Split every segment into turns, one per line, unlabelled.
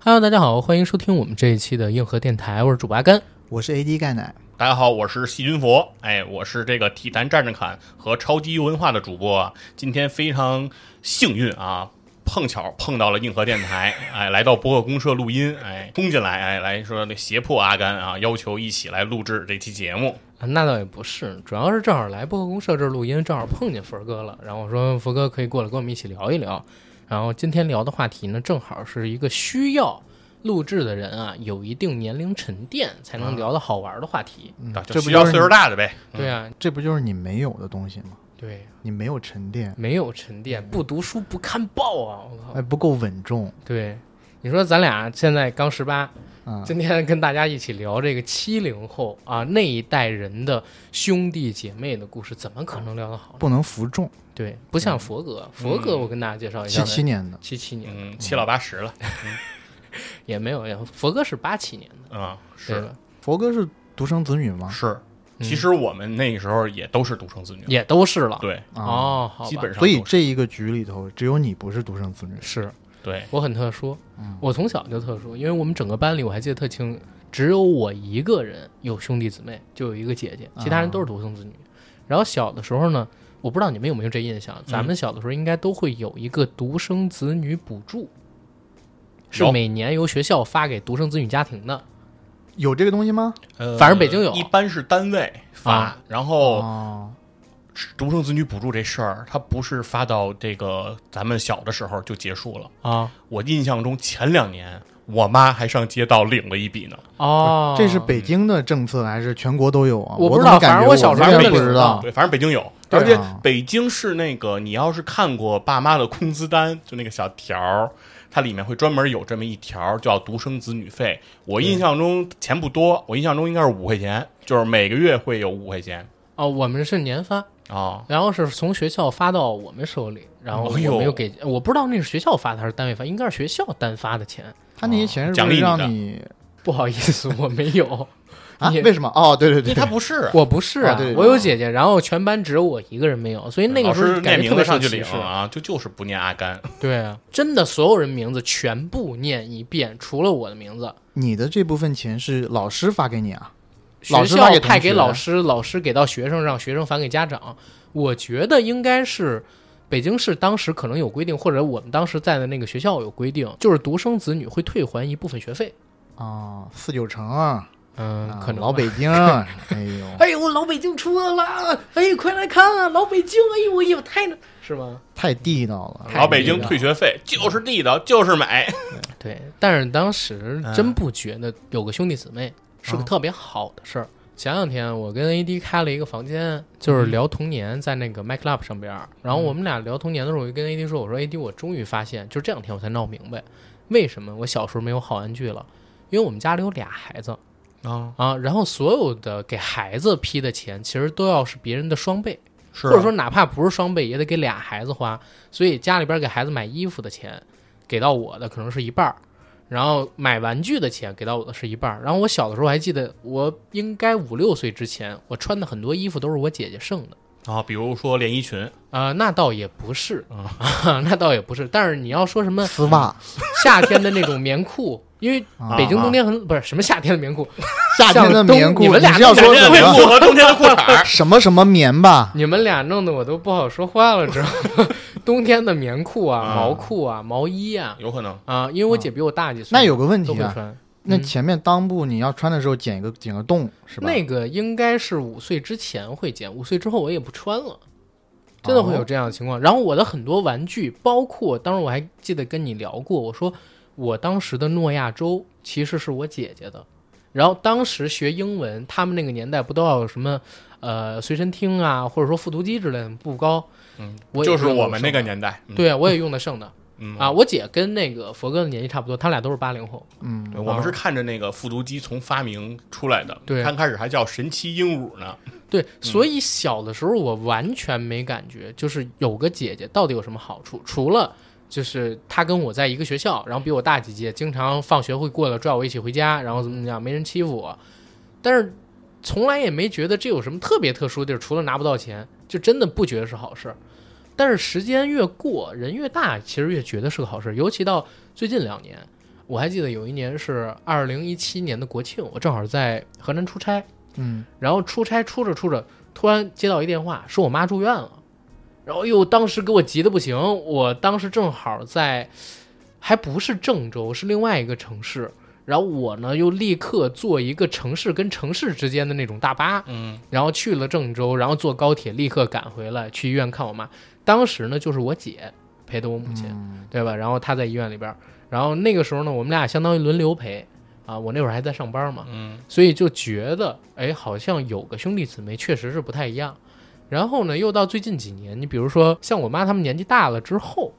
Hello，大家好，欢迎收听我们这一期的硬核电台，我是主八甘。
我是 AD 钙奶，
大家好，我是细菌佛，哎，我是这个体坛战士侃和超级文化的主播啊。今天非常幸运啊，碰巧碰到了硬核电台， 哎，来到博客公社录音，哎，冲进来，哎，来说那胁迫阿甘啊，要求一起来录制这期节目。
啊，那倒也不是，主要是正好来播客公社这儿录音，正好碰见佛哥了。然后我说佛哥可以过来跟我们一起聊一聊。然后今天聊的话题呢，正好是一个需要录制的人啊，有一定年龄沉淀才能聊的好玩的话题。
嗯
啊就
这不
需要
就是
岁数大的呗。
对啊，
这不就是你没有的东西吗？
对，
你没有沉淀，
没有沉淀，不读书不看报啊！我靠，
哎，不够稳重
对，你说咱俩现在刚十八，
啊！
今天跟大家一起聊这个七零后啊那一代人的兄弟姐妹的故事，怎么可能聊得好呢？
不能服众。
对，不像佛哥，佛哥我跟大家介绍一下
七
呗，
七年的，
七七年
嗯，七老八十了，
也没有，也佛哥是八七年的，
嗯，
对
是
吧？
佛哥是独生子女吗？
是。其实我们那个时候也都是独生子女，
也都是了。
对，
啊，
哦，好吧，
基本上
所以
都是
这一个局里头，只有你不是独生子女。
是
对，
我很特殊，
嗯
我从小就特殊，因为我们整个班里我还记得特清，只有我一个人有兄弟姊妹，就有一个姐姐，其他人都
啊
是独生子女。然后小的时候呢，我不知道你们有没有这印象，咱们
嗯
小的时候应该都会有一个独生子女补助，是
有
每年由学校发给独生子女家庭的。
有这个东西吗？
呃
反正北京有
一般是单位发
啊，
然后
哦，
独生子女补助这事儿，它不是发到这个咱们小的时候就结束了。
啊
我印象中前两年，我妈还上街道领了一笔呢。
哦，
这是北京的政策还是全国都有啊？
我
我
不知道
怎
反
么感觉
正我小时候
完
就
全不
领
知
了
道。
对，反正北京有，
对啊
而且北京是那个，你要是看过爸妈的工资单，就那个小条儿，它里面会专门有这么一条儿叫独生子女费。我印象中钱不多，我印象中应该是五块钱，就是每个月会有五块钱
哦，我们是年发，
啊。
然后是从学校发到我们手里，然后
哦
我
哎呦
们又给，我不知道那是学校发的还是单位发，应该是学校单发的钱。
他那些
哦
钱是
奖
不
励
是
你的
让你
不好意思，我没有。
啊？
你
为什么？哦，对对
因
对，
为它不是，
我不是啊，
啊对对对
我有姐姐，然后全班只有我一个人没有，所以那个
老
时候
师
感
念
觉特
名
别
字
受
上去
歧
领
视。
啊，就就是不念阿甘。
对啊，真的所有人名字全部念一遍，除了我的名字。
你的这部分钱是老师发给你啊？
学
老师
校
发给同
派给
学
老师，老师给到学生，让学生返给家长。我觉得应该是北京市当时可能有规定，或者我们当时在的那个学校有规定，就是独生子女会退还一部分学费。
啊，四九城啊，
嗯，
啊
可能
老
吧
北 京啊，哎呦，
哎呦，老北京出来了！哎，快来看啊，老北京！哎呦，我有太是吗？
太地道了。
太
老北京
地道
退学费就是地道，就是美。
对，但是当时真不觉得有个兄弟姊妹是个特别好的事儿。前两天我跟 AD 开了一个房间，就是聊童年，在那个 My Club 上边儿。然后我们俩聊童年的时候，我就跟 AD 说：“我说 AD，我终于发现，就这两天我才闹明白，为什么我小时候没有好玩具了，因为我们家里有俩孩子
啊，
啊，然后所有的给孩子批的钱，其实都要是别人的双倍。”
是啊
或者说哪怕不是双倍，也得给俩孩子花。所以家里边给孩子买衣服的钱，给到我的可能是一半儿，然后买玩具的钱给到我的是一半儿。然后我小的时候还记得，我应该五六岁之前，我穿的很多衣服都是我姐姐剩的。
啊，比如说连衣 裙，
啊、那倒也不是，啊，那倒也不是。但是你要说什 么
丝袜，
夏天的那种棉裤，因为
啊
北京冬天很、不是什么夏天的棉裤，
夏天的
像冬
棉裤，
你们俩
是要
夏
说
天
什
的内
么
裤和冬天的裤衩儿
什么什么棉吧？
你们俩弄得我都不好说话了，知道吗？ 冬天的棉裤啊、毛裤啊、毛衣啊，
有可能
啊，因为我姐比我大几岁，
那有个问
都
题
会
啊，
穿。
那前面裆部你要穿的时候剪一个剪个洞是吧？
那个应该是五岁之前会剪，五岁之后我也不穿了，真的会有这样的情况。然后我的很多玩具，包括当时我还记得跟你聊过，我说我当时的诺亚舟其实是我姐姐的。然后当时学英文，他们那个年代不都要有什么呃随身听啊，或者说复读机之类的，步高。嗯，我也
就是
用得
我们那个
上的，
年代。嗯
对啊，我也用得上的。
嗯
啊，我姐跟那个佛哥的年纪差不多，他俩都是八零后。
嗯，
对我们是看着那个复读机从发明出来的，
对
刚开始还叫神奇鹦鹉呢。
对，所以小的时候我完全没感觉，就是有个姐姐到底有什么好处？除了就是她跟我在一个学校，然后比我大几届，经常放学会过来拽我一起回家，然后怎么怎么样，没人欺负我，但是从来也没觉得这有什么特别特殊的地儿，除了拿不到钱，就真的不觉得是好事儿。但是时间越过，人越大，其实越觉得是个好事儿，尤其到最近两年。我还记得有一年是二零一七年的国庆，我正好在河南出差，
嗯，
然后出差出着出着，突然接到一电话，说我妈住院了，然后又当时给我急的不行，我当时正好在，还不是郑州，是另外一个城市，然后我呢又立刻坐一个城市跟城市之间的那种大巴，
嗯
然后去了郑州，然后坐高铁立刻赶回来去医院看我妈。当时呢，就是我姐陪的我母亲，对吧？然后她在医院里边儿，然后那个时候呢，我们俩相当于轮流陪啊。我那会儿还在上班嘛，
嗯，
所以就觉得，哎，好像有个兄弟姊妹确实是不太一样。然后呢，又到最近几年，你比如说像我妈他们年纪大了之后，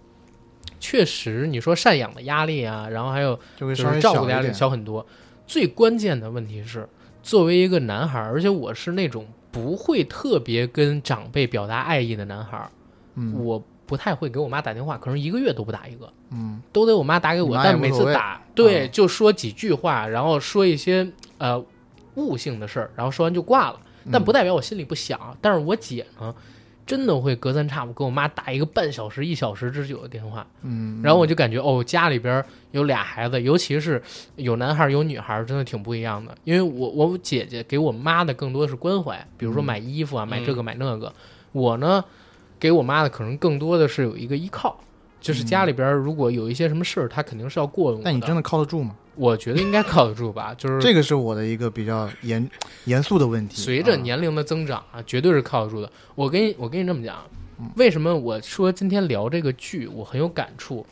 确实你说赡养的压力啊，然后还有
就会稍
就是
微
照
小
顾
一
的压力
点
小很多。最关键的问题是，作为一个男孩儿，而且我是那种不会特别跟长辈表达爱意的男孩儿，
嗯
我不太会给我妈打电话，可能一个月都不打一个，
嗯，
都得我妈打给
你
我，
妈也
但
无
每
所
次
谓嗯
打，对，就说几句话，然后说一些呃悟性的事儿，然后说完就挂了。
嗯
但不代表我心里不想，但是我姐呢，真的会隔三差五给我妈打一个半小时、一小时之久的电话，
嗯，
然后我就感觉哦，家里边儿有俩孩子，尤其是有男孩儿有女孩儿，真的挺不一样的。因为我我姐姐给我妈的更多的是关怀，比
嗯
如说买衣服啊，买这个买那个。我呢，给我妈的可能更多的是有一个依靠，就是家里边儿如果有一些什么事儿，她肯定是要过问我
但嗯你
的
真的靠得住吗？
我觉得应该靠得住吧，就是
这个是我的一个比较严严肃的问题。
随着
啊
年龄的增长啊，绝对是靠得住的。我跟你我跟你这么讲，啊
嗯
为什么我说今天聊这个剧我很有感触？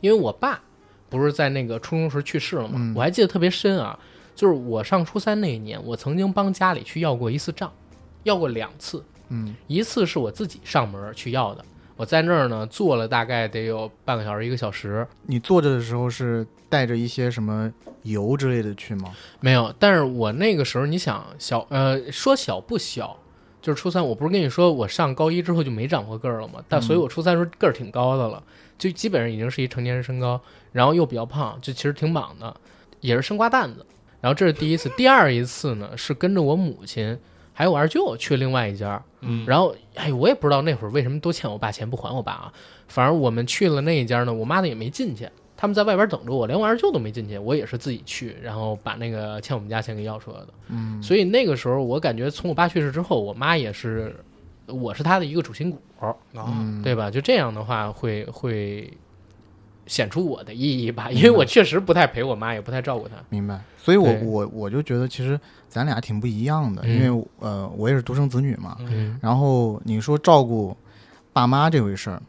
因为我爸不是在那个初中时去世了嘛，
嗯
我还记得特别深啊。就是我上初三那一年，我曾经帮家里去要过一次账，要过两次。
嗯
一次是我自己上门去要的，我在那儿呢坐了大概得有半个小时一个小时，
你坐着的时候是带着一些什么油之类的去吗？
没有，但是我那个时候，你想小呃，说小不小，就是初三，我不是跟你说我上高一之后就没长过个儿了吗？但所以我初三时候个儿挺高的了，就基本上已经是一成年人身高，然后又比较胖，就其实挺莽的，也是生瓜蛋子。然后这是第一次，第二一次呢是跟着我母亲还有我二舅去另外一家，
嗯，
然后哎，我也不知道那会儿为什么都欠我爸钱不还我爸啊。反正我们去了那一家呢，我妈呢也没进去，他们在外边等着我，连我二舅都没进去，我也是自己去，然后把那个欠我们家钱给要出来的。嗯，所以那个时候我感觉从我爸去世之后，我妈也是，我是她的一个主心骨，嗯
啊
嗯
对吧？就这样的话会会显出我的意义吧，因
嗯
为我确实不太陪我妈，也不太照顾她。
明白。所以我
对
我我就觉得其实咱俩挺不一样的，
嗯
因为呃我也是独生子女嘛。
嗯
然后你说照顾爸妈这回事儿，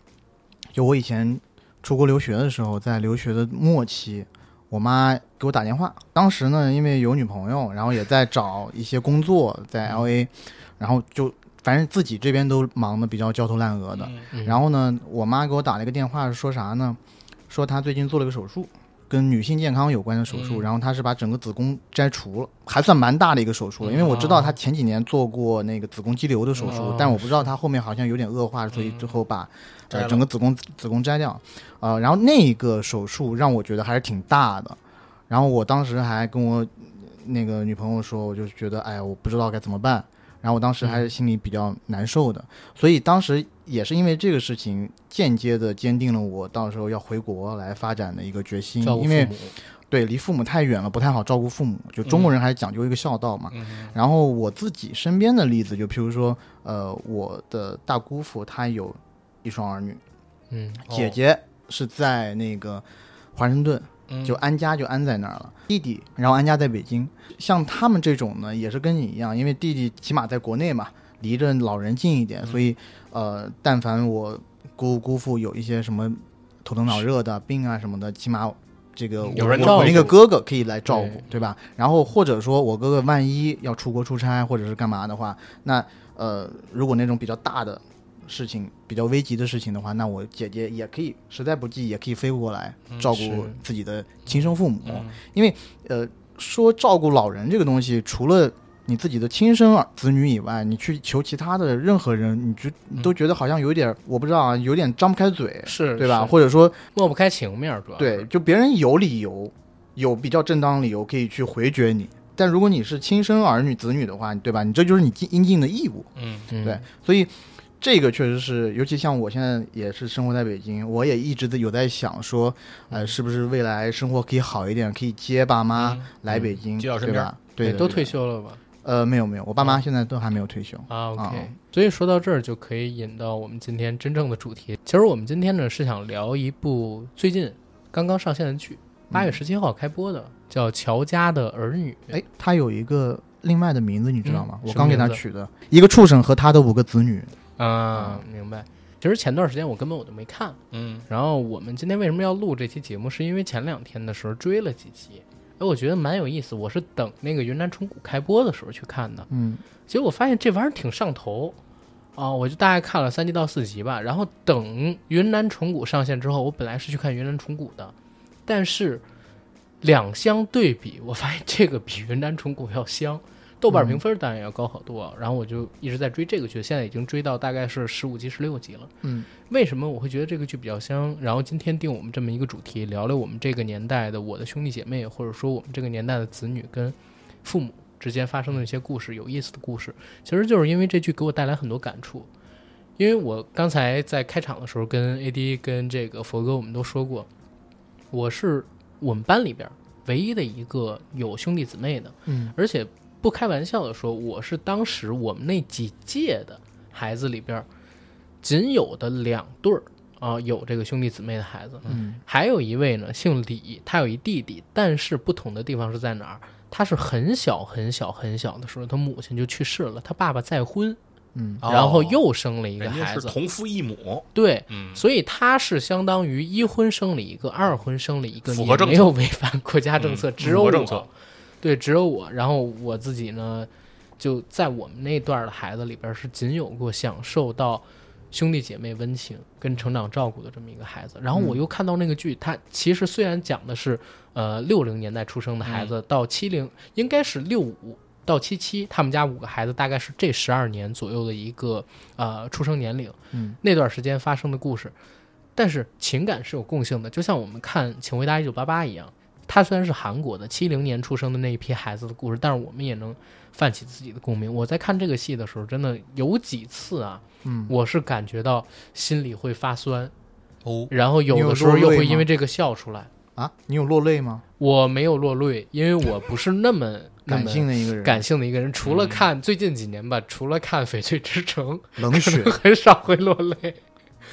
就我以前出国留学的时候，在留学的末期，我妈给我打电话。当时呢，因为有女朋友，然后也在找一些工作，在
嗯
L A，然后就反正自己这边都忙得比较焦头烂额的。
嗯
然后呢，我妈给我打了一个电话，说啥呢？说她最近做了个手术，跟女性健康有关的手术，
嗯
然后她是把整个子宫摘除了，还算蛮大的一个手术了。因为我知道她前几年做过那个子宫肌瘤的手术，
哦
但我不知道她后面好像有点恶化，所以最后把、
摘
呃
了
整个子宫子宫摘掉。呃，然后那个手术让我觉得还是挺大的，然后我当时还跟我那个女朋友说，我就觉得哎呀，我不知道该怎么办。然后我当时还是心里比较难受的，所以当时也是因为这个事情，间接的坚定了我到时候要回国来发展的一个决心。
嗯照顾
因
父
为
母，
对离父母太远了，不太好照顾父母。就中国人还讲究一个孝道嘛。然后我自己身边的例子，就譬如说，呃，我的大姑父他有一双儿女，
嗯
哦
姐姐是在那个华盛顿，就安家就安在那儿了。弟弟，然后安家在北京。像他们这种呢，也是跟你一样，因为弟弟起码在国内嘛，离着老人近一点，所以呃，但凡我姑姑父有一些什么头疼脑热的病啊什么的，起码。这个我
有人
照顾
我我那个哥哥可以来照顾
对，
对吧？然后或者说我哥哥万一要出国出差或者是干嘛的话，那呃，如果那种比较大的事情、比较危急的事情的话，那我姐姐也可以，实在不济也可以飞过来照顾
嗯是
自己的亲生父母。
嗯
嗯
因为呃，说照顾老人这个东西，除了你自己的亲生儿子女以外，你去求其他的任何人，你觉你都觉得好像有点儿，我不知道啊，有点张不开嘴，
是
对吧？
是嗯
或者说，
抹不开情面，主要是
对，就别人有理由，有比较正当理由可以去回绝你。但如果你是亲生儿女子女的话，对吧？你这就是你尽应尽的义务。
嗯
嗯
对所以这个确实是，尤其像我现在也是生活在北京，我也一直在有在想说，
嗯
呃，是不是未来生活可以好一点，可以接爸妈
嗯
来北京，
接到身
对
边
吧？对的，
哎都
对的
退。休哦了吧？
呃，没有没有，我爸妈现在都还没有退休。
啊，OK，、
啊
所以说到这儿就可以引到我们今天真正的主题。其实我们今天呢是想聊一部最近刚刚上线的剧，八月十七号开播的，叫《乔家的儿女》。
哎，他有一个另外的名字，你知道吗？
嗯
我刚给
什
他
么名字
取的，一个畜生和他的五个子女。
啊，明白。其实前段时间我根本我就没看，
嗯，
然后我们今天为什么要录这期节目，是因为前两天的时候追了几集，哎，我觉得蛮有意思。我是等那个云南虫谷开播的时候去看的，
嗯，
结果发现这玩意儿挺上头啊、我就大概看了三集到四集吧。然后等云南虫谷上线之后，我本来是去看云南虫谷的，但是两相对比，我发现这个比云南虫谷要香。豆瓣评分当然要高好多啊，然后我就一直在追这个剧，现在已经追到大概是十五集、十六集了。
嗯，
为什么我会觉得这个剧比较香？然后今天定我们这么一个主题，聊聊我们这个年代的我的兄弟姐妹，或者说我们这个年代的子女跟父母之间发生的一些故事，有意思的故事。其实就是因为这剧给我带来很多感触，因为我刚才在开场的时候跟 AD 跟这个佛哥我们都说过，我是我们班里边唯一的一个有兄弟姊妹的，
嗯，
而且不开玩笑的说，我是当时我们那几届的孩子里边仅有的两对儿啊有这个兄弟姊妹的孩子，
嗯，
还有一位呢姓李，他有一弟弟，但是不同的地方是在哪儿？他是很小很小很小的时候，他母亲就去世了，他爸爸再婚，
嗯，
然后
哦
又生了一个
人家
孩
是
子，
同父异母，
对，
嗯，
所以他是相当于一婚生了一个，二婚生了一个，
符合
也
政策
没有违反国家政策，
嗯
只有我
符合政策
对，只有我。然后我自己呢，就在我们那段儿的孩子里边儿是仅有过享受到兄弟姐妹温情跟成长照顾的这么一个孩子。然后
嗯
我又看到那个剧，它其实虽然讲的是呃六零年代出生的
嗯
孩子到七零，应该是六五。到七七，他们家五个孩子大概是这十二年左右的一个呃出生年龄，
嗯，
那段时间发生的故事，但是情感是有共性的，就像我们看《请回答一九八八》一样，它虽然是韩国的七零年出生的那一批孩子的故事，但是我们也能泛起自己的共鸣。我在看这个戏的时候，真的有几次啊，
嗯，
我是感觉到心里会发酸，
哦，
然后有
你有
的时候
落
又
泪
会因
吗
为这个笑出来。
啊，你有落泪吗？
我没有落泪，因为我不是那 么那
感
么
性的一个人，
感性的一个人，除了看最近几年吧，除了看《翡翠之城
冷》血，
很少会落泪。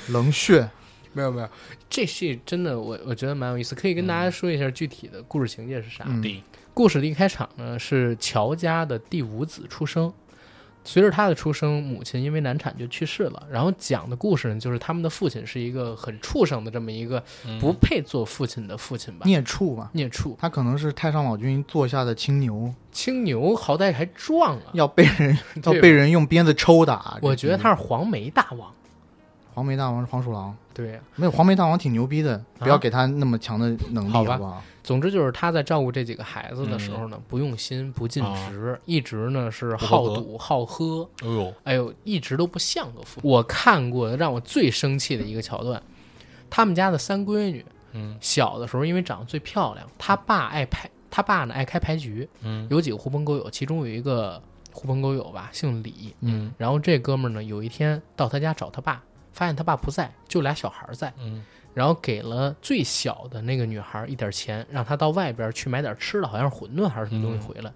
冷血。
没有没有，这戏真的我我觉得蛮有意思，可以跟大家说一下具体的故事情节是啥。
嗯
对，
故事的一开场呢是乔家的第五子出生，随着他的出生，母亲因为难产就去世了。然后讲的故事呢就是他们的父亲是一个很畜生的这么一个不配做父亲的父亲吧，
孽畜嘛，
孽畜
他可能是太上老君座下的青牛，
青牛，好歹还壮 啊。
要被人要
对
被人用鞭子抽打。
我觉得他是黄眉大王，
黄眉大王是黄鼠狼，
对呀、
没有黄眉大王挺牛逼的，不
啊
要给他那么强的能力，
好
好
吧
不好？
总之就是他在照顾这几个孩子的时候呢，不用心、不尽职，一直呢是
不
好
合格
赌好喝，
哎呦，
哎呦，一直都不像个父。我看过的让我最生气的一个桥段，他们家的三闺女，
嗯，
小的时候因为长得最漂亮，她爸爱牌，她爸呢爱开牌局，
嗯，
有几个狐朋狗友，其中有一个狐朋狗友吧，姓李，
嗯，
然后这哥们儿呢，有一天到他家找他爸，发现他爸不在，就俩小孩儿在，
嗯，
然后给了最小的那个女孩儿一点钱，让她到外边儿去买点吃的，好像是馄饨还是什么东
嗯
西回来，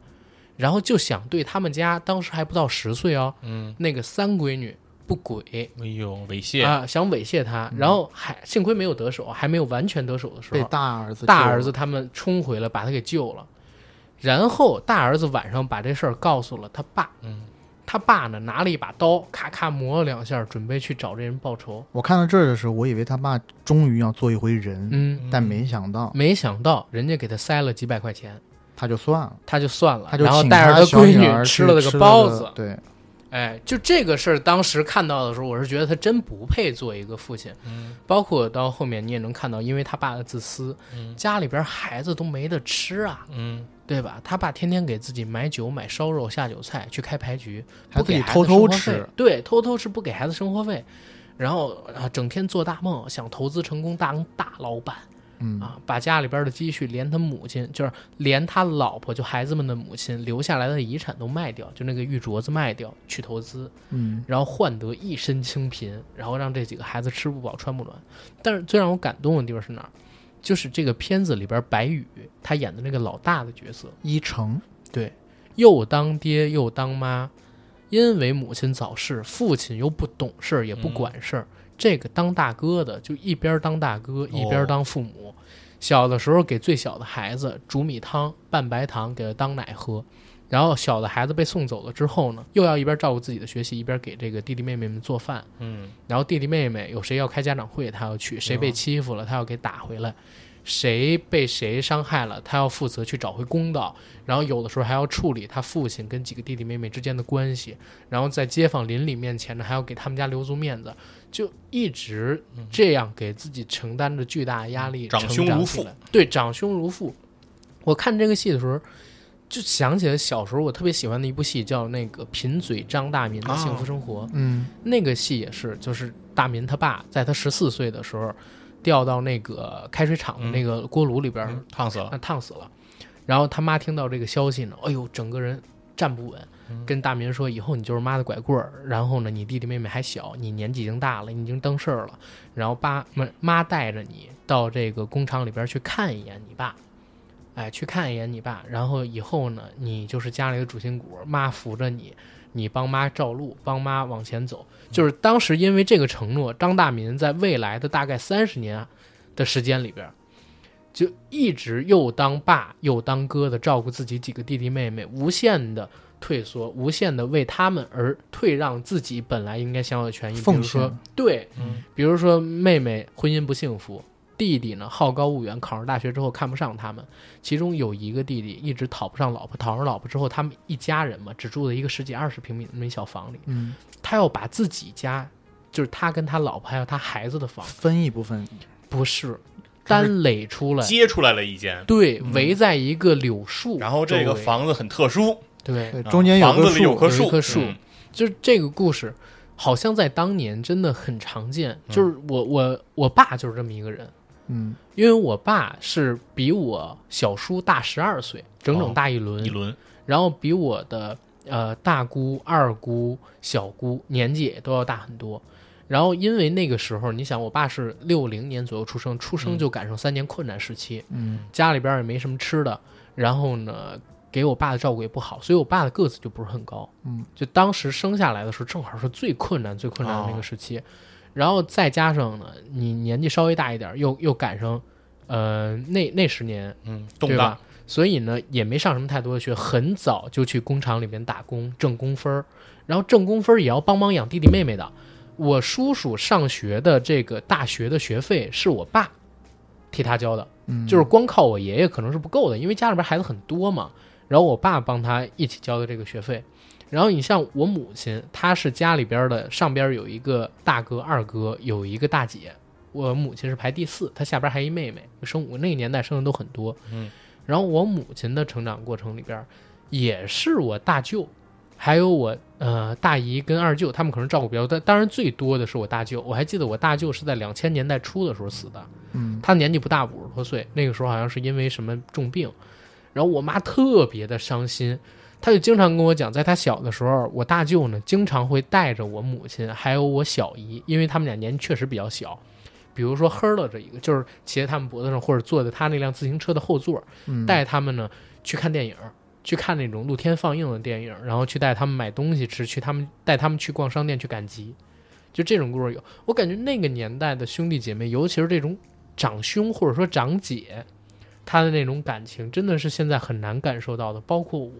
然后就想对他们家当时还不到十岁哦，
嗯，
那个三闺女不轨。
哎呦，猥亵，
啊，想猥亵她，然后还幸亏没有得手，啊还没有完全得手的时候
嗯被，大儿子
大
救
儿
了
子他们冲回来把他给救了，然后大儿子晚上把这事儿告诉了他爸，
嗯，
他爸呢拿了一把刀，咔咔磨了两下，准备去找这人报仇，
我看到这儿的时候，我以为他爸终于要做一回人，
嗯，
但没想到
没想到人家给他塞了几百块钱，
他就算了，
他就算了，
他就
然后
请
带着
他小
闺
女儿
女
去吃
了个包
了
子
个，对，
哎，就这个事儿，当时看到的时候，我是觉得他真不配做一个父亲。
嗯，
包括到后面你也能看到，因为他爸的自私，
嗯
家里边孩子都没得吃啊，
嗯，
对吧？他爸天天给自己买酒、买烧肉、下酒菜，去开牌局，
还
不
自
给
己
孩子
偷偷
生活费
吃，，
对，偷偷吃不给孩子生活费，然后啊整天做大梦，想投资成功当大老板，
嗯
啊，把家里边的积蓄，连他母亲，就是连他老婆，就孩子们的母亲留下来的遗产都卖掉，就那个玉镯子卖掉去投资，
嗯
然后换得一身清贫，然后让这几个孩子吃不饱穿不暖。但是最让我感动的地方是哪儿？就是这个片子里边白宇他演的那个老大的角色，
一成，
又当爹又当妈，因为母亲早逝，父亲又不懂事儿也不管事儿，这个当大哥的就一边当大哥一边当父母。小的时候给最小的孩子煮米汤、拌白糖，给他当奶喝。然后小的孩子被送走了之后呢，又要一边照顾自己的学习，一边给这个弟弟妹妹们做饭。
嗯，
然后弟弟妹妹有谁要开家长会，他要去；谁被欺负了，他要给打回来；谁被谁伤害了，他要负责去找回公道。然后有的时候还要处理他父亲跟几个弟弟妹妹之间的关系，然后在街坊邻里面前呢，还要给他们家留足面子，就一直这样给自己承担着巨大压力，
长
成
兄
长
嗯如
起
父
来，对，长兄如父。我看这个戏的时候。就想起来小时候我特别喜欢的一部戏，叫那个《贫嘴张大民的幸福生活》。
嗯
那个戏也是，就是大民他爸在他十四岁的时候掉到那个开水厂的那个锅炉里边，
嗯烫死了。
那烫死了。然后他妈听到这个消息呢，哎呦，整个人站不稳，跟大民说：“以后你就是妈的拐棍儿。然后呢，你弟弟妹妹还小，你年纪已经大了，你已经当事儿了。然后爸妈妈带着你到这个工厂里边去看一眼你爸，哎，去看一眼你爸。然后以后呢，你就是家里的主心骨，妈扶着你，你帮妈照路，帮妈往前走。就是当时因为这个承诺，张大民在未来的大概三十年的时间里边，就一直又当爸又当哥的照顾自己几个弟弟妹妹，无限的退缩，无限的为他们而退让自己本来应该享有的权益。比
奉
如说
献，
对，
嗯
比如说妹妹婚姻不幸福，弟弟呢好高骛远，考上大学之后看不上他们。其中有一个弟弟一直讨不上老婆，讨上老婆之后，他们一家人嘛，只住在一个十几二十平米的那么一小房里。
嗯，
他要把自己家，就是他跟他老婆还有他孩子的房，
分一部分，
不是单垒出来，
接出来了一间，
对，围在一个柳树，
然后这
周
个
围
房子很特殊，
对，
对，
啊
中间有
房
个
子里有
树，
棵
有一棵树
树，嗯
就是这个故事，好像在当年真的很常见。
嗯
就是我我我爸就是这么一个人，
嗯，
因为我爸是比我小叔大十二岁，整整
哦
大一轮，
一轮
然后比我的呃大姑、二姑、小姑年纪也都要大很多。然后因为那个时候，你想，我爸是六零年左右出生，出
嗯
生就赶上三年困难时期，
嗯，
家里边儿也没什么吃的，然后呢，给我爸的照顾也不好，所以我爸的个子就不是很高，
嗯，
就当时生下来的时候，正好是最困难、最困难的那个时期。然后再加上呢，你年纪稍微大一点儿，又又赶上，呃，那那十年
嗯，
对
动荡
吧，所以呢也没上什么太多的学，很早就去工厂里面打工挣工分儿，然后挣工分儿也要帮忙养弟弟妹妹的。我叔叔上学的这个大学的学费是我爸替他交的，
嗯
就是光靠我爷爷可能是不够的，因为家里边孩子很多嘛，然后我爸帮他一起交的这个学费。然后你像我母亲，她是家里边的上边有一个大哥、二哥，有一个大姐，我母亲是排第四，她下边还一妹妹，生五那个年代生的都很多。
嗯，
然后我母亲的成长过程里边，也是我大舅，还有我呃大姨跟二舅，他们可能照顾比较多，但当然最多的是我大舅。我还记得我大舅是在两千年代初的时候死的，
嗯
他年纪不大，五十多岁，那个时候好像是因为什么重病，然后我妈特别的伤心，她就经常跟我讲，在她小的时候，我大舅呢经常会带着我母亲还有我小姨，因为他们俩年纪确实比较小，比如说呵了着一个，就是骑在他们脖子上，或者坐在他那辆自行车的后座，
嗯，
带他们呢去看电影，去看那种露天放映的电影，然后去带他们买东西吃，去他们带他们去逛商店去赶集，就这种故事有。我感觉那个年代的兄弟姐妹，尤其是这种长兄或者说长姐，他的那种感情真的是现在很难感受到的。包括我，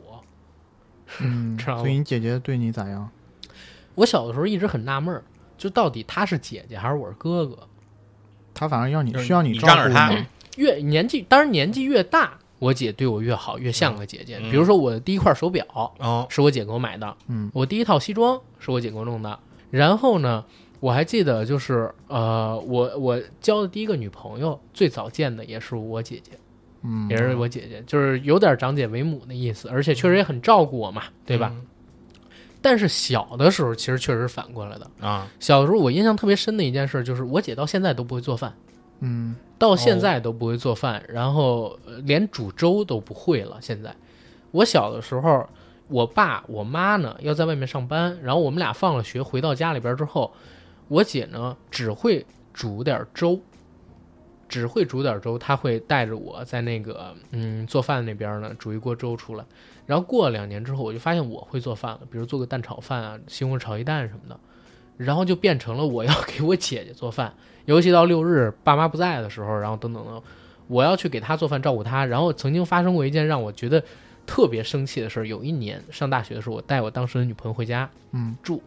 嗯，
知道吗
所以你姐姐对你咋样？
我小的时候一直很纳闷儿，就到底他是姐姐还是我是哥哥？
她反而要你
就是
需要
你
照
让着
顾
她
吗
越年纪，当然年纪越大，我姐对我越好，越像个姐姐。
嗯
比如说我的第一块手表，
哦，
是我姐给我买的，
嗯，
我第一套西装是我姐给我弄的。然后呢，我还记得就是呃，我我交的第一个女朋友，最早见的也是我姐姐，
嗯，
也是我姐姐，就是有点长姐为母的意思，而且确实也很照顾我嘛，对
嗯
吧？但是小的时候其实确实是反过来的。
嗯？啊，
小的时候我印象特别深的一件事就是，我姐到现在都不会做饭，
嗯，
到现在都不会做饭，然后呃连煮粥都不会了。现在，我小的时候，我爸我妈呢要在外面上班，然后我们俩放了学回到家里边之后，我姐呢只会煮点粥，只会煮点粥，她会带着我在那个嗯做饭那边呢煮一锅粥出来。然后过了两年之后，我就发现我会做饭了，比如做个蛋炒饭啊、西红柿炒鸡蛋什么的，然后就变成了我要给我姐姐做饭。尤其到六日爸妈不在的时候，然后等等等，我要去给她做饭照顾她。然后曾经发生过一件让我觉得特别生气的事儿，有一年上大学的时候，我带我当时的女朋友回家，
嗯，
住，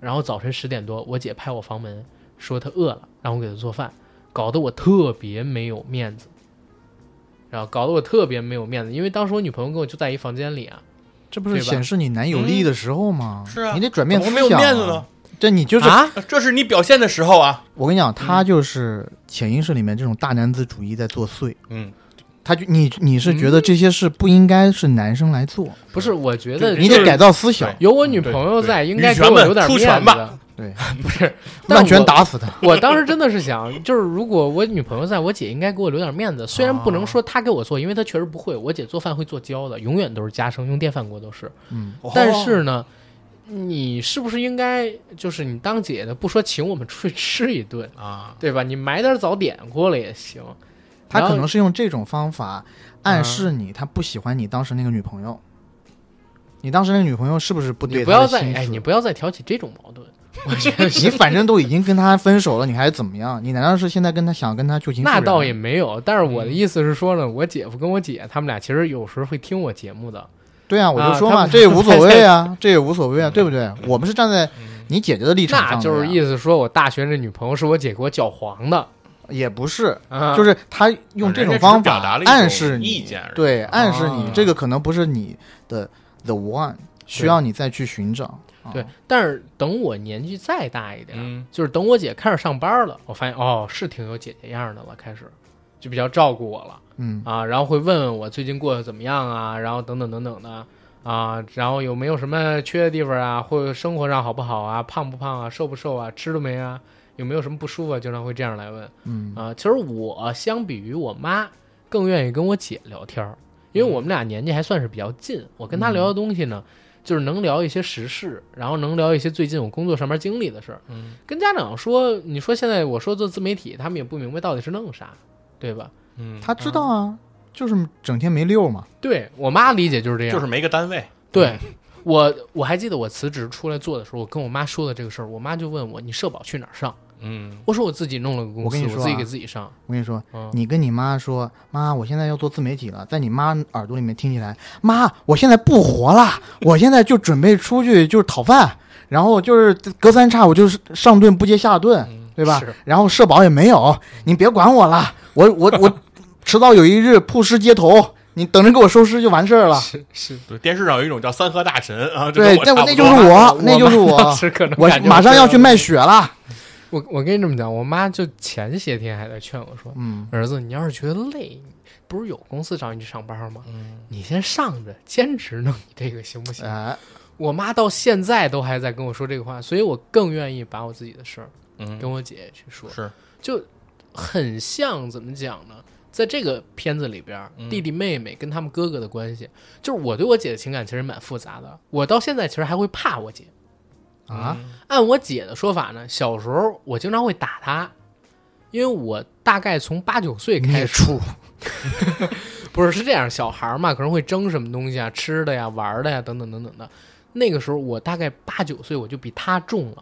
然后早晨十点多，我姐拍我房门说她饿了，让我给她做饭，搞得我特别没有面子。然后搞得我特别没有面子，因为当时我女朋友跟我就在一房间里啊，
这不是
对吧
显示你男友力的时候吗？
是啊
你得转变思
怎
想、
么没有面子呢？
这你就是、
啊，
这是你表现的时候啊。
我跟你讲，他就是潜意识里面这种大男子主义在作祟。
嗯，
他就你你是觉得这些事不应该是男生来做，
不是，我觉得
对
你
这
得改造思想，
有我女朋友在，
对
应该给我留点
女
面
权
子
们
的。
对，
不是，但
乱拳
我。
打死他。
我当时真的是想，就是如果我女朋友在，我姐应该给我留点面子。虽然不
哦
能说她给我做，因为她确实不会。我姐做饭会做焦的，永远都是家生，用电饭锅都是。
嗯，
但
哦
是呢，你是不是应该就是你当姐的，不说请我们出去吃一顿，
啊，
对吧？你买点早点过来也行。
他
然后
可能是用这种方法暗示你，他不喜欢你当时那个女朋友。你当时那个女朋友是不是不
你
对
不
他
要
的
再
心思？
哎，你不要再挑起这种矛盾。
你反正都已经跟他分手了，你还怎么样？你难道是现在跟他想跟他旧情复燃
那倒也没有，但是我
嗯
的意思是说呢，我姐夫跟我姐他们俩其实有时候会听我节目的，
对啊，我就说嘛，
啊他们嗯
这也无所谓啊， 这也无所谓啊，对不对？我们是站在你姐姐的立场上的
那
呀，
就是意思说我大学那女朋友是我姐给我搅黄的，
也不是，
啊，
就是他用这种方
人家只是表达
法
了一种
暗示你
意见而已
对，暗示你
啊
这个可能不是你的 the one，需要你再去寻找。啊
对。但是等我年纪再大一点，
嗯
就是等我姐开始上班了，我发现哦，是挺有姐姐样的了，开始就比较照顾我了
嗯，
啊，然后会问问我最近过得怎么样啊，然后等等等等的。啊，然后有没有什么缺的地方啊，或者生活上好不好啊，胖不胖啊，瘦不瘦啊，吃了没啊，有没有什么不舒服啊，经常会这样来问。
嗯
啊，其实我相比于我妈，更愿意跟我姐聊天儿，因
嗯
为我们俩年纪还算是比较近。我跟她聊的东西呢，就是能聊一些时事，然后能聊一些最近我工作上面经历的事儿。
嗯，
跟家长说，你说现在我说做自媒体，他们也不明白到底是弄啥，对吧？
嗯，
他知道啊，就是整天没溜嘛。
对我妈理解就是这样，
嗯就是没个单位。
嗯
对我我还记得我辞职出来做的时候，我跟我妈说的这个事儿，我妈就问我你社保去哪儿上？
嗯，
我说我自己弄了个公司，
我
我
跟你说
自己
啊
给自己上。
我跟你说，
嗯
你跟你妈说，妈，我现在要做自媒体了，在你妈耳朵里面听起来，妈，我现在不活了，我现在就准备出去就是讨饭，然后就是隔三差五就是上顿不接下顿，对吧
是？
然后社保也没有，你别管我了，我我我迟早有一日曝尸街头，你等着给我收尸就完事儿了。
是是，
对，电视上有一种叫三和大神啊，这
对，
跟
那
我
那
差不
就
多
是我，那就是
我妈当
我，
时可能
我
感觉
马上
是
要去卖血了。
我我跟你这么讲，我妈就前些天还在劝我说
嗯：“，
儿子，你要是觉得累，不是有公司找你去上班吗？
嗯
你先上着，兼职弄你这个行不行
哎，？”
我妈到现在都还在跟我说这个话，所以我更愿意把我自己的事儿
嗯，
跟我姐姐去说，
是
就很像怎么讲呢？在这个片子里边儿，
嗯
弟弟妹妹跟他们哥哥的关系，就是我对我姐的情感其实蛮复杂的。我到现在其实还会怕我姐，
啊，
按我姐的说法呢，小时候我经常会打她，因为我大概从八九岁开
孽
始，
畜，
不是是这样，小孩儿嘛，可能会争什么东西啊，吃的呀、玩儿的呀，等等等等的。那个时候我大概八九岁，我就比她重了。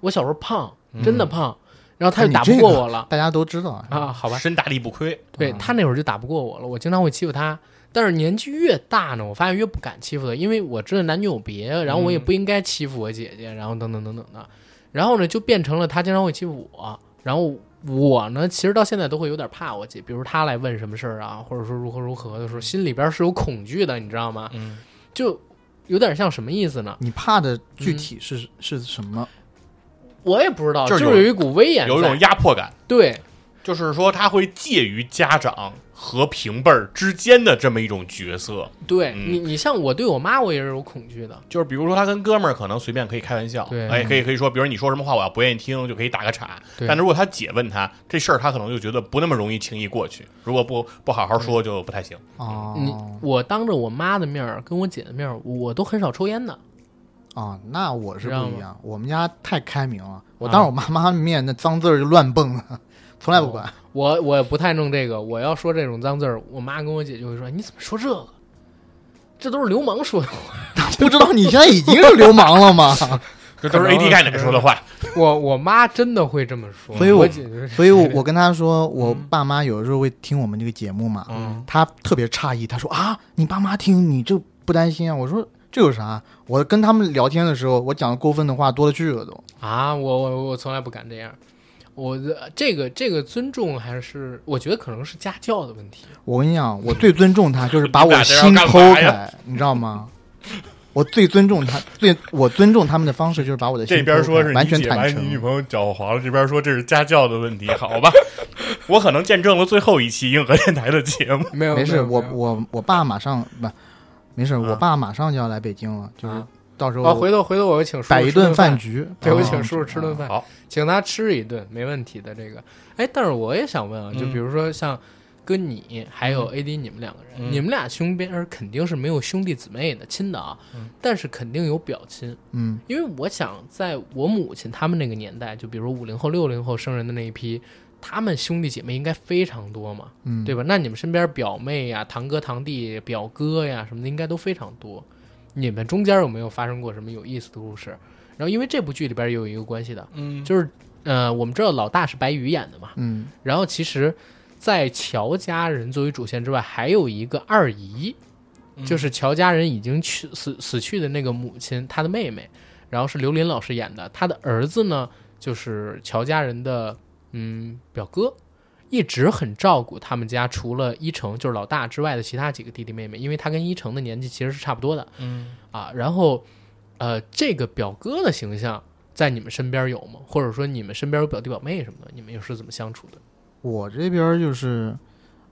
我小时候胖，真的胖，然后她就
嗯哎你
打不
这
过
个
我了、
大家都知道啊。
啊，好吧，
身大力不亏。
对他那会儿就打不过我了，我经常会欺负他。但是年纪越大呢，我发现越不敢欺负他，因为我知道男女有别，然后我也
嗯
不应该欺负我姐姐，然后等等等等的。然后呢，就变成了他经常会欺负我，然后我呢，其实到现在都会有点怕我姐，比如她来问什么事儿啊，或者说如何如何的时候，心里边是有恐惧的，你知道吗？
嗯，
就有点像什么意思呢？
你怕的具体是、是什么？
我也不知道，
就是是
有一股威严在，
有一种压迫感，
对
就是说他会介于家长和平辈儿之间的这么一种角色。
对
嗯
你，你像我对我妈，我也是有恐惧的。
就是比如说，他跟哥们儿可能随便可以开玩笑，
对
哎，可以可以说，比如你说什么话，我要不愿意听，就可以打个岔。
对
但如果他姐问他这事儿，他可能就觉得不那么容易轻易过去。如果不不好好说，就不太行。
哦
你我当着我妈的面儿，跟我姐的面儿，我都很少抽烟的。
啊，那我是
知道
不一
吗
样，我们家太开明了，我
啊
当着我妈妈面那脏字儿就乱蹦了， 从来不管。
我我不太弄这个，我要说这种脏字儿，我妈跟我姐就会说：“你怎么说这个？这都是流氓说的。
不知道你现在已经是流氓了吗？
这都是
可能
AD 盖奶说的话。
我”我妈真的会这么说，
所以我
姐就是
所以我，我跟他说，我爸妈有的时候会听我们这个节目嘛，
嗯，
他特别诧异，他说啊，你爸妈听你这不担心啊？我说这有啥？我跟他们聊天的时候，我讲的过分的话多了去了都。
啊，我我我从来不敢这样。我的这个这个尊重还是我觉得可能是家教的问题。
我跟你讲，我最尊重他就是把
你
我
俩这要
心
干嘛
剖
呀
开，你知道吗？我最尊重他，最我尊重他们的方式就是把我的心
这边
剖
说
开
是
完
你
全
姐把
坦
你女
诚。
朋友搅黄了，这边说这是家教的问题，好吧？我可能见证了最后一期硬核电台的节目。
没有，
没
没
事，
有
我
没有
我我爸马上不，没事，
啊
我爸马上就要来北京了，就是
啊
到时
啊，
候
回头回头我会请叔叔
摆一
吃顿
顿
饭
饭，局，
对我
啊
请叔叔吃顿饭，
哦好，
请他吃一顿，没问题的。这个，哎，但是我也想问啊，就
嗯
比如说像跟你还有 AD 你们两个人，
嗯
你们俩兄边儿肯定是没有兄弟姊妹的亲的啊，
嗯
但是肯定有表亲，
嗯，
因为我想在我母亲他们那个年代，就比如五零后、六零后生人的那一批，他们兄弟姐妹应该非常多嘛，
嗯
对吧？那你们身边表妹呀、堂哥、堂弟、表哥呀什么的，应该都非常多。你们中间有没有发生过什么有意思的故事？然后，因为这部剧里边也有一个关系的，
嗯，
就是呃，我们知道老大是白宇演的嘛，
嗯
然后其实，在乔家人作为主线之外，还有一个二姨，就是乔家人已经去死死去的那个母亲，她的妹妹，然后是刘琳老师演的，她的儿子呢就是乔家人的嗯表哥。一直很照顾他们家，除了一成就是老大之外的其他几个弟弟妹妹，因为他跟一成的年纪其实是差不多的。
嗯
啊，然后，呃，这个表哥的形象在你们身边有吗？或者说你们身边有表弟表妹什么的，你们又是怎么相处的？
我这边儿就是，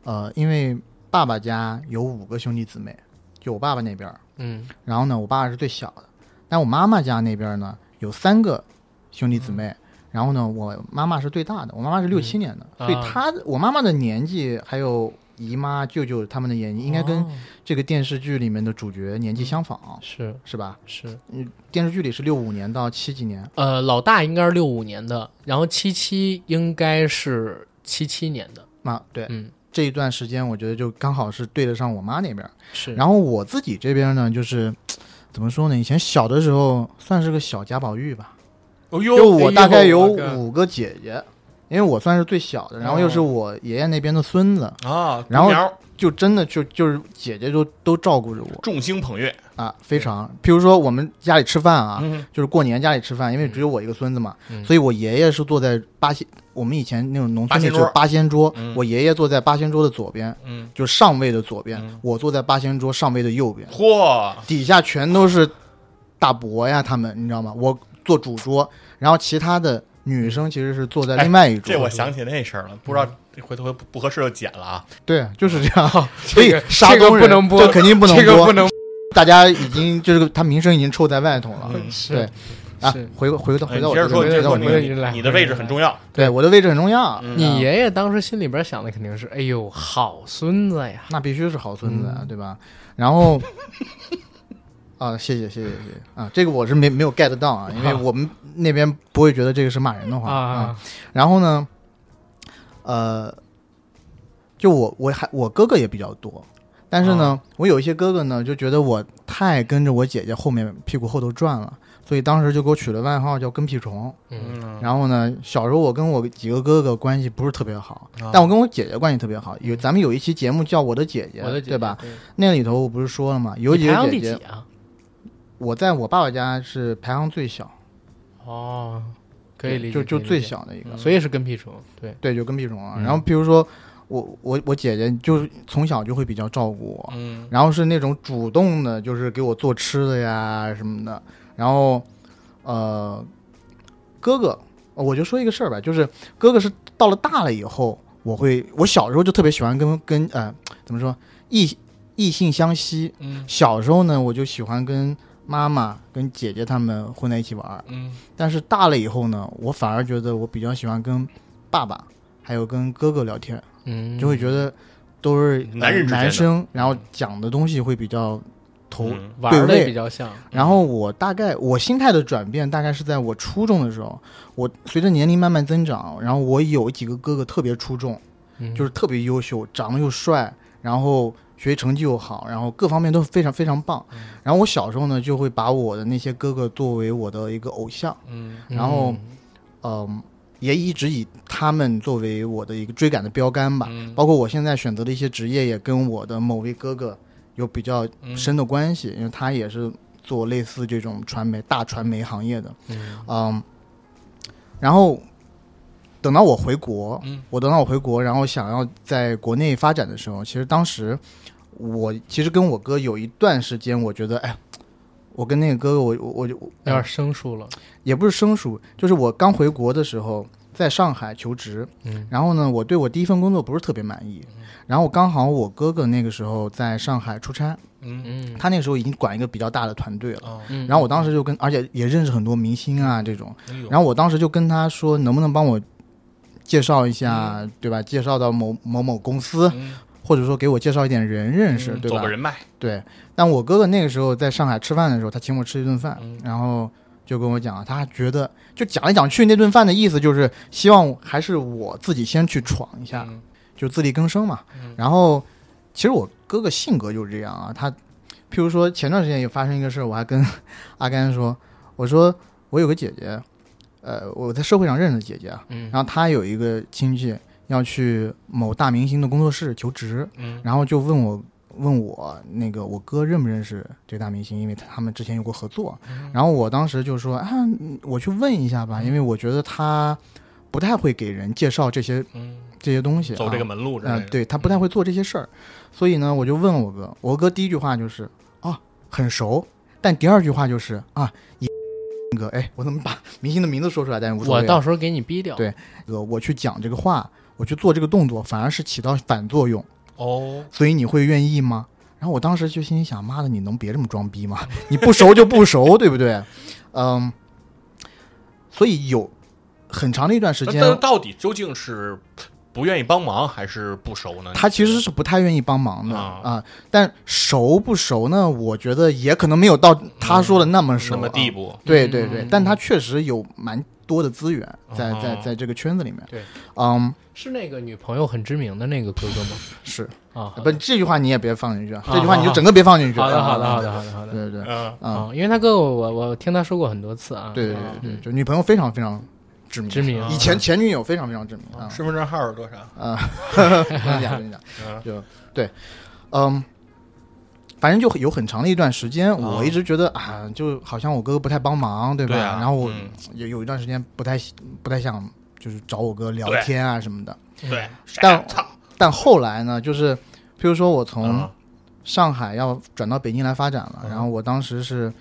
呃，因为爸爸家有五个兄弟姊妹，就我爸爸那边儿，
嗯
然后呢，我爸是最小的，但我妈妈家那边儿呢有三个兄弟姊妹，
嗯
然后呢，我妈妈是最大的，我妈妈是六七年的，
啊
所以她我妈妈的年纪还有姨妈、舅舅他们的年纪，应该跟
哦嗯
这个电视剧里面的主角年纪相仿，
是
是吧？
是，
电视剧里是六五年到七几年，
呃，老大应该是六五年的，然后七七应该是七七年的，
啊，对，
嗯，
这一段时间我觉得就刚好是对得上我妈那边儿。
嗯
是，
然后我自己这边呢，就是怎么说呢？以前小的时候算是个小贾宝玉吧，
哦
就
呦，
我大概有
哎呦
五个姐姐，因为我算是最小的，然
哦
后又是我爷爷那边的孙子，
啊，
然后
独苗
就真的就就是姐姐就都照顾着我
众星捧月，
啊，非常。譬如说我们家里吃饭啊，
嗯
就是过年家里吃饭，因为只有我一个孙子嘛，
嗯
所以我爷爷是坐在八仙，我们以前那种农村
八仙
那
桌
是八仙桌，
嗯
我爷爷坐在八仙桌的左边，
嗯，
就是上位的左边，
嗯
我坐在八仙桌上位的右边。
嚯，
底下全都是大伯呀，他们你知道吗？我坐主桌，然后其他的女生其实是坐在另外一桌。
这我想起那事儿了，不知道这回头不合适就剪了啊。
对，就是这样。所
这
以
个
沙
这个
东人
不能播
这肯定不能
这个
播，
不能
大家已经就是他名声已经臭在外头了。
嗯
对啊
是，
回回到回
哎
到
你
我
接着
这
说，
个
你
回到
回到
接着说，
我
回
你
到
这个
你来
你的位置很重要。
对我的位置很重要。
嗯
你
啊
爷爷当时心里边想的肯定是，哎呦，好孙子呀，
那必须是好孙子啊，
嗯
对吧？然后啊，谢谢谢谢谢谢啊，这个我是没没有 get 到啊，因为我们那边不会觉得这个是骂人的话啊。
啊，
然后呢，呃，就我我还我哥哥也比较多，但是
啊
呢，我有一些哥哥呢就觉得我太跟着我姐姐后面屁股后头转了，所以当时就给我取了外号叫跟屁虫。
嗯，
然后呢，小时候我跟我几个哥哥关系不是特别好，
啊
但我跟我姐姐关系特别好。有咱们有一期节目叫《我的姐姐》，
嗯我的姐姐
对吧？？那里头我不是说了吗？有
你
几
排
个
行
姐
第几
姐，
啊？
我在我爸爸家是排行最小，
哦，可以理解，
就就
可以理
最
解，
小的一个。
所以是跟屁虫，对，
对，就跟屁虫啊。
嗯
然后比如说我我我姐姐就是从小就会比较照顾我，
嗯，
然后是那种主动的，就是给我做吃的呀什么的。然后呃，哥哥，我就说一个事儿吧，就是哥哥是到了大了以后。我会我小时候就特别喜欢跟跟呃怎么说异异性相吸。
嗯
小时候呢，我就喜欢跟妈妈、跟姐姐她们混在一起玩儿。
嗯
但是大了以后呢，我反而觉得我比较喜欢跟爸爸还有跟哥哥聊天，
嗯，
就会觉得都是呃
男人之间的
男生，然后讲的东西会比较投。
嗯
玩儿的
对
也
位
比较像，
然后我大概我心态的转变大概是在我初中的时候，我随着年龄慢慢增长，然后我有几个哥哥特别出众，
嗯
就是特别优秀，长得又帅，然后学习成绩又好，然后各方面都非常非常棒。
嗯
然后我小时候呢，就会把我的那些哥哥作为我的一个偶像。
嗯
嗯
然后嗯，也一直以他们作为我的一个追赶的标杆吧。
嗯
包括我现在选择的一些职业，也跟我的某位哥哥有比较
嗯
深的关系，因为他也是做类似这种传媒大传媒行业的。
嗯
嗯，然后等到我回国，
嗯
我等到我回国，然后想要在国内发展的时候，其实当时我其实跟我哥有一段时间，我觉得哎。我跟那个哥哥，我我我就
有点生疏了，
也不是生疏，就是我刚回国的时候，在上海求职，
嗯，
然后呢，我对我第一份工作不是特别满意，然后刚好我哥哥那个时候在上海出差，
嗯
嗯
他那个时候已经管一个比较大的团队了，
哦，
嗯，
然后我当时就跟，而且也认识很多明星啊这种，
哎呦
然后我当时就跟他说，能不能帮我介绍一下，对吧？介绍到某某某公司，
嗯
或者说给我介绍一点人认识，
嗯
对
走
吧
个？人脉，
对，但我哥哥那个时候在上海吃饭的时候，他请我吃一顿饭，
嗯
然后就跟我讲，他觉得就讲来讲去，那顿饭的意思就是希望还是我自己先去闯一下，
嗯
就自力更生嘛。
嗯
然后其实我哥哥性格就是这样啊，他譬如说前段时间也发生一个事儿，我还跟 阿甘说，我说我有个姐姐，呃，我在社会上认识的姐姐啊，
嗯
然后她有一个亲戚要去某大明星的工作室求职，
嗯
然后就问我问我那个我哥认不认识这个大明星，因为他们之前有过合作。
嗯
然后我当时就说啊，嗯我去问一下吧，因为我觉得他不太会给人介绍这些
嗯，
这些东西、啊，
走这个门路之
嗯、
类的，
对他不太会做这些事儿，所以呢，我就问我哥，我哥第一句话就是啊，很熟，但第二句话就是啊，你哥， 哎，我怎么把明星的名字说出来？但是无所
我
谓啊，
到时候给你逼掉，
对呃我去讲这个话，我去做这个动作，反而是起到反作用。
哦，
所以你会愿意吗？然后我当时就心里想，妈的，你能别这么装逼吗？ 你不熟就不熟，对不对？嗯，所以有很长的一段时
那
间，
但到底究竟是不愿意帮忙还是不熟呢？
他其实是不太愿意帮忙的
啊
啊、但熟不熟呢？我觉得也可能没有到他说的那么熟、
那么地
啊。
步，
对对对，
嗯
但他确实有蛮多的资源在在
哦
在这个圈子里面。
对，
嗯，
是那个女朋友很知名的那个哥哥吗？
是
啊，好
呃不
的
这句话你也别放进去，啊
啊
这句话你就整个别放进去。
好的，好的，
啊
好的，好的，好的。
对对，
嗯，
嗯。
啊，因为他哥哥我我听他说过很多次啊，
对对嗯
啊
对对，就女朋友非常非常知名，
知名啊
以前前女友非常非常知名啊
身份证号是多少？
啊，不能讲不能讲，就对，嗯，反正就有很长的一段时间，我一直觉得啊，就好像我哥哥不太帮忙，对吧？
对啊
然后我
嗯
也有一段时间不太不太想就是找我哥聊天啊什么的，
对，
嗯
谁
但
操，
但后来呢，就是譬如说我从
啊
嗯
上海要转到北京来发展了，
嗯
然后我当时是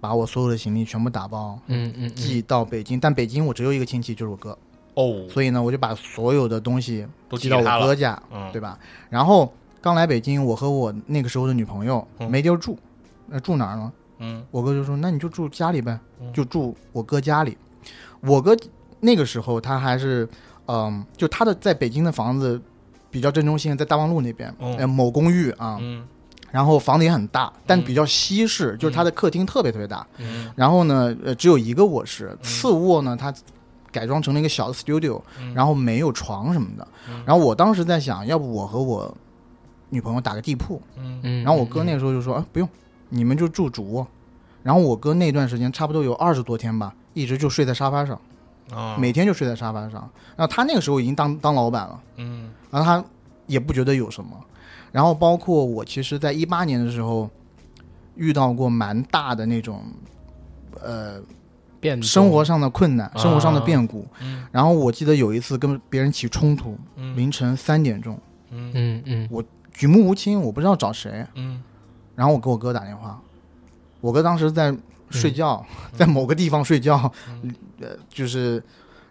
把我所有的行李全部打包。
嗯嗯，嗯
寄到北京，但北京我只有一个亲戚，就是我哥，
哦，
所以呢，我就把所有的东西
都
寄
寄
到
给他
我
了
哥家，
嗯，
对吧？然后刚来北京，我和我那个时候的女朋友
嗯
没地儿住，呃，住哪儿呢？
嗯
我哥就说：“那你就住家里呗，
嗯
就住我哥家里。”我哥那个时候他还是，嗯，就他的在北京的房子比较正中心，在大望路那边，
嗯
呃，某公寓啊，
嗯
然后房子也很大，但
嗯
比较西式，就是他的客厅特别特别大，
嗯
然后呢，呃，只有一个卧室，次卧呢，它改装成了一个小的 studio，、
嗯
然后没有床什么的。
嗯
然后我当时在想，要不我和我女朋友打个地铺。
嗯
嗯，
然后我哥那个时候就说，啊，不用，你们就住主卧。然后我哥那段时间差不多有二十多天吧，一直就睡在沙发上，
啊，
每天就睡在沙发上。然后他那个时候已经当当老板了，
嗯
然后他也不觉得有什么。然后包括我，其实，在一八年的时候遇到过蛮大的那种，呃，
变动
生活上的困难，
啊
生活上的变故。
嗯
然后我记得有一次跟别人起冲突，
嗯
凌晨三点钟，
嗯
嗯嗯
举目无亲，我不知道找谁。啊
嗯
然后我给我哥打电话，我哥当时在睡觉，在某个地方睡觉，呃，就是，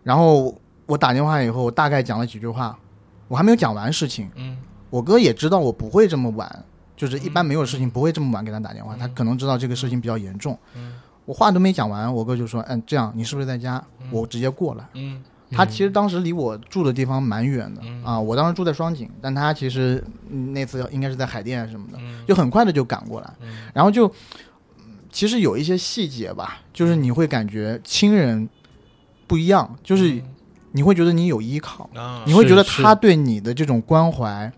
然后我打电话以后，我大概讲了几句话，我还没有讲完事情，
嗯，
我哥也知道我不会这么晚，就是一般没有事情不会这么晚给他打电话，他可能知道这个事情比较严重。我话都没讲完，我哥就说：“嗯，这样你是不是在家？我直接过来。”
嗯，
他其实当时离我住的地方蛮远的啊，我当时住在双井，但他其实嗯那次应该是在海淀什么的，就很快的就赶过来，然后就嗯其实有一些细节吧，就是你会感觉亲人不一样，就是你会觉得你有依靠，
嗯啊
你会觉得
是
他对你的这种关怀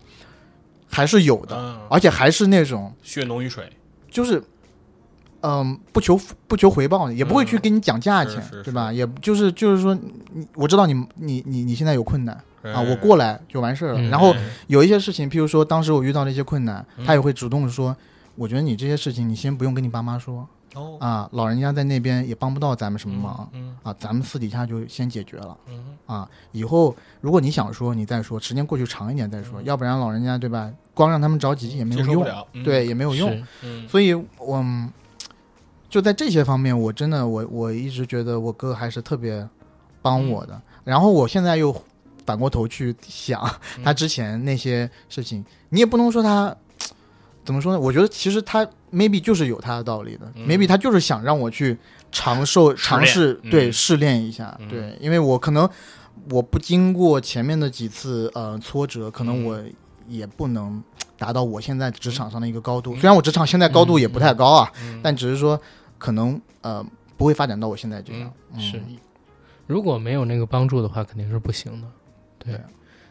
还是有的，
啊，
而且还是那种
血浓于水，
就是，嗯，不求不求回报，也不会去给你讲价钱，
嗯是是是
对吧？也就是就是说，你我知道你你你你现在有困难
哎
啊，我过
来，
来就完事儿了。
嗯
然
哎
后有一些事情，譬如说当时我遇到了一些困难，
嗯
他也会主动说。我觉得你这些事情，你先不用跟你爸妈说
哦，
啊，老人家在那边也帮不到咱们什么忙
嗯
啊，咱们私底下就先解决了
嗯
啊。以后如果你想说，你再说，时间过去长一点再说，要不然老人家对吧，光让他们着急也没
嗯接
有
受不
用，
了，嗯，
对，也没有用。
是
嗯
所以我嗯就在这些方面，我真的我我一直觉得我哥还是特别帮我的。
嗯
然后我现在又反过头去想他之前那些事情，你也不能说他怎么说呢？我觉得其实他 maybe 就是有他的道理的、
嗯
m a y b e 他就是想让我去尝受尝试
嗯
对试炼一下，
嗯
对，因为我可能我不经过前面的几次呃挫折，可能
嗯
我也不能达到我现在职场上的一个高度。虽然我职场现在高度也不太高啊，
嗯
但只是说可能呃不会发展到我现在这样。嗯
是，如果没有那个帮助的话，肯定是不行的。对
对，啊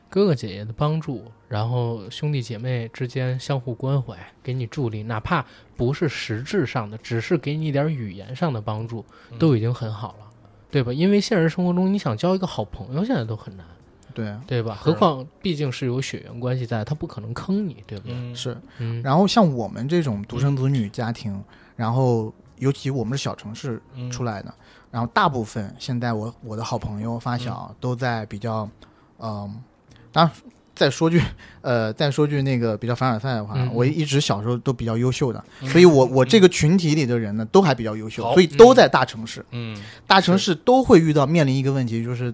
哥哥姐姐的帮助，然后兄弟姐妹之间相互关怀，给你助力，哪怕不是实质上的，只是给你一点语言上的帮助，
嗯
都已经很好了，对吧？因为现实生活中，你想交一个好朋友，现在都很难，
对，
对吧？
是
何况毕竟是有血缘关系在，他不可能坑你，对不对？
嗯
是。
嗯，
然后像我们这种独生子女家庭，然后尤其我们是小城市
嗯
出来的，然后大部分现在我我的好朋友发小都在比较，嗯、当然再说句 呃再说句那个比较凡尔赛的话，
嗯嗯
我一直小时候都比较优秀的，所以我我这个群体里的人呢都还比较优秀，
好
所以都在大城市，
嗯
大城市都会遇到面临一个问题，就是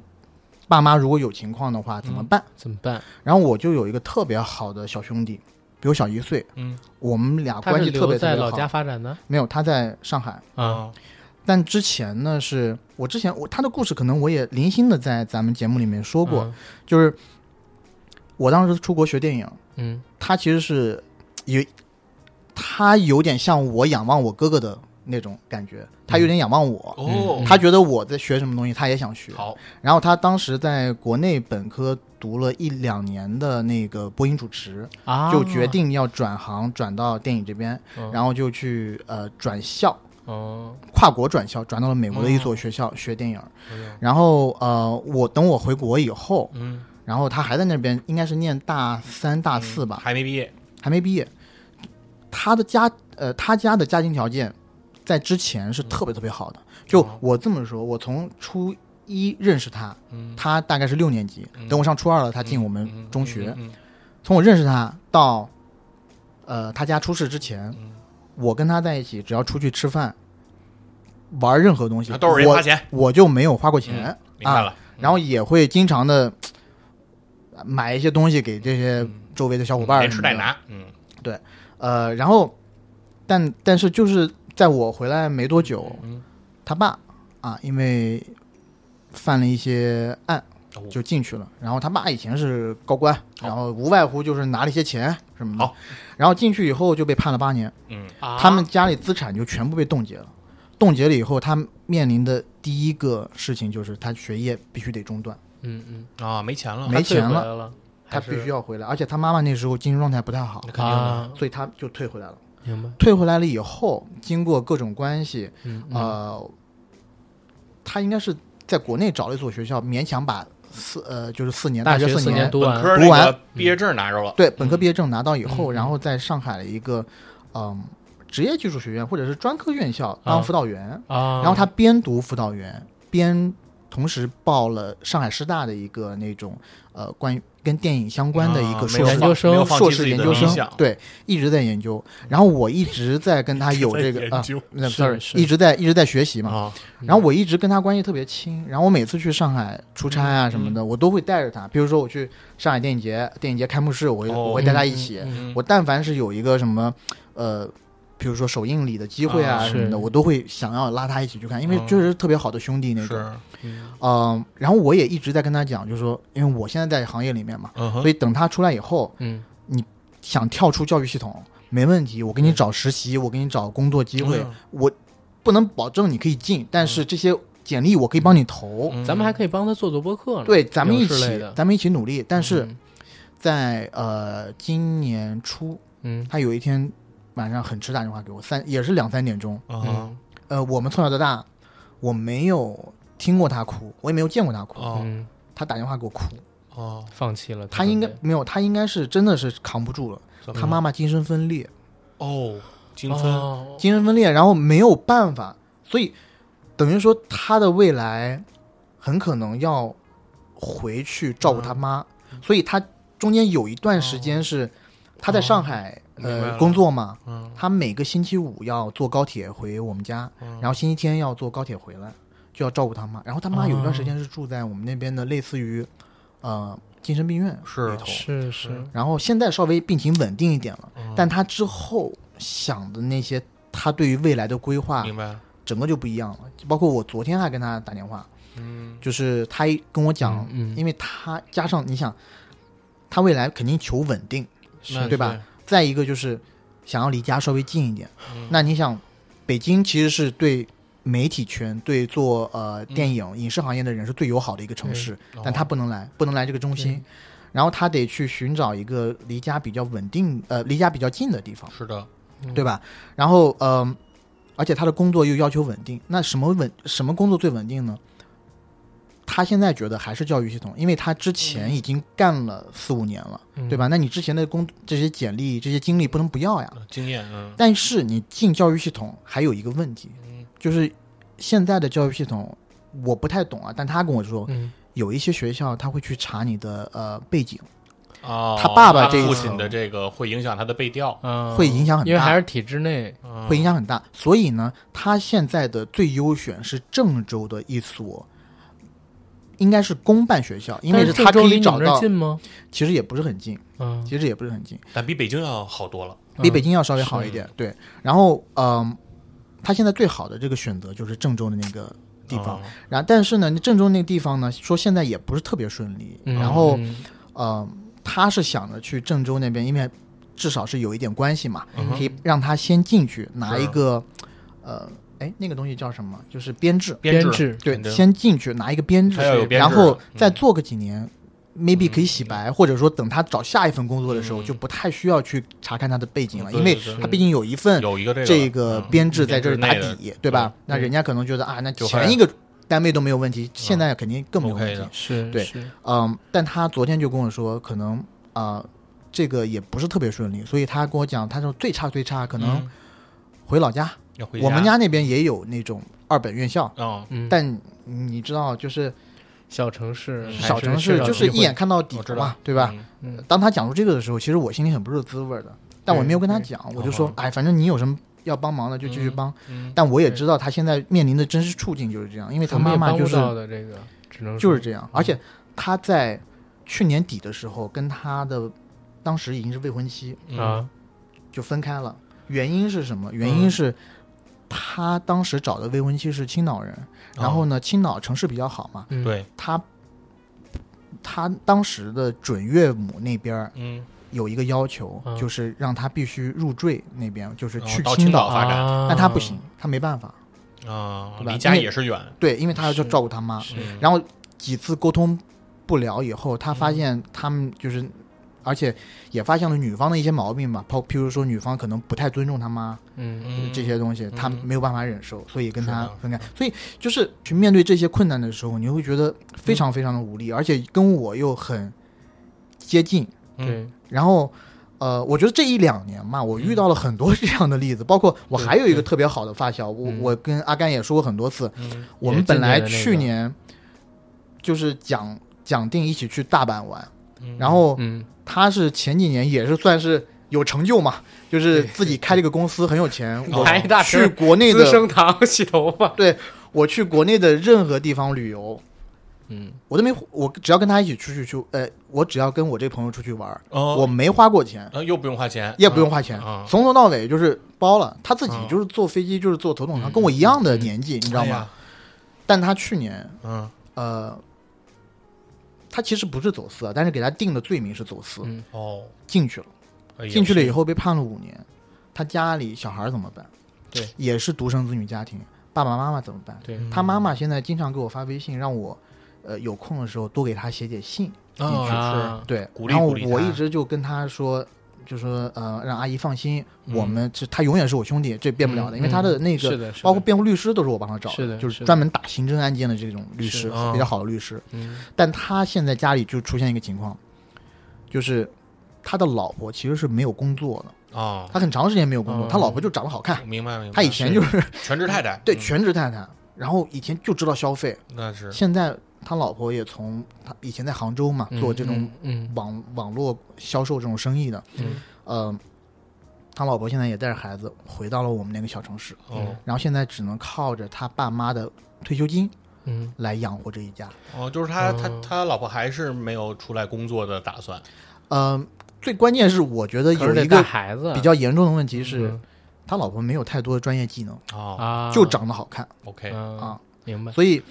爸妈如果有情况的话怎么办？
怎么办？
然后我就有一个特别好的小兄弟，比我小一岁，
嗯
我们俩
他
关
是
系特
留
别特
在
别好。
老家发展的
没有，他在上海。
啊，
啊
但之前呢，是我之前我他的故事，可能我也零星的在咱们节目里面说过，
嗯
就是我当时出国学电影，
嗯
他其实是有他有点像我仰望我哥哥的那种感觉，他有点仰望我，
嗯
哦，
嗯他觉得我在学什么东西，他也想学。
好，
然后他当时在国内本科读了一两年的那个播音主持，
啊，
就决定要转行转到电影这边，
嗯，
然后就去呃转校，
哦，
跨国转校，转到了美国的一所学
嗯
校学电影。
哎
然后呃，我等我回国以后，
嗯，
然后他还在那边，应该是念大三、大四吧，
还没毕业，
还没毕业。他的家呃，他家的家庭条件在之前是特别特别好
嗯
的。就我这么说，我从初一认识他，
嗯
他大概是六年级，等我上初二了，他进我们中学。
嗯
从我认识他到呃他家出事之前，
嗯
我跟他在一起，只要出去吃饭、玩任何东西，
啊都是人
我
花钱，
我就没有花过钱。
嗯明白了，嗯
然后也会经常的买一些东西给这些周围的小伙伴儿
连
什
嗯吃
么
带
的。
拿，嗯
呃，然后，但但是就是在我回来没多久，
嗯
他爸啊，因为犯了一些案
哦，
就进去了。然后他爸以前是高官，
好
然后无外乎就是拿了一些钱什么的
好。
然后进去以后就被判了八年，
嗯
啊
他们家里资产就全部被冻结了。冻结了以后，他面临的第一个事情就是他学业必须得中断，
嗯嗯，
啊，没钱了，
没钱
他退
了
回来了，
他
还是
必须要回来。而且他妈妈那时候精神状态不太好
那，肯定的，
啊，
所以他就退回来了。
明白，
退回来了以后，经过各种关系，
嗯嗯
呃，他应该是在国内找了一所学校，勉强把四呃就是四年
嗯大
学
学
四
四年读
本
完，
科
读
那
完
个毕业证拿着了，
对本科毕业证拿到以后，
嗯嗯
然后在上海的一个嗯、职业技术学院或者是专科院校当辅导员，
啊，
然后他边读辅导员边同时报了上海师大的一个那种呃关于跟电影相关的一
啊
个
没有
说
硕
研
士
放
究生
没有放
硕
弃
士
自己
研
的
究
理
生
想，
对，一直在研究。然后我一直在跟 他有这个
一直
啊
在研究，
那
是
sorry，
是
一直在一直在学习嘛。
啊，
嗯
然后我一直跟他关系特别亲，然后我每次去上海出差啊什么
嗯
的，我都会带着他。比如说我去上海电影节，电影节开幕式，我会、
哦
我会带他一起。
嗯嗯
我但凡是有一个什么，呃，比如说首映礼的机会啊
啊
什么
是
的，我都会想要拉他一起去看，因为
嗯
确实特别好的兄弟那种。
是，
嗯
嗯、然后我也一直在跟他讲，就是说，因为我现在在行业里面嘛，
嗯
所
哼，
以等他出来以后，
嗯
想跳出教育系统没问题，我给你找实习，我给你找工作机会，
嗯
我不能保证你可以进，但
嗯
是这些简历我可以帮你投。
嗯
咱们还可以帮他做做播客呢，
对，咱们一
影视类
起
的，
咱们一起努力。但是
嗯
在呃今年初，
嗯
他有一天晚上很迟打电话给我，三也是两三点钟。
啊哈
嗯
呃，我们从小到大，我没有听过他哭，我也没有见过他哭。
哦
嗯，
他打电话给我哭，
哦，
放弃了，
他
对
应
不
该
对
没有，他应该是真的是扛不住了。
怎么
他妈妈精神分裂，
哦，精分
哦，
精神分裂，然后没有办法，所以等于说他的未来很可能要回去照顾他妈，
嗯
所以他中间有一段时间是他在上海、
哦明白
呃
了
工作嘛，
嗯
他每个星期五要坐高铁回我们家，
嗯
然后星期天要坐高铁回来，就要照顾他妈，然后他妈有一段时间是住在我们那边的类似于呃精神病院
是
里头，
是是，
然后现在稍微病情稳定一点了，
嗯
但他之后想的那些，他对于未来的规划，
明白了，
整个就不一样了。包括我昨天还跟他打电话，
嗯
就是他一跟我讲，
嗯嗯
因为他加上你想，他未来肯定求稳定，
那
对吧？再一个就是想要离家稍微近一点。
嗯
那你想，北京其实是对媒体圈、对做呃电影、影视行业的人是最友好的一个城市，
嗯对哦
但他不能来，不能来这个中心。然后他得去寻找一个离家比较稳定，呃，离家比较近的地方，
是的，
对吧？然后，嗯、而且他的工作又要求稳定，那什么稳什么工作最稳定呢？他现在觉得还是教育系统，因为他之前已经干了四五年了，
嗯
对吧？那你之前的工这些简历、这些经历不能不要呀。
呃经验，嗯
但是你进教育系统还有一个问题，
嗯
就是现在的教育系统我不太懂啊，但他跟我说，
嗯，
有一些学校他会去查你的呃背景，
哦，
他爸爸
他
这一
父
层
亲的这个会影响他的背调，嗯
嗯
会影响很大
因为还是体制内，
会影
响
响很大。所以呢，他现在的最优选是郑州的一所，应该是公办学校，因为
但是
他
郑
可
州
以
离你
找
们这儿
到，
近吗？
其实也不是很近，
嗯，
其实也不是很近，
但比北京要好多了。
比
嗯
北京要稍微好一点。对，然后嗯、他现在最好的这个选择就是郑州的那个地
哦
方。
嗯
然后，但是呢，郑州那个地方呢，说现在也不是特别顺利。
嗯
然后，
嗯
呃，他是想着去郑州那边，因为至少是有一点关系嘛，
嗯哼
可以让他先进去拿
是啊
一个，呃，哎，那个东西叫什么？就是编制，
编
制
制
对
反，正
先进去拿一个编制
他，要有编制，
然后再
嗯
做个几年。maybe 可以洗白，或者说等他找下一份工作的时候，
嗯
就不太需要去查看他的背景了，
嗯
因为
对对对
他毕竟有一份
有一个这
这个
个嗯
编制在这儿
编
打
内的
底，对吧？那
嗯
人家可能觉得啊，那
就
前
还
一个单位都没有问题，现在肯定更没有
OK
问题
的。
是，
对
是
嗯，但他昨天就跟我说，可能啊、呃这个也不是特别顺利，所以他跟我讲，他说最差最差可能
嗯
回老家。
要回
我们家那边也有那种二本院校，
嗯
嗯，
但你知道，就是
小城市还
小城
缺
市
少
就是
机会
一眼看到底
我知道
嘛，对吧？？
嗯
嗯
当他讲出这个的时候，其实我心里很不是滋味的，但我没有跟他
对
讲，
对
我就说
哦
好，吧
哎，反正你有什么要帮忙的就继续
嗯
帮。
嗯
但我也知道他现在面临的真实处境就是这样，因为他妈妈就是
我们也帮不到的这个，只能
就是
说
这样，而且他在去年底的时候跟他的当时已经是未婚妻
嗯
啊，
就分开了，原因是什么？原
嗯
因是他当时找的未婚妻是青岛人，然后呢，青岛城市比较好嘛，
嗯，
对，
他他当时的准岳母那边儿
嗯，
有一个要求，
嗯
就是让他必须入赘那边，就是
哦
去
到
青
青
岛
岛发展
啊
但他不行，，他没办法，
啊，
对吧
离家
因为
也是远，
对，因为他要去
是
照顾他妈，
是
嗯
然后几次沟通不了以后，他发现他们就是，而且也发现了女方的一些毛病吧，包譬如说女方可能不太尊重他妈、
嗯
嗯
这些东西，他没有办法忍受，所以跟他
是的
分开。所以就是去面对这些困难的时候，你会觉得非常非常的无力，而且跟我又很接近。
嗯
对，
然后，呃，我觉得这一两年嘛，我遇到了很多这 样的例子，包括我还有一个特别好的发小，我
嗯
我跟阿甘也说过很多次，
嗯
我们本来
也是今年的那个
去年就是讲讲定一起去大阪玩，然后
嗯，
他是前几年也是算是有成就嘛，就是
对哦
自己开了一个公司，很有钱。我
开一大
去国内
资
的，
生堂洗头发，
对我去国内的任何地方旅游，
嗯，
我都没我只要跟他一起出去去，呃，我只要跟我这朋友出去玩，
哦
我没花过钱，
呃又不用花钱，
也不用花钱，
嗯
啊
从头到尾就是包了。他自己
嗯
就是坐飞机，就是坐头
嗯
等舱，跟我一样的年纪，你
你
知道
哎
吗？？但他去年，
啊嗯，
呃，他其实不是走私啊，但是给他定的罪名是走私，
嗯
哦，
进去了。
哎呀
进去了以
后，
后被判了五年，他家里小孩儿怎么办？
对，
也是独生子女家庭，爸爸妈妈怎么办？
对，
嗯
他妈妈现在经常给我发微信，让我呃有空的时候多给他写点信。
哦
啊，
对，
鼓励
然后
鼓励
我
他
一直就跟他说，就说呃让阿姨放心，
嗯
我们这他永远是我兄弟，这变不了的，
嗯
因为他的
嗯
那
是
个
的，是
包括
的
辩护律师都是我帮他找
是的
就是
的
专门打刑侦案件的这种律师
是，啊
的
比较好的律师。
嗯
但他现在家里就出现一个情况，就是他的老婆其实是没有工作的。
哦，
他很长时间没有工作，
哦
他老婆就长得好看，
明白明白，
啊他以前就是
全职太太，
对
嗯
全职太太，然后以前就知道消费，
那是
现在他老婆也从他以前在杭州嘛
嗯
做这种
嗯
网网络销售这种生意的，
嗯
呃，他老婆现在也带着孩子回到了我们那个小城市，
哦
然后现在只能靠着他爸妈的退休金
嗯
来养活这一家，
哦，就是他他
嗯
哦
他老婆还是没有出来工作的打算，
呃，最关键是我觉得
嗯，可
有
是得
一
带
个
孩子
比较严重的问题是
嗯，
他老婆没有太多的专业技能，
哦
啊，
就长得好看
OK，
啊，
啊，
明白，
所以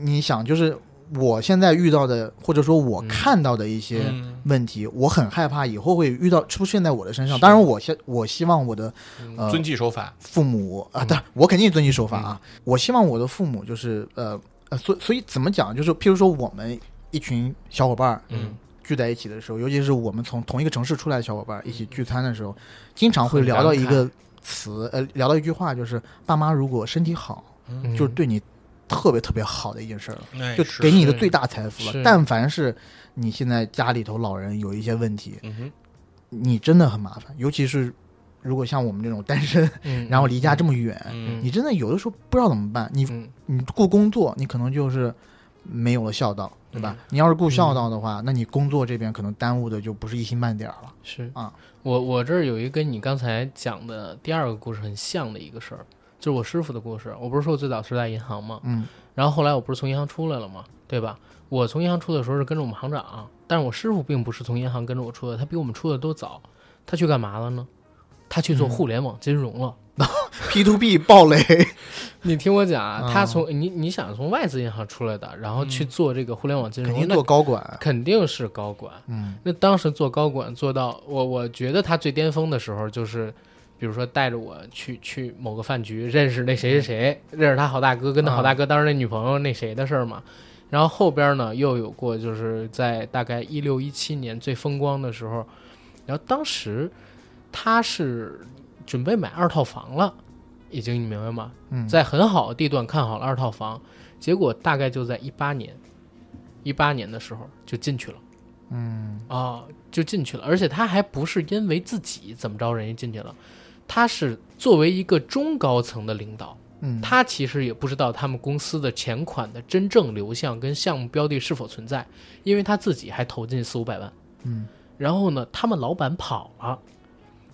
你想，就是我现在遇到的，或者说我看到的一些
嗯
问题，我很害怕以后会遇到出现在我的身上。
是嗯
当然我，希我希望我的呃
遵纪守法，
父母
嗯
啊，当然我肯定遵纪守法啊。我希望我的父母就是呃呃，所所以怎么讲，就是譬如说我们一群小伙伴儿
嗯，
聚在一起的时候，尤其是我们从同一个城市出来的小伙伴儿一
嗯
起聚餐的时候，经常会聊到一个词，呃，聊到一句话，就是爸妈如果身体好，
嗯哎
就是对你特别特别好的一件事儿了，
那也
嗯就是给你的最大财富
是
了。但凡是你现在家里头老人有一些问题，
嗯哼，
你真的很麻烦，尤其是如果像我们这种单身，
嗯
然后离家这么远，
嗯
你真的有的时候不知道怎么办。你
嗯
你顾工作，你可能就是没有了孝道，对
嗯
吧？你要是顾孝道的话，那你工作这边可能耽误的就不是一星半点儿了。
是
啊，
我我这儿有一个跟你刚才讲的第二个故事很像的一个事儿，就是我师傅的故事。我不是说我最早是在银行吗？
嗯
然后后来我不是从银行出来了嘛，对吧？我从银行出的时候是跟着我们行长，但是我师傅并不是从银行跟着我出的，他比我们出的都早。他去干嘛了呢？他去做互联网金融了。
，P to P 暴雷，
你听我讲啊，
啊
他从你你想从外资银行出来的，然后去做这个互联网金
肯
融，
定
那
做高管。
肯定是高管。
嗯
那当时做高管做到我，我觉得他最巅峰的时候就是，比如说带着我去去某个饭局，认识那谁谁谁，认识他好大哥，跟他好大哥当时那女朋友那谁的事儿嘛。然后后边呢又有过，就是在大概一六一七年最风光的时候，然后当时他是准备买二套房了，已经你明白吗？
嗯，
在很好的地段看好了二套房，结果大概就在一八年，一八年的时候就进去了。
嗯
啊，就进去了，而且他还不是因为自己怎么着人家进去了，他是作为一个中高层的领导，
嗯，
他其实也不知道他们公司的钱款的真正流向跟项目标的是否存在，因为他自己还投进四五百万，
嗯，
然后呢，他们老板跑了，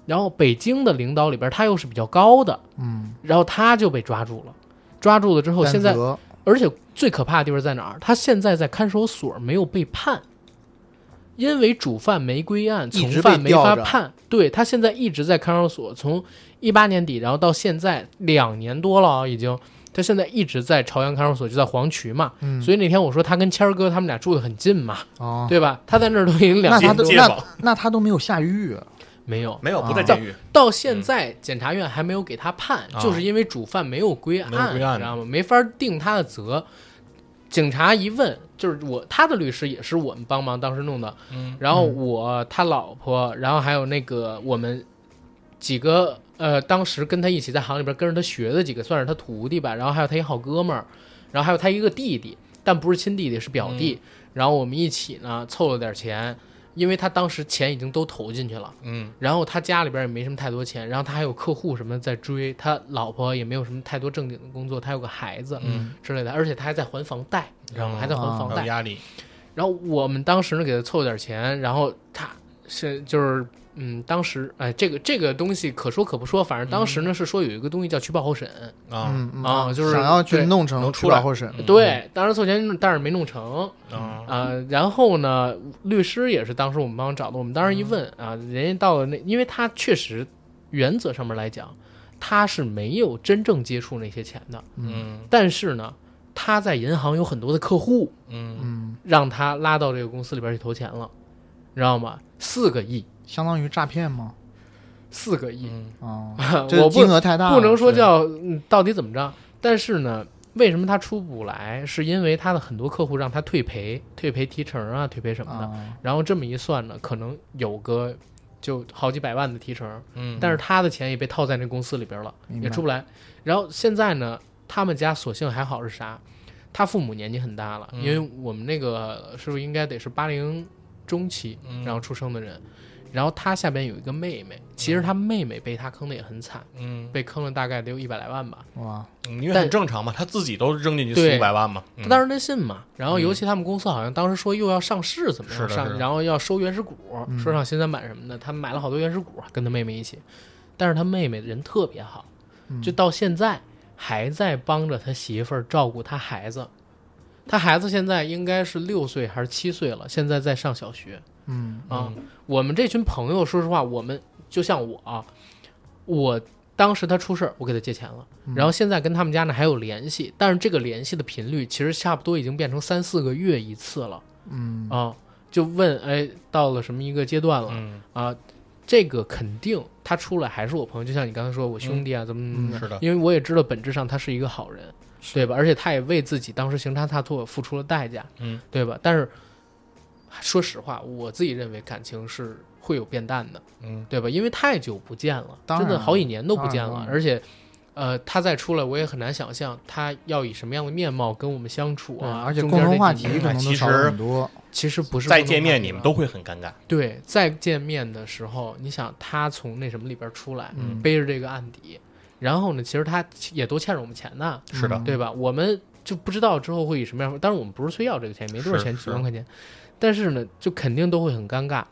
然后北京的领导里边他又是比较高的，
嗯，
然后他就被抓住了，抓住了之后，
担
现在
责
而且最可怕的地方在哪儿？他现在在看守所没有被判，因为主犯玫瑰案
一
从
直被
犯没法
吊着
判。对他现在一直在看守所，从一八年底，然后到现在两年多了啊，已经。他现在一直在朝阳看守所，就在黄渠嘛。
嗯
所以那天我说他跟谦儿哥他们俩住的很近嘛，
哦，
对吧？他在那儿都已经两
那他
年
都
多
接
了，
那
宝
那他都没有下狱，
没有。
没有不在
啊
监狱，
到现在，检察院还没有给他判，
嗯啊
就是因为主犯没有归案，
没有归案
你知道吗？没法定他的责。警察一问，就是我他的律师也是我们帮忙当时弄的，
嗯
然后我他老婆，然后还有那个我们几个呃，当时跟他一起在行里边跟着他学的几个，算是他徒弟吧，然后还有他一好哥们儿，然后还
嗯
有他一个弟弟，但不是亲弟弟，是表弟。然后我们一起呢凑了点钱，因为他当时钱已经都投进去了，
嗯，
然后他家里边也没什么太多钱，然后他还有客户什么的在追，他老婆也没有什么太多正经的工作，他有个孩子，
嗯
之类的，而且他还在还房贷，你知道吗？
哦
还在还房
还有
贷。
压力，
然后我们当时呢给他凑了点钱，然后他是就是嗯，当时哎，这个这个东西可说可不说，反正当时
嗯
呢是说有一个东西叫取保候审，
啊
嗯嗯
啊就是
想要去
对
弄成
能
取
出
保
来
候审，
嗯
对，当时凑钱但是没弄成
啊
啊、然后呢，律师也是当时我们帮忙找的，我们当时一问啊，人家到了那，因为他确实原则上面来讲，他是没有真正接触那些钱的，
嗯
但是呢，他在银行有很多的客户，
嗯
嗯，
让他拉到这个公司里边去投钱了，你知道吗？四个亿，
相当于诈骗吗？
四个亿，
嗯
啊，
我
这
不
金额太大了，
不能说
是
叫嗯到底怎么着，但是呢，为什么他出不来？是因为他的很多客户让他退赔、退赔提成啊、退赔什么的。
啊，
然后这么一算呢，可能有个就好几百万的提成，
嗯，
但是他的钱也被套在那公司里边了，
明白
也出不来。然后现在呢，他们家索性还好是啥？他父母年纪很大了，
嗯
因为我们那个师傅应该得是八零中期，
嗯
然后出生的人。然后他下边有一个妹妹，其实他妹妹被他坑的也很惨，
嗯，
被坑了大概得有一百来万吧。
哇，
因为
但
很正常嘛，他自己都扔进去四
对
五百万嘛，
他
嗯
当时那信嘛，然后尤其他们公司好像当时说又要上市，怎么
是
样
的是
上，
的
然后要收原始股，
嗯
说上新三板什么的，他买了好多原始股，啊跟他妹妹一起。但是他妹妹人特别好，
嗯
就到现在还在帮着他媳妇儿照顾他孩子。他孩子现在应该是六岁还是七岁了，现在在上小学
嗯
啊。
嗯
我们这群朋友，说实话，我们就像我啊，我当时他出事儿，我给他借钱了，
嗯
然后现在跟他们家呢还有联系，但是这个联系的频率其实差不多已经变成三四个月一次了
嗯
啊。就问，哎，到了什么一个阶段了？
嗯，
啊，这个肯定他出来还是我朋友，就像你刚才说我兄弟啊，怎么怎么
嗯
的，
是的，
因为我也知道本质上他是一个好人，对吧？而且他也为自己当时行差踏错付出了代价，
嗯，
对吧？但是说实话，我自己认为感情是会有变淡的，
嗯
对吧？因为太久不见了，
当
真的
然了
好几年都不见
当
了，
然了
而且。呃，他再出来，我也很难想象他要以什么样的面貌跟我们相处
对，
啊。
而且
中
共
间这
同话
几
题
年啊
可
哎
能都
其
少了
实
很多，
其实不是
再
共同
见
话
面
题
你们
了
都会很尴尬，
对，再见面的时候，你想他从那什么里边出来，
嗯
背着这个案底，然后呢，其实他也都欠着我们钱呢，
是的
嗯
对吧？我们就不知道之后会以什么样，当然我们不是催要这个钱，没多少
是
钱，几
是
万块钱，但是呢，就肯定都会很尴尬。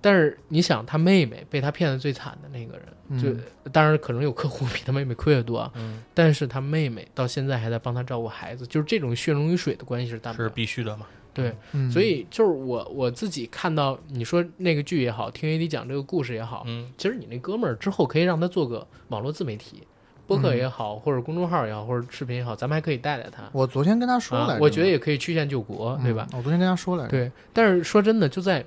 但是你想，他妹妹被他骗的最惨的那个人，就、当然可能有客户比他妹妹亏的多啊，
嗯
但是他妹妹到现在还在帮他照顾孩子，就是这种血浓于水的关系是淡不
是
了
必须的嘛，
对，
嗯
所以就是我我自己看到你说那个剧也好，听 AD 讲这个故事也好，
嗯
其实你那哥们儿之后可以让他做个网络自媒体，播
嗯
客也好，或者公众号也好，或者视频也好，咱们还可以带带他。
我昨天跟他说来
啊
着，，
我觉得也可以曲线救国，对吧？
嗯？我昨天跟他说来着，
对，但是说真的，就在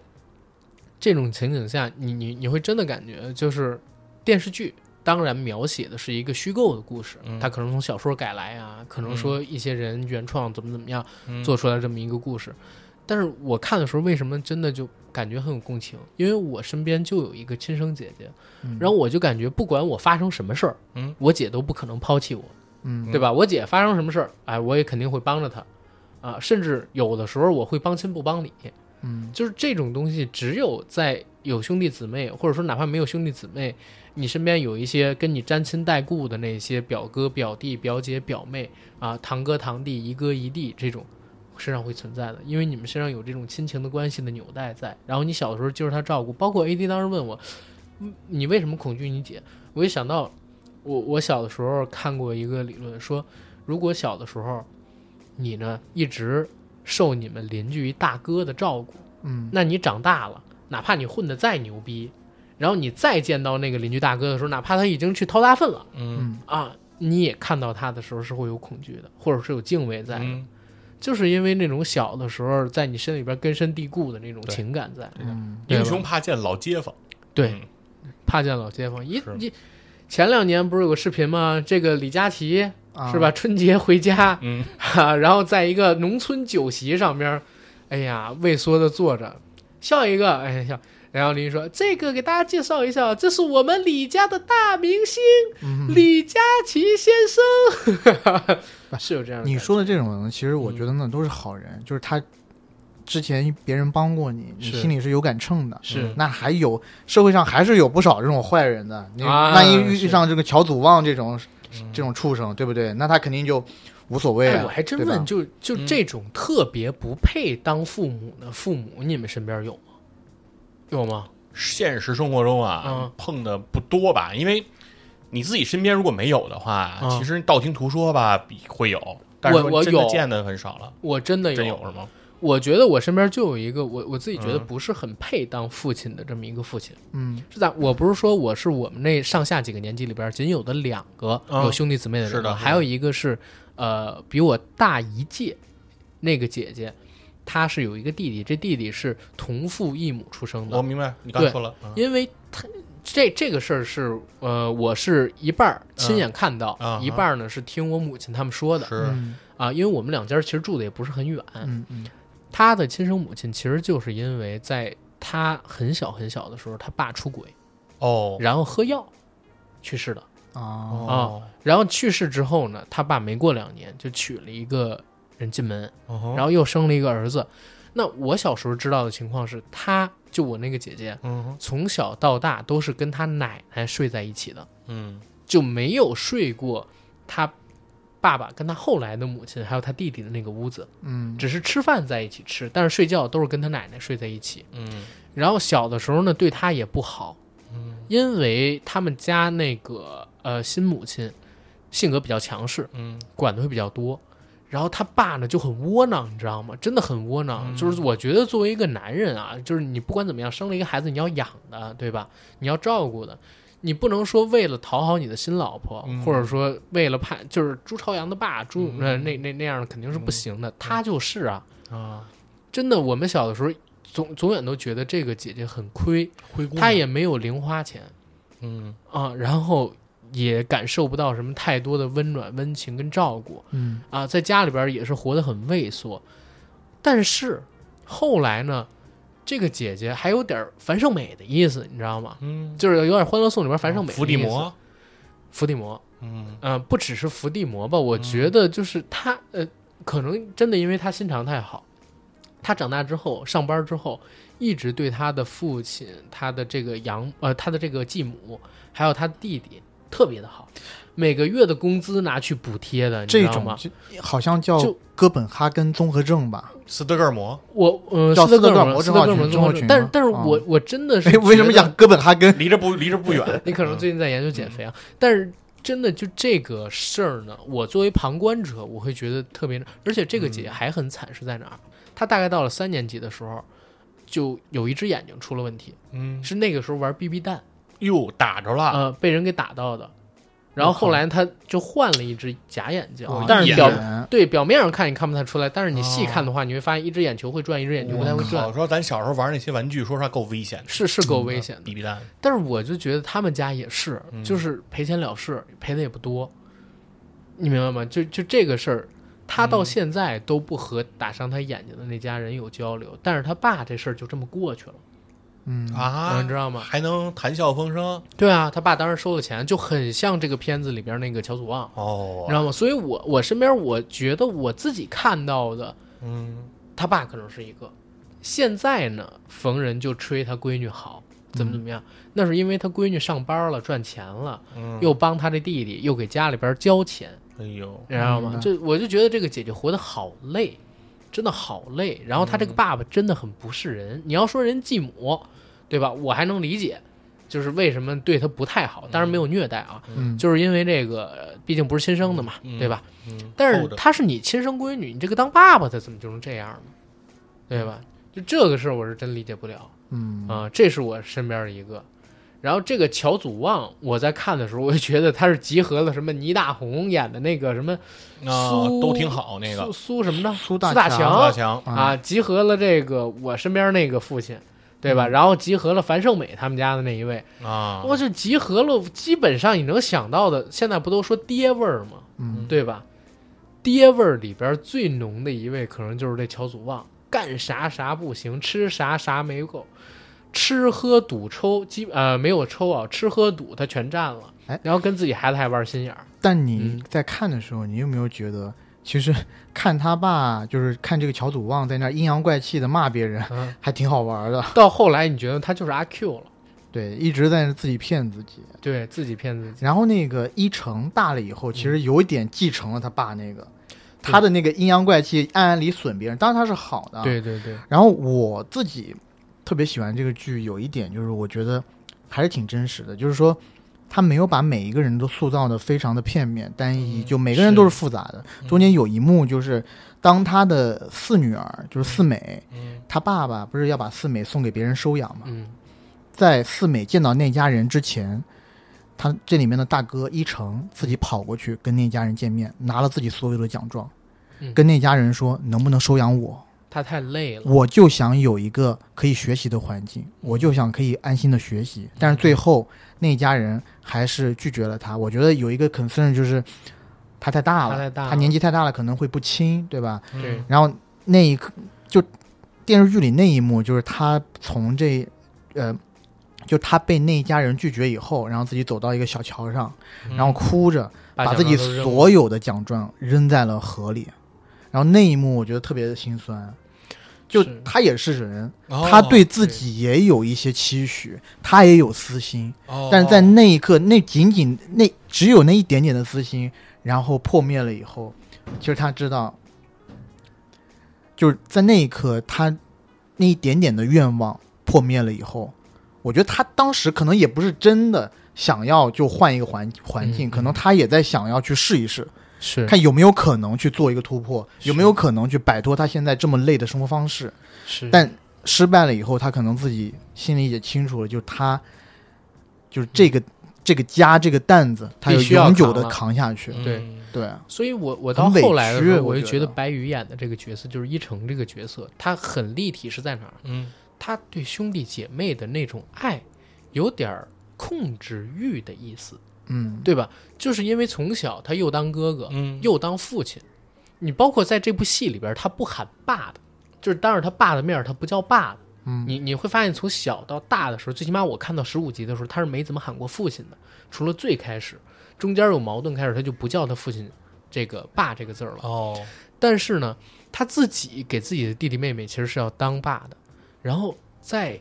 这种情景下，你你你会真的感觉就是电视剧。当然，描写的是一个虚构的故事，
嗯
它可能从小说改来啊，可
嗯
能说一些人原创怎么怎么样，
嗯
做出来这么一个故事。但是我看的时候，为什么真的就感觉很有共情？因为我身边就有一个亲生姐姐，
嗯，
然后我就感觉不管我发生什么事儿，
嗯，
我姐都不可能抛弃我，
嗯
对吧？我姐发生什么事儿，哎，我也肯定会帮着她，啊，甚至有的时候我会帮亲不帮理，
嗯
就是这种东西，只有在有兄弟姊妹，或者说哪怕没有兄弟姊妹，你身边有一些跟你沾亲带故的那些表哥、表弟、表姐、表妹啊，堂哥、堂弟、姨哥、姨弟这种，身上会存在的，因为你们身上有这种亲情的关系的纽带在。然后你小的时候就是他照顾，包括 AD 当时问我，嗯你为什么恐惧你姐？我一想到我我小的时候看过一个理论说，如果小的时候你呢一直受你们邻居一大哥的照顾。
嗯
那你长大了，哪怕你混得再牛逼，然后你再见到那个邻居大哥的时候，哪怕他已经去掏大粪了
嗯
嗯
啊，你也看到他的时候是会有恐惧的，或者是有敬畏在的，
嗯，
就是因为那种小的时候在你心里边根深蒂固的那种
对
情感在，
嗯，
对吧
英雄怕见老街坊，
对，
嗯
怕见老街坊一
是
一。前两年不是有个视频吗？这个李佳琦
啊
是吧？？春节回家，
嗯
哈，然后在一个农村酒席上边儿，哎呀，畏缩的坐着，笑一个，哎呀笑。然后林说：“这个给大家介绍一下，这是我们李家的大明星
嗯
李佳琦先
嗯
生。” 是有这样的感觉，嗯
你说的这种人，其实我觉得呢都是好人，就是他之前别人帮过你，你
是
心里是有杆秤的。
是
那还有社会上还是有不少这种坏人的，你
啊
万一遇
是
上这个乔祖望这种这种畜生，对不对？那他肯定就无所谓
哎，
啊。
我还真
对吧
问，就就
嗯
这种特别不配当父母的父母，你们身边有吗？有吗？
现实生活中啊，
嗯
碰的不多吧？因为你自己身边如果没有的话，
嗯
其实道听途说吧比会有，但是
我我
真的
有
见的很少了。
我真的有，
真有是吗？
我觉得我身边就有一个我我自己觉得
嗯
不是很配当父亲的这么一个父亲，
嗯
是在我不是说我是我们那上下几个年级里边仅有的两个
嗯
有兄弟姊妹的人，
是的是的
还有一个是呃比我大一届那个姐姐，她是有一个弟弟，这弟弟是同父异母出生的
我，明白，你刚才说了，嗯
因为他这这个事儿是呃，我是一半儿亲眼看到，
嗯嗯
一半儿呢是听我母亲他们说的
是
嗯
啊。因为我们两家其实住的也不是很远，
嗯嗯
他的亲生母亲其实就是因为在他很小很小的时候，他爸出轨，
哦
然后喝药去世的。哦
啊
哦
然后去世之后呢，他爸没过两年就娶了一个人进门，
然
然后又生了一个儿子。那我小时候知道的情况是，他就我那个姐姐，
嗯
从小到大都是跟他奶奶睡在一起的，
嗯
就没有睡过他爸爸跟他后来的母亲还有他弟弟的那个屋子，
嗯
只是吃饭在一起吃，但是睡觉都是跟他奶奶睡在一起。
嗯
然后小的时候呢，对他也不好，因为他们家那个呃新母亲性格比较强势，
嗯
管的会比较多。然后他爸呢就很窝囊，你知道吗？真的很窝囊。
嗯
就是我觉得作为一个男人啊，就是你不管怎么样生了一个孩子，你要养的，对吧？你要照顾的，你不能说为了讨好你的新老婆，
嗯
或者说为了怕就是朱朝阳的爸朱、呃那那那样的肯定是不行的。他就是啊，
嗯啊，
真的，我们小的时候总总远都觉得这个姐姐很亏，
灰姑娘
她也没有零花钱
嗯
啊，然后也感受不到什么太多的温暖、温情跟照顾。
嗯
啊，在家里边儿也是活得很畏缩。但是后来呢，这个姐姐还有点儿樊胜美的意思，你知道吗？
嗯，哦
就是有点《欢乐颂》里边儿樊胜美的
伏地
意思
魔，
伏地魔，
嗯
嗯、不只是伏地魔吧？我觉得就是她，呃，可能真的因为她心肠太好，她长大之后上班之后，一直对她的父亲、她的这个养呃、她的这个继母，还有她弟弟特别的好，每个月的工资拿去补贴的，你知
这
道
种
吗？
就好像叫
就
哥本哈根综合症吧？
斯德哥尔摩，
我呃，
叫
斯
斯德哥尔
摩，
摩
斯
症
德
候
哥尔摩
群
症候
症候群
但是
吗
但是我
嗯
我真的是
哎， 为什么嗯
觉得
讲哥本哈根？
离这不离这不远，
你可能最近在研究减肥啊，但是真的就这个事儿呢，我作为旁观者，我会觉得特别，而且
嗯
这个姐姐还很惨，是在哪儿？她大概到了三年级的时候，就有一只眼睛出了问题，
嗯，
是那个时候玩 BB 弹，
哟打着
啊
了，
呃，被人给打到的。然后后来她就换了一只假眼睛
哦，
但是
眼
表
眼
对表面上看你看不太出来，但是你细
哦
看的话，你会发现一只眼球会转，一只眼球不太会转
哦
我，嗯说咱小时候玩那些玩具，说实话够危险的，
是是够危险
啊
的。
BB 弹，
但是我就觉得他们家也是，
嗯
就是赔钱了事，赔的也不多，你明白吗？就就这个事儿，他
嗯
到现在都不和打伤他眼睛的那家人有交流，但是他爸这事儿就这么过去了。
嗯
啊，
你知道吗
还能谈笑风生
对啊，他爸当时收了钱，就很像这个片子里边那个乔祖旺，你知
哦，
道吗？所以我我身边我觉得我自己看到的，
嗯，
他爸可能是一个。现在呢，逢人就吹他闺女好，怎
嗯
么怎么样？那是因为他闺女上班了，赚钱了，
嗯
又帮他这弟弟，又给家里边交钱，
哎呦，
你知道
明
吗？
白
就我就觉得这个姐姐活得好累，真的好累。然后她这
嗯
个爸爸真的很不是人。你要说人继母，对吧？我还能理解，就是为什么对她不太好，当然没有虐待啊，
嗯
就是因为这个呃毕竟不是亲生的嘛，
嗯
对吧？
嗯
但是
厚的
她是你亲生闺女，你这个当爸爸的怎么就能这样呢？对吧？就这个事儿，我是真理解不了。
嗯
啊，这是我身边的一个。然后这个乔祖望，我在看的时候，我就觉得他是集合了什么倪大红演的那个什么
啊
苏
都挺好那个
苏苏什么呢？
苏
大
大
强
强
苏大强，嗯
啊，集合了这个我身边那个父亲，对
嗯
吧？然后集合了樊胜美他们家的那一位，
啊，
我就集合了基本上你能想到的。现在不都说爹味儿吗？
嗯，
对吧？爹味儿里边最浓的一位，可能就是这乔祖望，干啥啥不行，吃啥啥没够，吃喝赌抽，基呃没有抽啊，吃喝赌他全占了
哎，
然后跟自己孩子还玩心眼儿。
但你
嗯
在看的时候，你有没有觉得其实看他爸，就是看这个乔祖旺在那儿阴阳怪气的骂别人，
嗯
还挺好玩的。
到后来你觉得他就是阿 Q 了，
对，一直在那自己骗自己。
对自己骗自己。
然后那个一成大了以后，
嗯
其实有一点继承了他爸那个，他的那个阴阳怪气、暗暗里损别人，当然他是好的。。啊
对对对，
然后我自己特别喜欢这个剧，有一点就是我觉得还是挺真实的，就是说他没有把每一个人都塑造的非常的片面单一，
嗯
就每个人都是复杂的。中间有一幕就是当他的四女儿，就是四美，
嗯
她爸爸不是要把四美送给别人收养嘛，
嗯
在四美见到那家人之前。他这里面的大哥一成自己跑过去跟那家人见面，拿了自己所有的奖状，
嗯
跟那家人说能不能收养我？
他太累了，
我就想有一个可以学习的环境，我就想可以安心的学习。但是最后那一家人还是拒绝了他。我觉得有一个 concern 就是他太大了，
他太大了
年纪太大了，可能会不亲，对吧？
对，
然后那一刻就电视剧里那一幕，就是他从这呃，就他被那一家人拒绝以后，然后自己走到一个小桥上，然后哭着嗯把自己所
有
有的奖状扔在了河里。然后那一幕我觉得特别的心酸，就是他也是人，
嗯哦
他对自
对
己也有一些期许，他也有私心，
哦，
但是在那一刻，那仅仅那只有那一点点的私心，然后破灭了以后，其实他知道，就是在那一刻，他那一点点的愿望破灭了以后，我觉得他当时可能也不是真的想要就换一个环环境，
嗯嗯
可能他也在想要去试一试，
是
看有没有可能去做一个突破，
是
有没有可能去摆脱他现在这么累的生活方式。
是
但失败了以后，他可能自己心里也清楚了，就是他，就是这个、这个家这个担子，他
必须要
永久的
扛了
扛下去。
对
嗯
对，
所以我我
很
到
委
后来的时
屈
候，
我
我就
觉
觉得
得
白宇演的这个角色就是一成这个角色，他很立体是在哪儿？
嗯
他对兄弟姐妹的那种爱，有点儿控制欲的意思，
嗯，
对吧？就是因为从小他又当哥哥，
嗯
又当父亲，你包括在这部戏里边，他不喊爸的，就是当着他爸的面儿，他不叫爸的。
嗯
你你会发现，从小到大的时候，最起码我看到十五集的时候，他是没怎么喊过父亲的，除了最开始中间有矛盾开始，他就不叫他父亲这个“爸”这个字儿了。
哦，
但是呢，他自己给自己的弟弟妹妹其实是要当爸的，然后在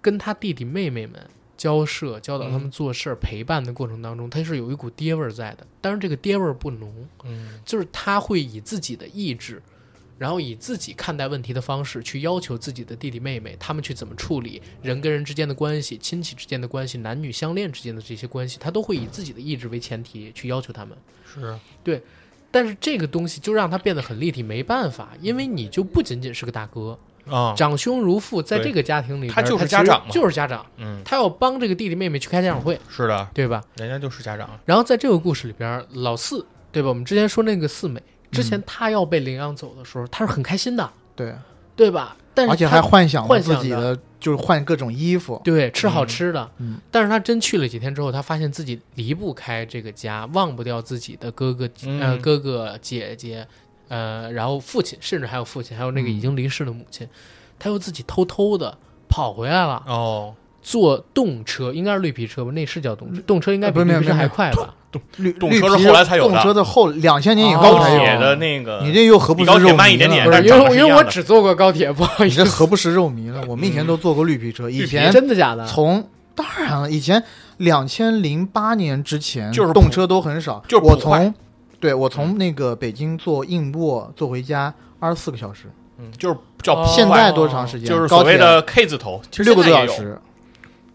跟他弟弟妹妹们交涉、教导他们做事儿、陪伴的过程当中，他是有一股爹味儿在的。但是这个爹味儿不浓，
嗯
就是他会以自己的意志，然后以自己看待问题的方式去要求自己的弟弟妹妹，他们去怎么处理人跟人之间的关系、亲戚之间的关系、男女相恋之间的这些关系，他都会以自己的意志为前提去要求他们。
是
但是这个东西就让他变得很立体，没办法，因为你就不仅仅是个大哥，
啊，
长兄如父，在
对
这个家庭里边，
他
他
就是
其实
家长嘛
就是家长，
嗯，
他要帮这个弟弟妹妹去开家长会，
是的，
对吧？
人家就是家长，
然后在这个故事里边，老四，对吧？我们之前说那个四美，之前他要被领养走的时候，他是很开心的，
对，
对吧？但是
而且
他
还幻想了
幻想
自己的，就是换各种衣服。
对吃好吃的，
嗯嗯
但是他真去了几天之后，他发现自己离不开这个家，忘不掉自己的哥哥、呃
嗯
哥哥姐姐，呃，然后父亲，甚至还有父亲，还有那个已经离世的母亲，他又自己偷偷的跑回来了，
哦，
坐动车，应该是绿皮车吧？那是叫动车，动车应该比
呃不是
绿皮车
没有没有
还快吧？
绿
动
绿
车是
皮
后来才有的
动车的后两千年以
哦
后
高
才有
铁的。那个，
你这又何不
比
食
高铁
肉
慢一
糜
点点
不
了？
是，因
但长得
为
是
因
一
为
样
我
的
只坐过高铁，不好意
你这
思。
何不食肉糜了？我们以前都坐过绿皮车，以前
真的假的？
从当然了，以前两千零八年之前，
就是
动
普
车都很少。
就是普
我
快
从，对我从那个北京坐硬卧坐回家二十四个小时，
嗯就是叫
哦
普
现
快
在多长时间？
就是
高
所
铁
谓的 K 字头，其实
六个多
现在也
小
有，
时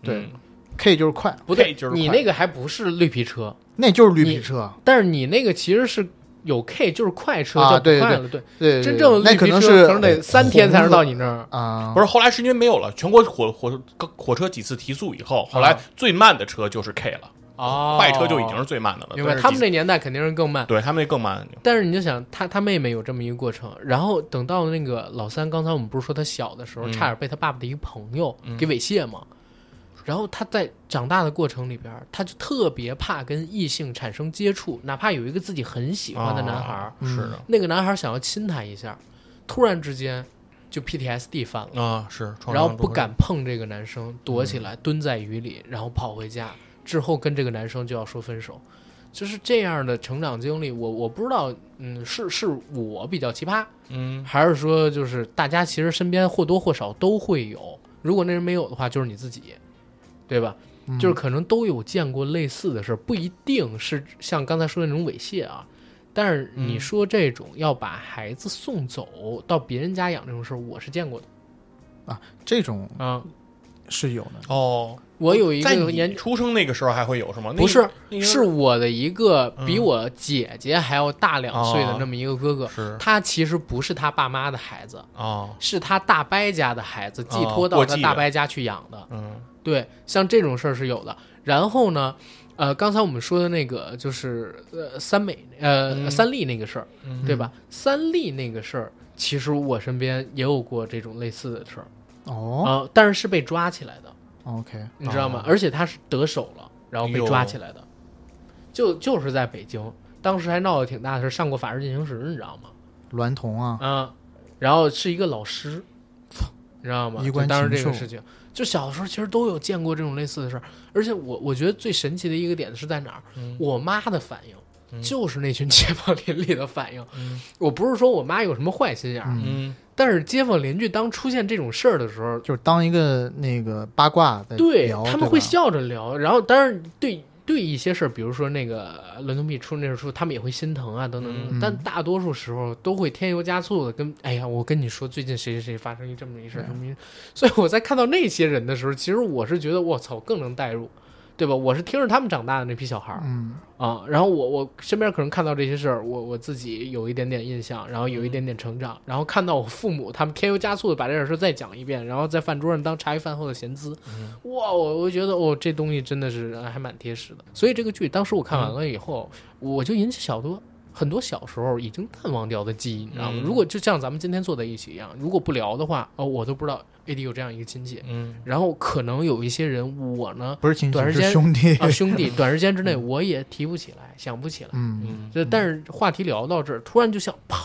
对
嗯，
，K 就是快，
不对
K 就是，快
你那个还不是绿皮车，
那就是绿皮车。
但是你那个其实是有 K，就是快车，
啊
叫不
对对
快了。对，
对，对
真
对
正的
那
绿
可
皮
能
车
是
可能得三天才能到你那儿。
啊，
不是后来是因为没有了，全国火火火车几次提速以后，后来
啊
最慢的车就是 K 了，
哦
快车就已经是最慢的了。
明白，
但是
他们
几
那年代肯定是更慢。
对他们那更慢，
但是你就想，他他妹妹有这么一个过程，然后等到那个老三，刚才我们不是说他小的时候，
嗯
差点被他爸爸的一个朋友给猥亵吗？然后他在长大的过程里边，他就特别怕跟异性产生接触，哪怕有一个自己很喜欢的男孩，
啊
嗯
是的。
那个男孩想要亲他一下，突然之间就 PTSD 犯了。
啊，是，创
然后
伤嗯
不
综合
敢碰这个男生，躲起来，蹲在雨里，然后跑回家，之后跟这个男生就要说分手。就是这样的成长经历，我我不知道，嗯，是是我比较奇葩，
嗯，
还是说就是大家其实身边或多或少都会有，如果那人没有的话，就是你自己，对吧？
嗯
就是可能都有见过类似的事儿，不一定是像刚才说的那种猥亵啊。但是
嗯
你说这种要把孩子送走到别人家养这种事儿，我是见过的
这种
啊。
是有的。
哦，
我有一
在
个
你
年，
出生那个时候还会有是吗？那
不是，
那个
是我的一个
嗯
比我姐姐还要大两岁的
哦
那么一个哥哥，
是
他其实不是他爸妈的孩子，
哦，
是他大伯家的孩子寄
哦
托到
过
他
继
大
的
伯家去养的。
嗯
对，像这种事儿是有的。然后呢，呃，刚才我们说的那个就是呃三美呃、
嗯
三立那个事儿，
嗯
对吧？三立那个事儿，其实我身边也有过这种类似的事儿啊、
哦
呃但是是被抓起来的，
，OK，
你知道吗？
哦
而且他是得手了，然后被抓
哟
起来的，就就是在北京，当时还闹得挺大的事儿，上过法制进行时，你知道吗？
娈童啊，
啊，然后是一个老师，你知道吗？
衣
就
冠
当时
禽
这个
兽
事情，就小的时候其实都有见过这种类似的事儿，而且我我觉得最神奇的一个点是在哪儿？
嗯
我妈的反应。
嗯
就是那群街坊邻里的反应，
嗯
我不是说我妈有什么坏心眼儿，
嗯
嗯
但是街坊邻居当出现这种事儿的时候，
就是当一个那个八卦在
对
聊，
他们
对
会
吧
笑着聊，然后当然对对一些事儿，比如说那个呃伦敦壁出那本书，他们也会心疼啊等等等等，
嗯
但大多数时候都会添油加醋的跟哎呀，我跟你说最近谁谁谁发生一这么一事儿
对
什么一事儿，所以我在看到那些人的时候，其实我是觉得我操更能代入，对吧？我是听着他们长大的那批小孩儿
嗯，
啊，然后我我身边可能看到这些事儿，我我自己有一点点印象，然后有一点点成长，然后看到我父母他们添油加醋的把这点事儿再讲一遍，然后在饭桌上当茶余饭后的闲资，哇，我我觉得哦，这东西真的是呃还蛮贴实的。所以这个剧当时我看完了以后，我就引起小多很多小时候已经淡忘掉的记忆，你知道吗？
嗯
如果就像咱们今天坐在一起一样，如果不聊的话，哦，我都不知道 AD 有这样一个亲戚，
嗯
然后可能有一些人我呢
不是亲
短
戚
时间
是 兄弟，
啊兄弟，短时间之内我也提不起来，想不起来。
嗯，
嗯
这但是话题聊到这儿，突然就像砰，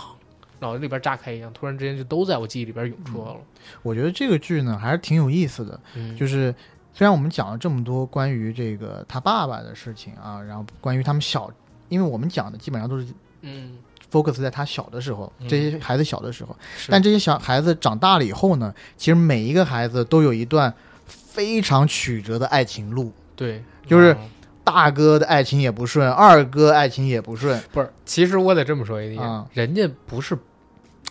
脑子里边炸开一样，突然之间就都在我记忆里边涌出来了。
我觉得这个剧呢还是挺有意思的，
嗯
就是。虽然我们讲了这么多关于这个他爸爸的事情啊，然后关于他们小，因为我们讲的基本上都是
嗯，
focus 在他小的时候，
嗯
这些孩子小的时候，
是
但这些小孩子长大了以后呢，其实每一个孩子都有一段非常曲折的爱情路，
对，
就是
嗯
大哥的爱情也不顺，二哥爱情也不顺，
不是？其实我得这么说一句，
啊
人家不是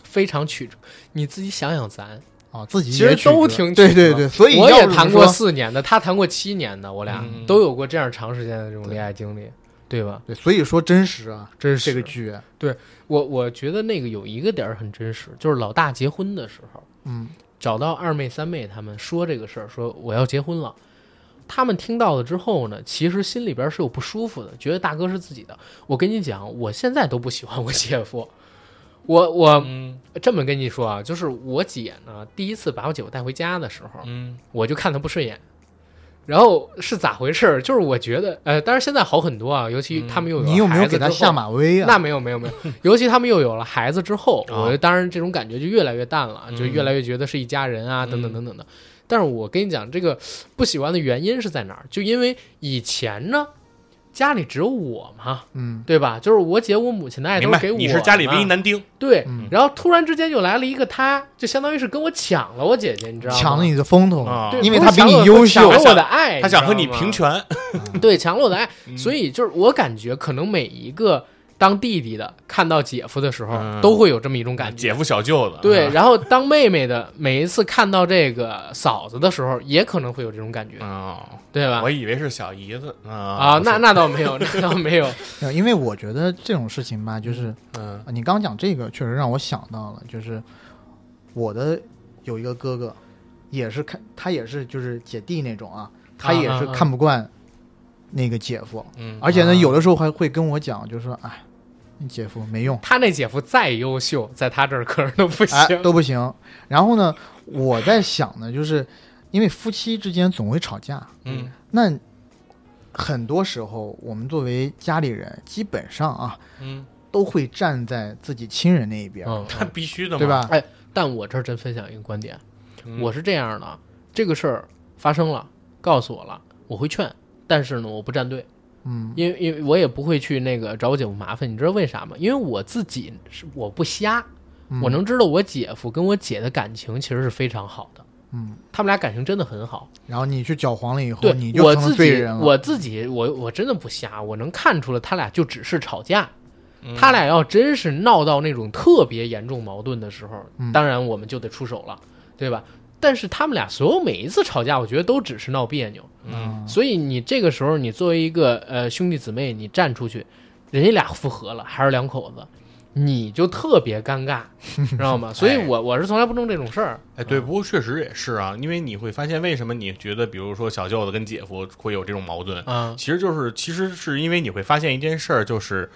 非常曲折，你自己想想咱，
啊，自己
其实
也曲折
都挺曲折
对对对，所以
我
要
也
是
谈过
说，
四年的，他谈过七年的，我俩
嗯
都有过这样长时间的这种恋爱经历，对吧？
对，所以说真实啊，
真
这
是
个剧，
我我觉得那个有一个点儿很真实，就是老大结婚的时候。
嗯，
找到二妹、三妹他们说这个事儿，说我要结婚了。他们听到了之后呢，其实心里边是有不舒服的，觉得大哥是自己的。我跟你讲，我现在都不喜欢我姐夫。 我我
嗯
这么跟你说啊，就是我姐呢，第一次把我姐夫带回家的时候，
嗯
我就看他不顺眼。然后是咋回事儿？就是我觉得，呃，当然现在好很多啊，尤其他们又有了
嗯你有没有
孩子
给他
之后
下马威啊？
那没有没有没有，尤其他们又有了孩子之后，
啊
我当然这种感觉就越来越淡了，
嗯
就越来越觉得是一家人啊，
嗯
等等等等的。但是我跟你讲，这个不喜欢的原因是在哪儿？就因为以前呢，家里只有我嘛，
嗯，
对吧？就是我姐我母亲的爱
明
都
白
给我，
你是家里唯一
的，
男丁，
对。
嗯
然后突然之间就来了一个他，就相当于是跟我抢了我姐姐，你知道吗？
抢了你的风头
啊
对，
因为
不
他
是抢
比
了
你
我
优
抢
秀
了，我的爱，
他想和你
知道吗
平权，
对，强了我的爱。
嗯
所以就是我感觉，可能每一个当弟弟的看到姐夫的时候，
嗯
都会有这么一种感觉。
姐夫小舅子，
对，
啊，
然后当妹妹的每一次看到这个嫂子的时候，也可能会有这种感觉，
哦，
对吧
我？以为是小姨子啊
啊，那
那
那倒没有，那倒没有。
呃因为我觉得这种事情吧，就是
嗯
啊你刚讲这个，确实让我想到了，就是我的有一个哥哥，也是看他也是就是姐弟那种啊，他也是
啊啊啊
看不惯那个姐夫，
嗯
而且呢，
啊
有的时候还会跟我讲，就是说，哎，你姐夫没用，
他那姐夫再优秀，在他这儿可能都不
哎，
行。
都不行。然后呢，我在想呢，就是因为夫妻之间总会吵架，
嗯
那很多时候我们作为家里人，基本上啊
嗯，
都会站在自己亲人那一边，
嗯，
那必须的嘛，
对？吧？
但我这儿真分享一个观点，
嗯
我是这样的：这个事儿发生了，告诉我了，我会劝，但是呢，我不站队。
嗯
因为因为我也不会去那个找我姐夫麻烦，你知道为啥吗？因为我自己是我不瞎，
嗯
我能知道我姐夫跟我姐的感情其实是非常好的，
嗯，
他们俩感情真的很好。
然后你去搅黄了以后，
对
你，
我
就
自
成了罪
己
人了。
我自己我我真的不瞎，我能看出来他俩就只是吵架。
嗯
他俩要真是闹到那种特别严重矛盾的时候，
嗯
当然我们就得出手了，对吧？但是他们俩所有每一次吵架，我觉得都只是闹别扭。
嗯
所以你这个时候，你作为一个呃兄弟姊妹，你站出去，人家俩复合了，还是两口子，你就特别尴尬，知道吗？ 所以
哎
我我是从来不弄这种事儿。
哎，对，不过确实也是啊，因为你会发现，为什么你觉得，比如说小舅子跟姐夫会有这种矛盾，
啊，
其实就是其实是因为你会发现一件事儿，就是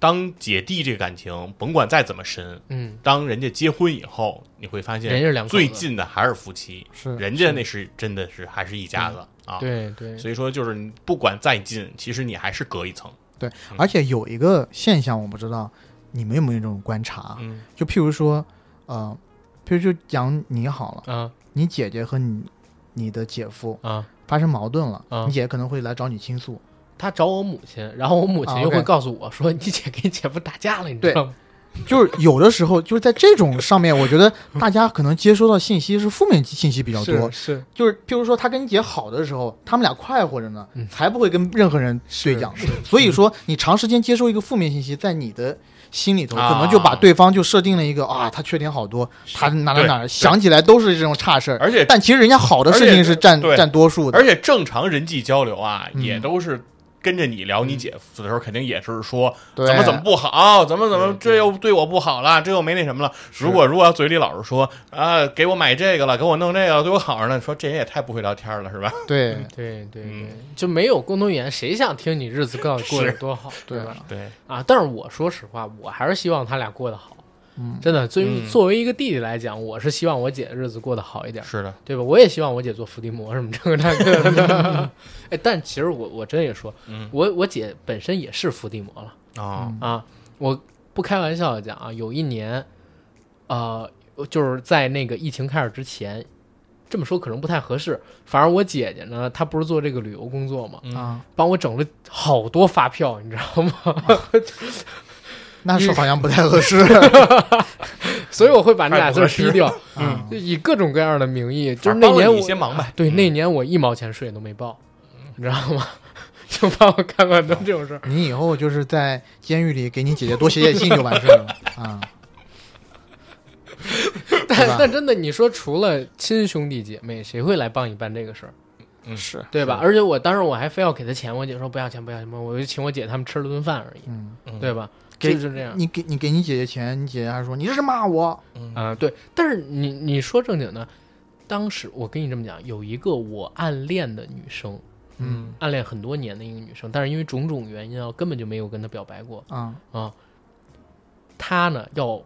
当姐弟这个感情，甭管再怎么深，
嗯，
当人家结婚以后，你会发现
人家是两口子
最近的还是夫妻，
是
人家那是真的是还是一家子啊。，
嗯对对，
所以说就是你不管再近，其实你还是隔一层。
对，而且有一个现象，我不知道你们有没有这种观察，啊
嗯
就譬如说，呃，譬如就讲你好了，
啊
你姐姐和你你的姐夫
啊，
发生矛盾了，
啊
你姐姐可能会来找你倾诉，
他找我母亲，然后我母亲
啊
又会
OK
告诉我说，你姐跟姐夫打架了，你知
对
道吗？
就是有的时候就是在这种上面，我觉得大家可能接收到信息是负面信息比较多，
是
就是譬如说他跟你姐好的时候，他们俩快活着呢
嗯，
才不会跟任何人对讲。所
嗯
以说，你长时间接受一个负面信息，在你的心里头，
啊
可能就把对方就设定了一个啊，他缺点好多，他哪哪
对
哪儿
对
想起来都是这种差事儿。
而且
但其实人家好的事情是占
而且对
占多数的。
而且正常人际交流啊，
嗯
也都是跟着你聊你姐夫的时候，肯定也是说
对
怎么怎么不好，怎么怎么
对对
这又嗯对我不好了，这又没那什么了。如果如果要嘴里老是说啊，给我买这个了，给我弄这个了，对我好着呢，说这人也太不会聊天了，是吧？
对
对对对
嗯，
就没有共同语言，谁想听你日子过过得多好，
对
吧？
对，
啊，但是我说实话，我还是希望他俩过得好。
嗯
真的，作为
嗯
作为一个弟弟来讲，我是希望我姐日子过得好一点，
是的，
对吧？我也希望我姐做伏地魔什么这个那个的。哎，但其实我我真也说，
嗯
我我姐本身也是伏地魔了
啊，
啊！我不开玩笑的讲啊，有一年，呃，就是在那个疫情开始之前，这么说可能不太合适。反正我姐姐呢，她不是做这个旅游工作嘛，
嗯
啊，
帮我整了好多发票，你知道吗？
那是好像不太合 适。
所以我会把那俩字儿
太不合
逼
适
掉，
嗯
就以各种各样的名义，就是
反正
那
帮了
年
你
我
一些忙嗯吧
啊对，那年我一毛钱税都没报，你知道吗？ 就帮我干过很多这种事儿。
你以后就是在监狱里给你姐姐多写写信就完事儿了啊。
但
吧
但真的，你说除了亲兄弟姐妹，谁会来帮你办这个事儿，
嗯
是，
对吧？而且我当时我还非要给他钱，我姐说不要钱不要钱，我就请我姐他们吃了顿饭而已，
嗯，
嗯
对吧？
给
就是这样。
你给你给你姐姐钱，你姐姐还说你这是骂我。
啊、对，但是你你说正经的，当时我跟你这么讲，有一个我暗恋的女生，
嗯
暗恋很多年的一个女生，但是因为种种原因啊，根本就没有跟她表白过
啊，
啊。她呢要，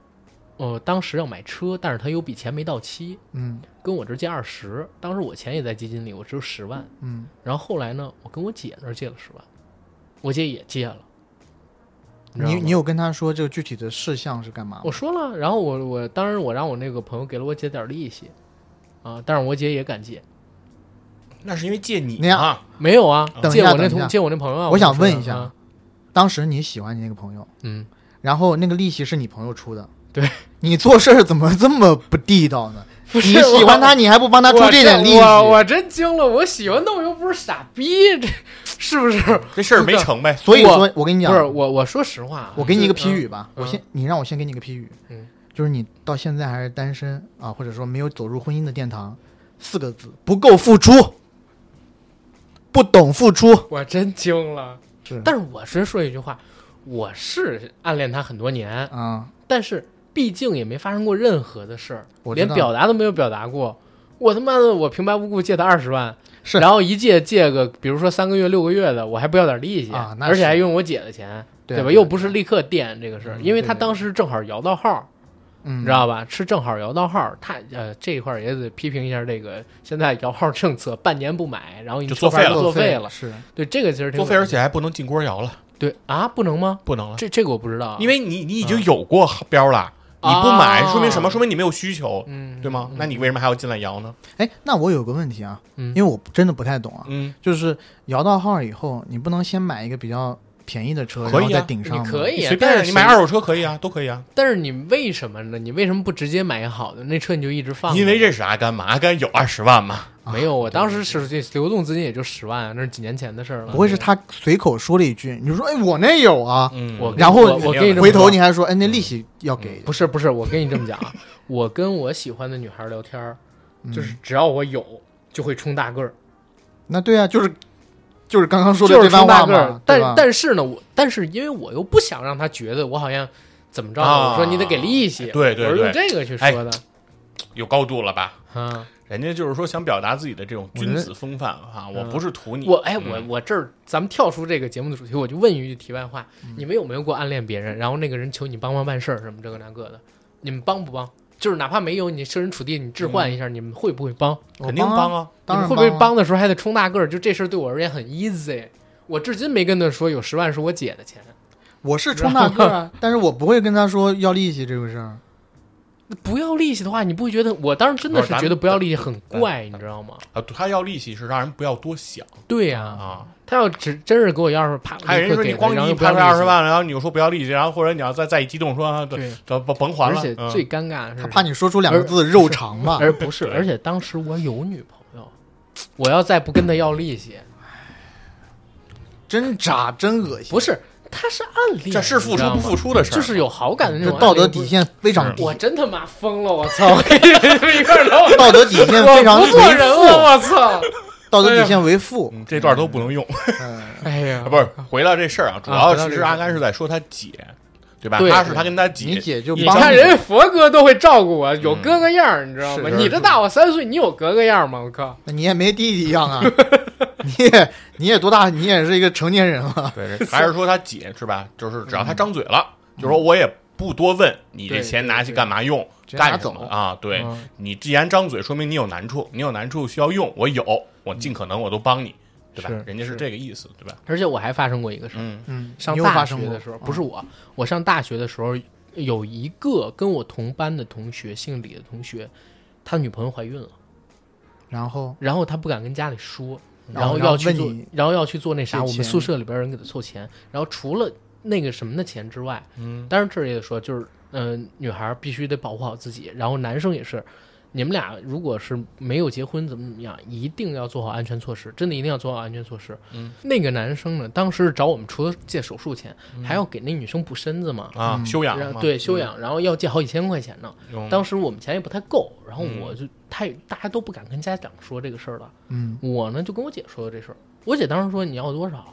呃，当时要买车，但是她有笔钱没到期，
嗯
跟我这儿借二十，当时我钱也在基金里，我只有十万。
嗯，
然后后来呢，我跟我姐那儿借了十万，我姐也借了。知道
你
吗
你有跟他说这个具体的事项是干嘛吗？
我说了，然后我我当然我让我那个朋友给了我姐点儿利息，啊，但是我姐也敢借，
那是因为借你
那样
啊，
没有啊，
等一
借
下
我那
等一
同
下
借我那朋友啊，
我想
不是
问一下
啊
当时你喜欢你那个朋友，
嗯，
然后那个利息是你朋友出的，
对
你做事儿怎么这么不地道呢？
不是
你喜欢他，你还不帮他出这点利息？
我我真惊了，我喜欢的我又不是傻逼，这是不是？
这事儿没成呗。
所以
我
说，我跟你讲
不，是我我说实话啊，
我给你一个
就
批语吧，
嗯
我先你让我先给你个批语，
嗯
就是你到现在还是单身啊，或者说没有走入婚姻的殿堂，四个字：不够付出，不懂付出。
嗯我真惊了。
是
但是我真说一句话，我是暗恋他很多年，
啊，
但是毕竟也没发生过任何的事儿，
我知
连
道
表达都没有表达过。我他妈的，我平白无故借他二十万，
是
然后一借借个，比如说三个月、六个月的，我还不要点利息
啊那
而且
是
还用我姐的钱，
对
吧？
对嗯
又不是立刻垫这个事儿，因为
对
他
对
当时正好摇到号，
嗯，
你知道吧？是正好摇到号，他呃这一块儿也得批评一下这个现在摇号政策，半年不买，然后你
就
车
作
牌
废了
作废了。
是
对这个其实挺
作废，
有
而且还不能进锅摇了，
对啊，不能吗？
不能了，
这这个我不知道啊，
因为你你已经有过标了，你不买，
哦
说明什么？说明你没有需求，
嗯，
对吗？那你为什么还要进来摇呢？
哎，那我有个问题啊，
嗯
因为我真的不太懂啊，
嗯，
就是摇到号以后，你不能先买一个比较便宜的车，
可以啊
然后再顶上
你
吗？
可以
你
啊，
随
但
便，
是
你买
谁
二手车可以啊，都可以啊。
但是你为什么呢？你为什么不直接买个好的？那车你就一直放着？
因为认识阿甘嘛，阿甘有二十万嘛，
啊
没有，我当时是流动资金也就十万啊，那是几年前的事儿了。
不会是他随口说了一句，你就说哎我那有啊，
嗯，
我
然后
我我跟你这么嗯
回头
说
你还说哎那利息要给，
不是不是，我跟你这么讲啊，我跟我喜欢的女孩聊天儿，
嗯
就是只要我有就会冲大个儿，
那对啊，就是就是刚刚说的
就
这
是
番
冲
话
大个儿
嘛。。对吧
但但是呢，我但是因为我又不想让她觉得我好像怎么着，
啊
我说你得给利息，
啊
对对
我是用
对，
这个去
哎
说的
有高度了吧？
啊。
人家就是说想表达自己的这种君子风范啊，
觉得
我不是图你，
我哎，
嗯
我我这儿咱们跳出这个节目的主题，我就问一句题外话：
嗯
你们有没有过暗恋别人，然后那个人求你帮忙办事儿什么这个那个的？你们帮不帮？就是哪怕没有，你设身处地，你置换一
嗯
下，你们会不会帮？
我
肯定
帮啊，
啊，
当然
你们会不会
啊
帮的时候还得冲大个儿？就这事儿对我而言很 easy，我至今没跟他说有十万是我姐的钱，
我是冲大个儿 啊，但是我不会跟他说要利息这回事儿。
那不要利息的话，你不会觉得我当时真的是觉得不要利息很怪，你知道吗？
啊，他要利息是让人不要多想
对呀、
啊。
他要只真是给我要是啪，
还有人
立刻给他
说你光
然后
你
又不
拍
要
出来二十
利息，
万，然后你又说不要利息，然后或者你要再再一激动说啊，对，
对，
这甭甭还
而
了。
且
嗯
最尴尬的是
他怕你说出两个字“肉偿” 嘛，
而不是，
对
而且当时我有女朋友，我要再不跟她要利息，
真渣，真恶心。
不，是，她是暗恋，
这是付出不付
出
出的事儿，
就是有好感的那
这
种
道德
暗恋
底。线非常
不嗯
低
是，我真他妈疯了！我操！ 我跟你们一块儿聊，
道德底线非常
我
为
不做人了！
负，
我操！
道德底线为负。
嗯这段都不能用。
嗯
哎呀
啊，不是，回到这事儿啊，主
啊
要
回到
其
这
实
个
阿甘是在说他姐，对吧？
对
他是他跟他
你姐就
你嗯
帮
看
你
人家佛哥都会照顾我，有哥哥样儿，你知道吗？
是
你这大我三岁，你有哥哥样儿吗？我靠！
那你也没弟弟一样啊，你也你也多大？你也是一个成年人了。
对，这还是说他姐是吧？就是只要他张嘴了，就说我也不多问你这
对
钱
对
拿去
对
干嘛用，
直接拿
干什么
走
啊？对
嗯
你既然张嘴，说明你有难处，你有难处需要用，我有，我尽可能我都帮你，对吧
是？
人家是
是
这个意思，对吧？
而且我还发生过一个事儿，
嗯，
嗯，
上
你又
大
发生
学
过嗯
的时候，不是我，我上大学的时候有一个跟我同班的同学，姓李的同学，他女朋友怀孕了。
然后
然后他不敢跟家里说，
然后
后要去
问
做
你，
然后要去做那啥，
借
我们
钱
宿舍里边人给他凑钱，然后除了那个什么的钱之外，
嗯，
当然这儿也得说，就是嗯、呃女孩必须得保护好自己，然后男生也是，你们俩如果是没有结婚怎么怎么样，一定要做好安全措施，真的一定要做好安全措施。
嗯，
那个男生呢，当时找我们除了借手术钱，还要给那女生补身子嘛。
啊，
嗯
修养
然
嘛嗯
后对修养，然后要借好几千块钱呢。
用
当时我们钱也不太够，然后
嗯
我就太大家都不敢跟家长说这个事儿了。
嗯，
我呢就跟我姐说的这事儿，我姐当时说你要多少，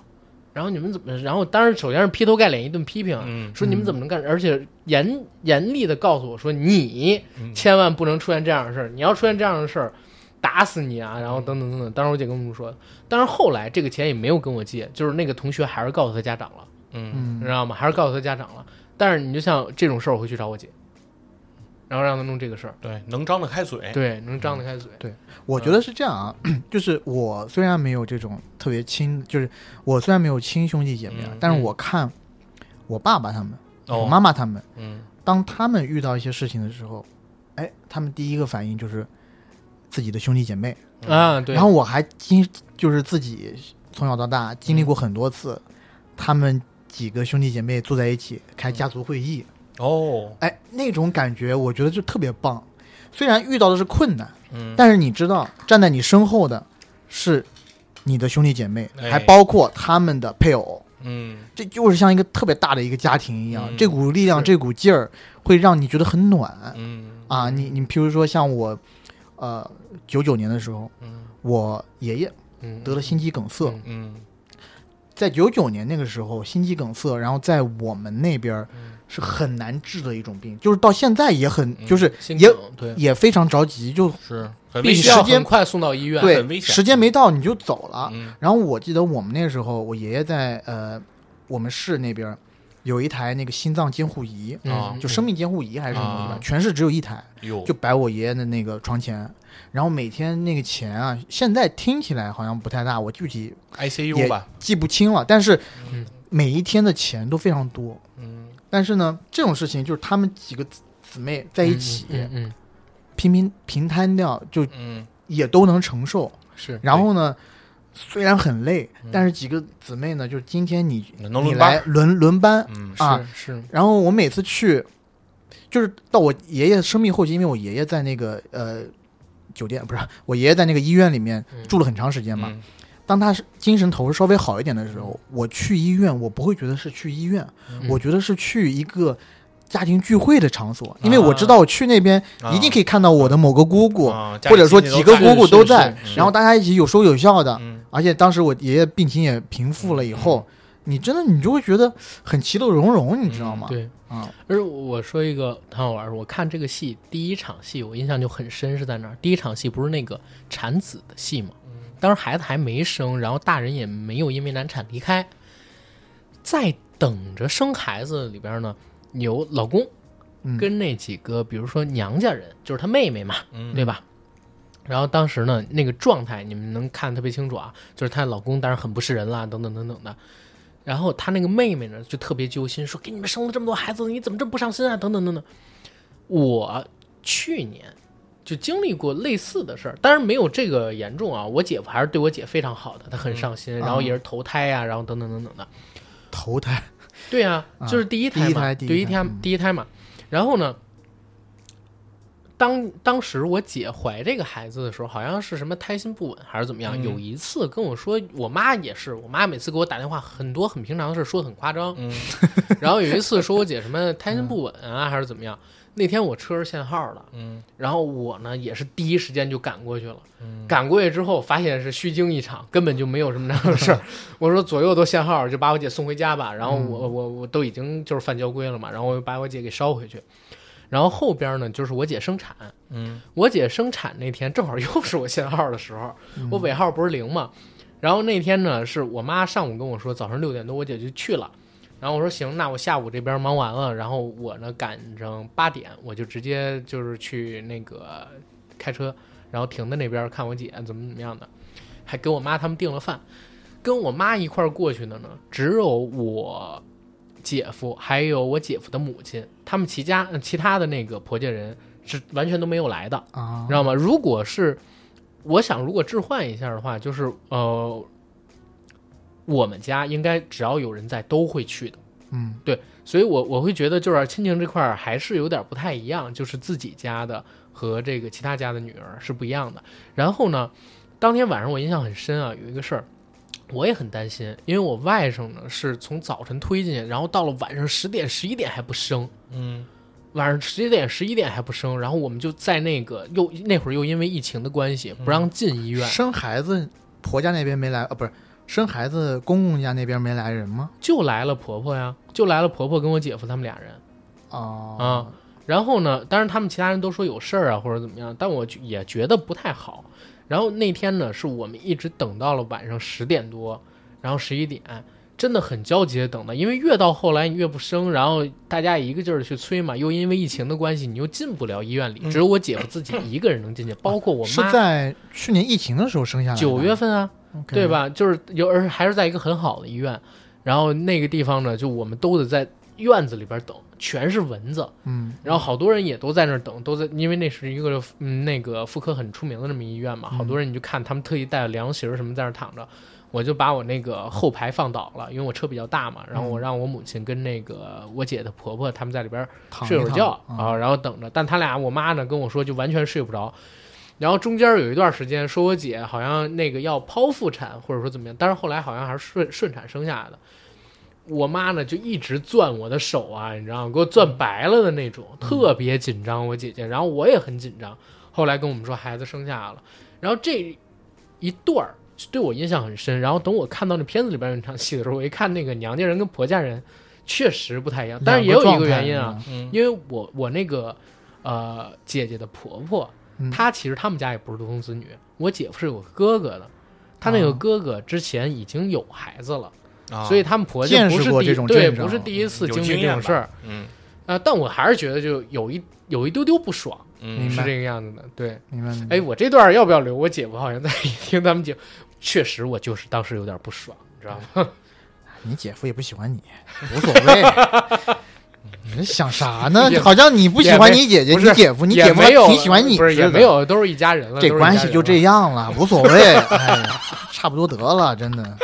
然后你们怎么，然后当时首先是劈头盖脸一顿批评啊，
嗯
说你们怎么能干，而且严严厉的告诉我说你
嗯
千万不能出现这样的事儿，你要出现这样的事儿，打死你啊，然后等等等等。当时我姐跟我们说的，但是后来这个钱也没有跟我借，就是那个同学还是告诉他家长了，
嗯
你
嗯
知道吗？还是告诉他家长了。但是你就像这种事儿，我会去找我姐，然后让她弄这个事儿，
对，能张得开
哎
嘴，
对，能张得开嘴，
我觉得是这样啊， 就是我虽然没有这种特别亲，就是我虽然没有亲兄弟姐妹啊
嗯，
但是我看我爸爸他们、我
哦，
妈妈他们，
嗯，
当他们遇到一些事情的时候，哎，他们第一个反应就是自己的兄弟姐妹。
嗯
啊，对，
然后我还经就是自己从小到大经历过很多次，
嗯
他们几个兄弟姐妹坐在一起开家族会议，
哦，
哎，那种感觉我觉得就特别棒。虽然遇到的是困难，
嗯，
但是你知道站在你身后的是你的兄弟姐妹，
哎
还包括他们的配偶。
嗯，
这就是像一个特别大的一个家庭一样，
嗯
这股力量、
是
这股劲儿会让你觉得很暖。
嗯，
啊，你你譬如说像我，呃，九九年的时候，
嗯
我爷爷
嗯
得了心肌梗塞，
嗯
嗯，
在九九年那个时候，心肌梗塞，然后在我们那边儿是很难治的一种病，就是到现在也很，
嗯
就是
心
也、
梗对。
也非常着急，就是
很
必
危
须
险
要
时间
很快送到医院。
很危
对
险
时间没到你就走了。
嗯
然后我记得我们那时候，我爷爷在呃我们市那边儿有一台那个心脏监护仪，
啊
嗯
嗯
就生命监护仪还是什么东西吧，
啊
全市只有一台。
哟，
就摆我爷爷的那个床前，然后每天那个钱啊，现在听起来好像不太大，我具体
ICU
也
吧，
记不清了，但是
嗯
每一天的钱都非常多。
嗯
但是呢，这种事情就是他们几个自姊妹在一起，
嗯嗯，
平平平摊掉，就
嗯，
也都能承受。
是
然后呢，虽然很累，
嗯
但是几个姊妹呢，就今天你
能
你
轮
来
班，
轮轮班，
嗯
啊
是是，
然后我每次去，就是到我爷爷生病后期，因为我爷爷在那个呃酒店，不是我爷爷在那个医院里面
嗯
住了很长时间嘛。
嗯
当他是精神头稍微好一点的时候，我去医院，我不会觉得是去医院，
嗯
我觉得是去一个。家庭聚会的场所，因为我知道我去那边
啊
一定可以看到我的某个姑姑，
啊家里
或者说
亲戚
几
都
个
在
姑姑
是
都
是
在，
是
然后大家一起有说有笑的，
嗯
而且当时我爷爷病情也平复了以后，你真的你就会觉得很其乐融融，你知道吗？
嗯对。
啊，
而我说一个很好玩儿，我看这个戏第一场戏，我印象就很深，是在哪儿？第一场戏不是那个产子的戏吗？
嗯
当时孩子还没生，然后大人也没有因为难产离开，在等着生孩子里边呢，有老公
嗯
跟那几个，比如说娘家人，就是他妹妹嘛，
嗯
对吧？然后当时呢，那个状态你们能看得特别清楚啊，就是她老公当然很不是人啦，等等等等的。然后她那个妹妹呢，就特别揪心，说给你们生了这么多孩子，你怎么这么不上心啊？等等等等。我去年就经历过类似的事儿，当然没有这个严重啊。我姐夫还是对我姐非常好的，她很上心，然后也是投胎呀、然后等等等等的。
投胎，
对啊，
啊
就是第一
第
胎
一
嘛，
胎第一
对
胎
胎
嗯
第一胎嘛。然后呢，当当时我姐怀这个孩子的时候，好像是什么胎心不稳还是怎么样，
嗯
有一次跟我说，我妈也是，我妈每次给我打电话，很多很平常的事儿说的很夸张。
嗯
然后有一次说我姐什么胎心不稳啊，还是怎么
嗯
样。那天我车是限号了，
嗯
然后我呢也是第一时间就赶过去了，
嗯
赶过去之后发现是虚惊一场，根本就没有什么那样的事儿。我说左右都限号，就把我姐送回家吧。然后我、我我都已经就是犯交规了嘛，然后我又把我姐给捎回去。然后后边呢就是我姐生产，
嗯
我姐生产那天正好又是我限号的时候，我尾号不是零嘛。然后那天呢，是我妈上午跟我说，早上六点多我姐就去了。然后我说行，那我下午这边忙完了，然后我呢赶上八点，我就直接就是去那个开车，然后停在那边看我姐怎么怎么样的，还给我妈他们订了饭。跟我妈一块儿过去的呢，只有我姐夫还有我姐夫的母亲，他们其家呃其他的那个婆家人是完全都没有来的。
啊
你知，道吗？如果是我想，如果置换一下的话，就是呃，我们家应该只要有人在都会去的，
嗯
所以我我会觉得就是亲情这块儿还是有点不太一样，就是自己家的和这个其他家的女儿是不一样的。然后呢，当天晚上我印象很深啊，有一个事儿。我也很担心，因为我外甥呢是从早晨推进去，然后到了晚上十点、十一点还不生，
嗯
晚上十点十一点还不生，然后我们就在那个又那会儿又因为疫情的关系不
嗯
让进医院，
生孩子婆家那边没来，呃，不是生孩子公公家那边没来人吗？
就来了婆婆呀，就来了婆婆跟我姐夫他们俩人。
哦
然后呢，当然他们其他人都说有事儿啊或者怎么样，但我就也觉得不太好。然后那天呢，是我们一直等到了晚上十点多，然后十一点，真的很焦急的等的，因为越到后来你越不生，然后大家也一个劲儿的去催嘛，又因为疫情的关系，你又进不了医院里，
嗯
只有我姐夫自己一个人能进去，包括我
是
妈。
在去年疫情的时候生下来的，
九月份啊，
OK
对？吧？就是有，而还是在一个很好的医院，然后那个地方呢，就我们都得在院子里边等，全是蚊子，
嗯
然后好多人也都在那儿等，都在，因为那是一个嗯那个妇科很出名的这么一医院嘛，好多人你就看他们特意带了凉席儿什么在那儿躺着，我就把我那个后排放倒了，因为我车比较大嘛，然后我让我母亲跟那个我姐的婆婆他们在里边
躺
睡
一
会儿
躺
觉
啊，
啊，然后等着。但他俩，我妈呢跟我说就完全睡不着。然后中间有一段时间，说我姐好像那个要剖腹产，或者说怎么样，但是后来好像还是顺顺产生下来的。我妈呢就一直攥我的手啊，你知道吗？给我攥白了的那种，特别紧张。我姐姐，然后我也很紧张。后来跟我们说孩子生下来了，然后这一段儿就对我印象很深。然后等我看到那片子里边有一场戏的时候，我一看那个娘家人跟婆家人确实不太一样，但是也有一个原因啊，
嗯
因为我我那个呃姐姐的婆婆，
嗯
她其实他们家也不是独生子女，我姐夫是有个哥哥的，他
啊
那个哥哥之前已经有孩子了，
啊
所以他们婆家不
见识
是
过
第一
这种
对
阵仗
不是第一次
有
经
经
历这
验
种
吧
事儿，
嗯
呃，但我还是觉得就有一有一丢丢不爽，
明
嗯
是
白嗯
这个样子的，对，
明白？明白
哎，，我这段儿要不要留？我姐夫好像在一听他们讲，确实我就是当时有点不爽，你知道吗？
你姐夫也不喜欢你，无所谓。你们想啥呢
也？
好像你不喜欢
也没
你姐姐，
不是
你姐哦夫，你
也
姐夫
没有
挺喜欢你
不是
似的，
也没有，都是一家人了，
这
都是一家
关
人
系就
了
这样了，无所谓，哎， 差不多得了，真的。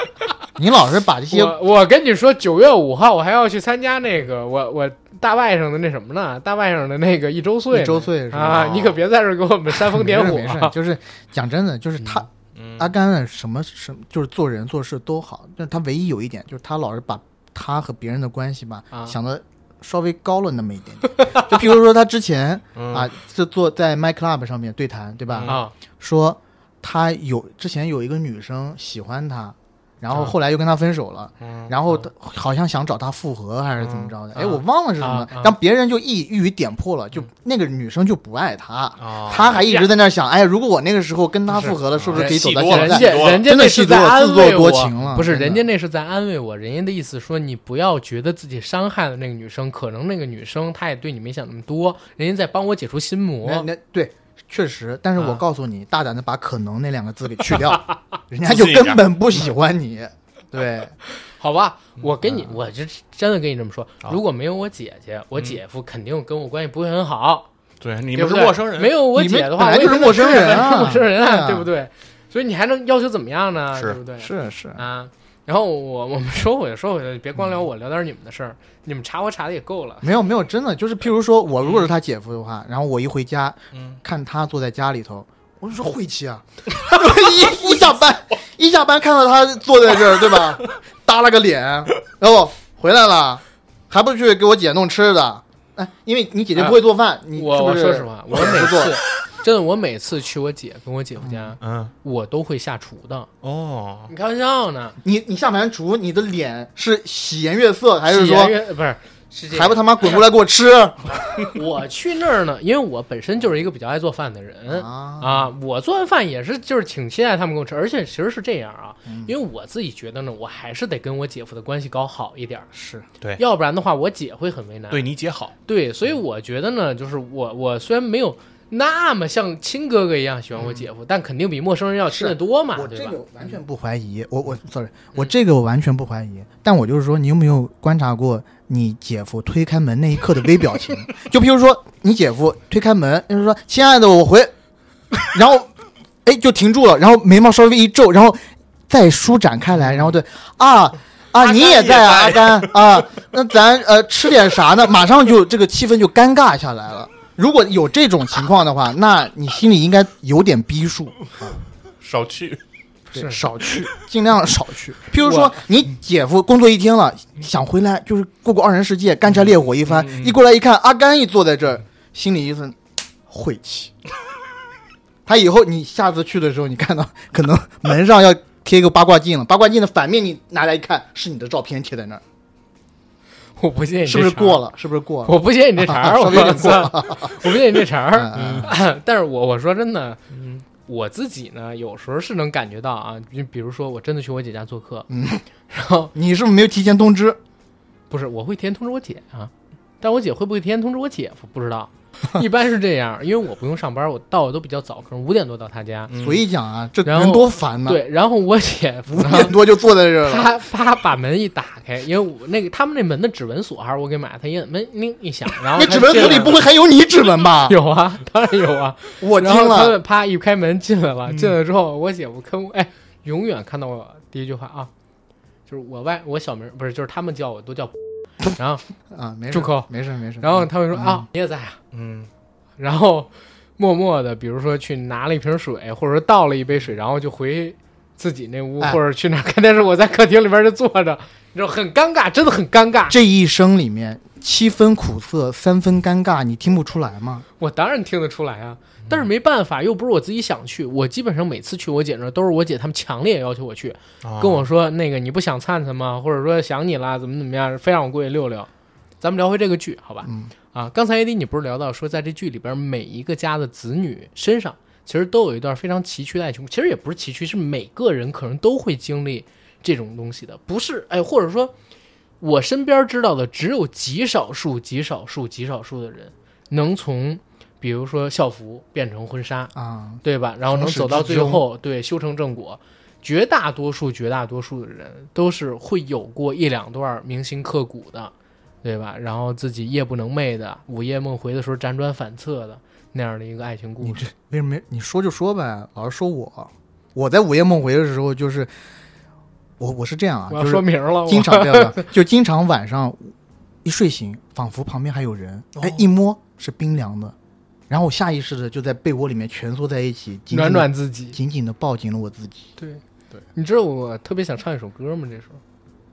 你老是把这些
我我跟你说，九月五号我还要去参加那个我我大外甥的那什么呢？大外甥的那个一周岁呢，
一周岁是吧
啊！你可别在这儿给我们煽风点火
没事没事
啊。
就是讲真的，就是他
嗯
阿甘什么什么就是做人做事都好，但他唯一有一点就是他老是把他和别人的关系吧、
啊
想的稍微高了那么一点 点。就比如说他之前、
嗯
啊，是坐在 My Club 上面对谈，对吧？
啊！
说他有之前有一个女生喜欢他，然后
啊
后来又跟他分手了，
嗯
然后他好像想找他复合还是怎么着的，
嗯
哎、我忘了是什么，
啊
嗯
啊
让别人就一一语点破了，就那个女生就不爱他，
啊
他还一直在那儿想，哎，如果我那个时候跟他复合了，
是
是不是可以走到
哎戏多
现
了
人家人
在
戏？多了
家
真的
那
是
是
自作
在安慰
自作多
我，
情了
不是
真的
人家那是在安慰我，人家的意思说你不要觉得自己伤害了那个女生，可能那个女生她也对你没想那么多，人家在帮我解除心
那
魔。
那对，确实，但是我
啊
告诉你，大胆的把“可能”那两个字给去 掉，人家
自
就
信一点
根本不喜欢你。对，
好吧，我跟
嗯
你，我就真的跟你这么说，
好
如果没有我姐姐，我姐夫肯定跟我关系不会很好。
对，你
对不
们是
对
陌生人，
没有我
你
姐
们
的话，
本来
我也
就是
是
陌生人 啊
陌生人
对 啊
对不对？所以你还能要求怎么样呢？
是
对不对？
是是，
啊。然后我我们说回来说回来，别光聊
嗯
我，聊点你们的事儿。你们查我查的也够了。
没有没有，真的就是，譬如说我如果是他姐夫的话，然后我一回家
嗯，
看他坐在家里头，我就说晦 气啊，一一下班一下班看到他坐在这儿，对 吧？耷拉个脸，然后回来了，还不去给我姐弄吃的。哎，因为你姐姐不会做饭，你
啊我
是不
我
是
说实话，我每
不做
次真的，我每次去我姐跟我姐夫家，
嗯，
我都会下厨的。啊
哦，
你开玩笑呢？
你你下盘厨，你的脸是喜颜悦色，还是
喜
说
颜悦不是？是这
还
样
不他妈滚过来给我吃？
我去那儿呢，因为我本身就是一个比较爱做饭的人
啊
啊，我做完饭也是就是挺期待他们给我吃，而且其实是这样啊，
嗯
因为我自己觉得呢，我还是得跟我姐夫的关系搞好一点儿，
是
对
要不然的话我姐会很为难。
对你姐好，
对所以
嗯
我觉得呢，就是我我虽然没有那么像亲哥哥一样喜欢我姐夫，但肯定比陌生人要亲得多嘛，
嗯我
对
这
吧？
个完全不怀疑，我我 sorry，我这个我完全不怀疑，但我就是说，你有没有观察过你姐夫推开门那一刻的微表情？ 就譬如说，你姐夫推开门，就是说“亲爱的，我回”， 然后哎就停住了，然后眉毛稍微一皱，然后再舒展开来，然后对啊。啊，
甘
你也在啊，阿
也
甘啊，那咱呃吃点啥呢？马上就这个气氛就尴尬下来了。如果有这种情况的话，那你心里应该有点逼数。
少去，
对
是
少去，尽量少 去。譬如说
我，
你姐夫工作一天了，想回来就是过过二人世界，干柴烈火一番，
嗯
一过来一看，阿甘一坐在这儿，心里一阵晦气。 他以后你下次去的时候，你看到 可能门上要贴一个八卦镜了，八卦镜的反面你拿来一看，是你的照片贴在那儿，
我不信你
是不是
这茬儿
过？了？是不是过了？
我不信你这茬 儿，
稍
我
微有点过
操！我不信你这茬儿。
嗯
但是我我说真的，我自己呢，有时候是能感觉到啊，就比如说我真的去我姐家做客，
嗯
然后
你是不是没有提前通知？
不是我会提前通知我姐啊，但我姐会不会提前通知我姐夫不知道。 一般是这样，因为我不用上班，我到的都比较早，可能五点多到他家。
嗯
所以讲啊，这
然后
人多烦呐！，
对，然后我姐夫
五
呢，
点多就坐在这儿了。
他他把门一打开，因为我那个他们那门的指纹锁还是我给买的，他一摁门铃一响，然后
那
他
指纹
进
盒里
来
不
了
会还有你指 纹吧？
有啊，当然有啊。
我听
然后他
了，嗯
们啪一开门进来了，进来之后，我姐夫跟我哎，永远看到我第一句话啊，就是我外我小名不是，就是他们叫我都叫， 然后
啊，没事，
住口
没事没事。
然后他会说
嗯
啊，你也在啊，
嗯，
然后默默的，比如说去拿了一瓶水，或者说倒了一杯水，然后就回自己那屋，
哎
或者去哪儿 看电视。我在客厅里边就坐着，你知道很尴尬，真的很尴尬。
这一生里面七分苦涩，三分尴尬，你听不出来吗？
我当然听得出来啊，但是没办法，又不是我自己想去。我基本上每次去我姐那儿，都是我姐他们强烈要求我去。
啊哦
跟我说那个你不想灿灿吗？或者说想你啦，怎么怎么样，非让我过去溜溜。咱们聊回这个剧，好吧？
嗯
啊，刚才 AD 你不是聊到说，在这剧里边每一个家的子女身上，其实都有一段非常崎岖的爱情故事。其实也不是崎岖，是每个人可能都会经历这种东西的，不是？哎，或者说，我身边知道的只有极少数、极少数、极少数的人能从，比如说校服变成婚纱，
啊，
对吧？然后能
从始
走到
至
最
终
后，对，修成正果。绝大多数、绝大多数的人都是会有过一两段铭心刻骨的对吧？然后自己夜不能寐的，午夜梦回的时候辗转反侧的那样的一个爱情故
你
事
这。为什么没你说就说呗，老是说我，我在午夜梦回的时候就是，我我是这样啊，
我要
就
说
是
明了，我
经常这样的，就经常晚上一睡醒，仿佛旁边还有人，哎
哦，
一摸是冰凉的，然后我下意识的就在被窝里面蜷缩在一起，紧紧地
暖暖自己。
紧紧的抱紧了我自己。
对
对，
你知道我特别想唱一首歌吗？这首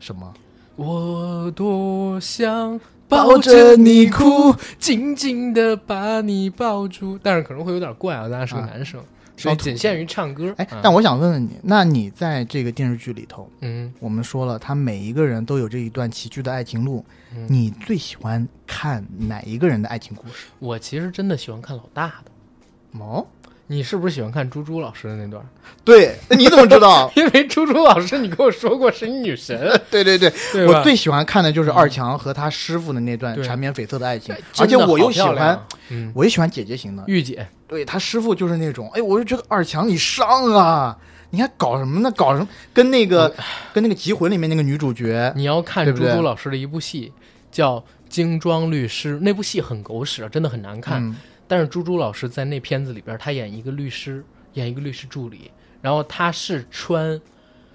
什么？
我多想
抱
抱
着
着
你
你
哭
哭，紧紧的把你抱住，但是可能会有点怪啊，咱俩是个男生，所以仅限于唱歌。
哎
啊，
但我想问问你，那你在这个电视剧里头，
嗯，
我们说了，他每一个人都有这一段崎岖的爱情路，
嗯
你最喜欢看哪一个人的爱情故事？
我其实真的喜欢看老大的。
哦，
你是不是喜欢看猪猪老师的那段？
对，你怎么知道？
因为猪猪老师，你跟我说过是一女神，
对 对对，
对吧？嗯
我最喜欢看的就是二强和他师傅的那段
对
缠绵悱恻的爱情
哎，
而
真的
且我
好
又喜
漂亮
欢
啊，嗯，
我也喜欢姐姐型的。
御姐，
对他师傅就是那种，哎，我就觉得二强你上啊，你还搞什么呢？搞什么？跟那个
嗯
跟那个《集魂》里面那个女主角，
你要看
对
猪
不对
猪老师的一部戏，叫《精装律师》，那部戏很狗屎，啊真的很难看。
嗯
但是猪猪老师在那片子里边，他演一个律师，演一个律师助理，然后他是穿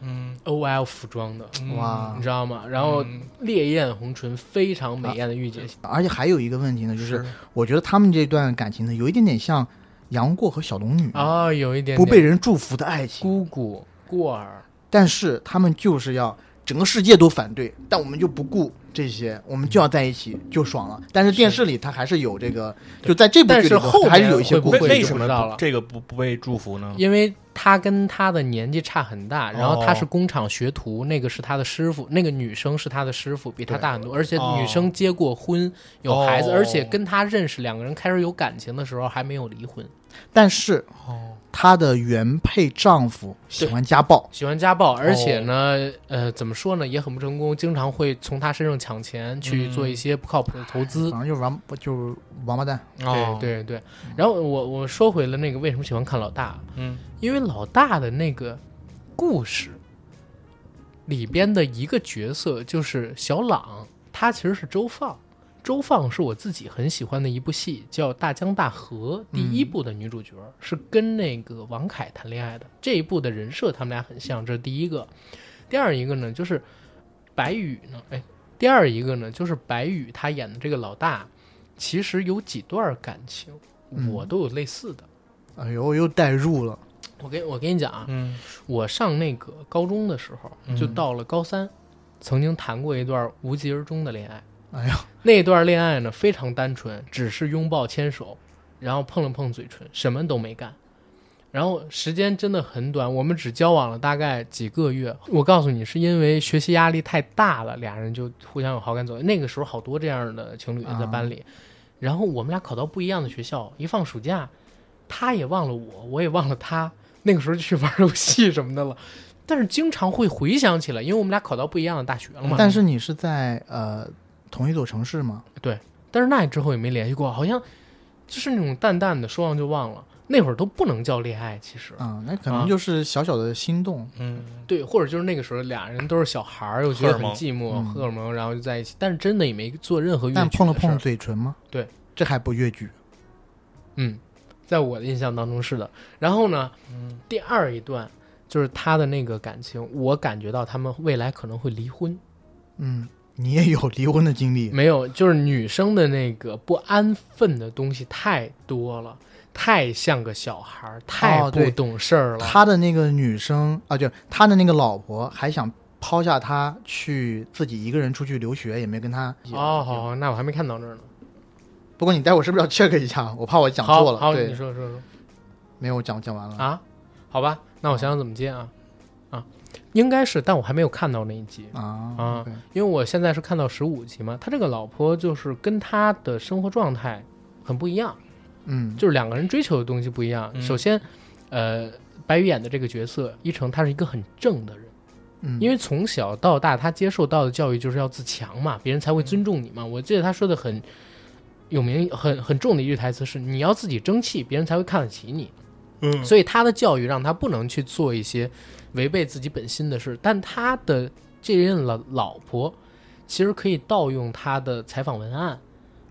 嗯，
OL 服装的，
哇
你知道吗？然后
嗯
烈焰红唇，非常美艳的御姐，
而且还有一个问题呢，就是
是
我觉得他们这段感情呢，有一点点像杨过和小龙女
啊、有一点
不被
点
人祝福的爱情，
姑姑过儿，
但是他们就是要整个世界都反对，但我们就不顾这些，我们就要在一起就爽了。但是电视里它还是有这个，就在这部
但
剧
是
里头
后面
还是有一些
会
不
不
会
会
的
为
就
什
不
么
知道
不
了
这个不不被祝福呢？
因为他跟他的年纪差很大，然后他
嗯哦
是工厂学徒，那个是他的师傅，那个女生是他的师傅，比他大很多，而且
哦
女生结过婚，有孩子，
哦
而且跟他认识，两个人开始有感情的时候还没有离婚，
但是
哦，
她的原配丈夫喜欢家暴，
喜欢家暴，而且
哦
呢，呃，怎么说呢，也很不成功，经常会从他身上抢钱去
嗯
做一些不靠谱的投资。
反正就是王就是王八蛋。
哦，
对对对。然后我我说回了那个为什么喜欢看老大，啊
嗯，
因为老大的那个故事里边的一个角色就是小朗，他其实是周放。周放是我自己很喜欢的一部戏，叫《大江大河》，第一部的女主角、是跟那个王凯谈恋爱的。这一部的人设他们俩很像，这是第一个。第二一个呢，就是白宇呢，哎，第二一个呢，就是白宇他演的这个老大，其实有几段感情
嗯
我都有类似的。
哎呦，又代入了。
我跟我跟你讲啊，
嗯，
我上那个高中的时候，就到了高三，曾经谈过一段无疾而终的恋爱。
哎呀，
那段恋爱呢非常单纯，只是拥抱、牵手，然后碰了碰嘴唇，什么都没干。然后时间真的很短，我们只交往了大概几个月。我告诉你，是因为学习压力太大了，俩人就互相有好感走。那个时候好多这样的情侣在班里，然后我们俩考到不一样的学校，一放暑假，他也忘了我，我也忘了他。那个时候就去玩游戏什么的了，但是经常会回想起来，因为我们俩考到不一样的大学了嘛。
但是你是在呃同一座城市吗？
但是那之后也没联系过，好像就是那种淡淡的说忘就忘了。那会儿都不能叫恋爱，其实
啊、那可能就是小小的心动。
嗯，
对，或者就是那个时候俩人都是小孩儿，又觉得很寂寞，
嗯
荷尔蒙，然后就在一起，但是真的也没做任何越
但
矩
碰了
的事儿
碰，嘴唇吗？
对，
这还不越剧。
嗯，在我的印象当中是的。然后呢，
嗯
第二一段就是他的那个感情，我感觉到他们未来可能会离婚，
嗯，你也有离婚的经历。
没有，就是女生的那个不安分的东西太多了，太像个小孩儿，太
哦
不
对
懂事儿了。
他的那个女生啊，就他的那个老婆还想抛下他去自己一个人出去留学，也没跟他。
哦，好，好，那我还没看到这儿呢。
不过你待会儿是不是要 check 一下？我怕我讲
好
错了。
好，你
对，嗯
说说说
没有，我讲讲完了。
啊？好吧，那我想想怎么接啊啊，应该是，但我还没有看到那一集，
啊
啊
OK
因为我现在是看到十五集嘛。他这个老婆就是跟他的生活状态很不一样，
嗯，
就是两个人追求的东西不一样。
嗯
首先，呃，白宇演的这个角色一成，他是一个很正的人。
嗯
因为从小到大，他接受到的教育就是要自强嘛，别人
嗯
才会尊重你嘛。我记得他说的很有名、很很重的一句台词是：“你要自己争气，别人才会看得起你。”
嗯
所以他的教育让他不能去做一些违背自己本心的事。但他的这任老老婆其实可以盗用他的采访文案，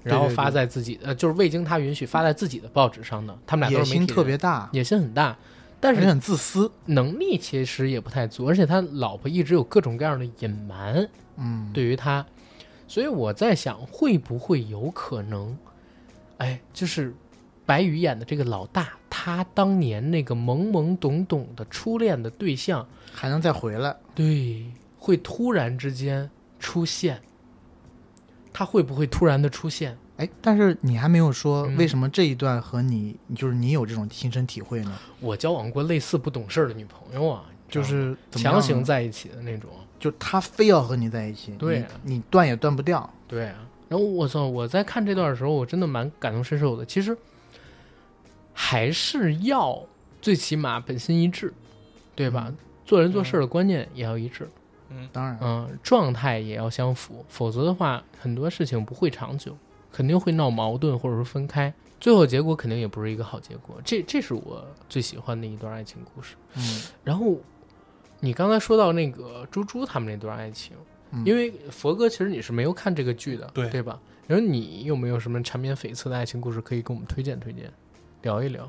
对
然后
对
发
对
在自己呃，就是未经他允许发在自己的报纸上的。他们俩
野
都是媒
心
体
特
人
别大，
野心很大，但
而且
是
很自私。
能力其实也不太足，而且他老婆一直有各种各样的隐瞒
嗯，
对于他，所以我在想会不会有可能，哎，就是白宇演的这个老大，他当年那个懵懵懂懂的初恋的对象，
还能再回来。
对，会突然之间出现，他会不会突然的出现？
哎，但是你还没有说
嗯
为什么这一段和你，就是你有这种亲身体会呢？
我交往过类似不懂事儿的女朋友啊，
就是怎么样
强
啊呢
行，在一起的那种。
就他非要和你在一起，
对
你，你断也断不掉。
对啊，然后我操，我在看这段的时候，我真的蛮感同身受的。其实还是要最起码本心一致，对吧？做人做事的观念也要一致，
当然，
嗯、状态也要相符，否则的话，很多事情不会长久，肯定会闹矛盾或者说分开，最后结果肯定也不是一个好结果。这这是我最喜欢的一段爱情故事。
嗯，
然后你刚才说到那个猪猪他们那段爱情，
嗯
因为佛哥其实你是没有看这个剧的，
对
对吧？然后你有没有什么缠绵悱恻的爱情故事可以给我们推荐推荐，聊一聊，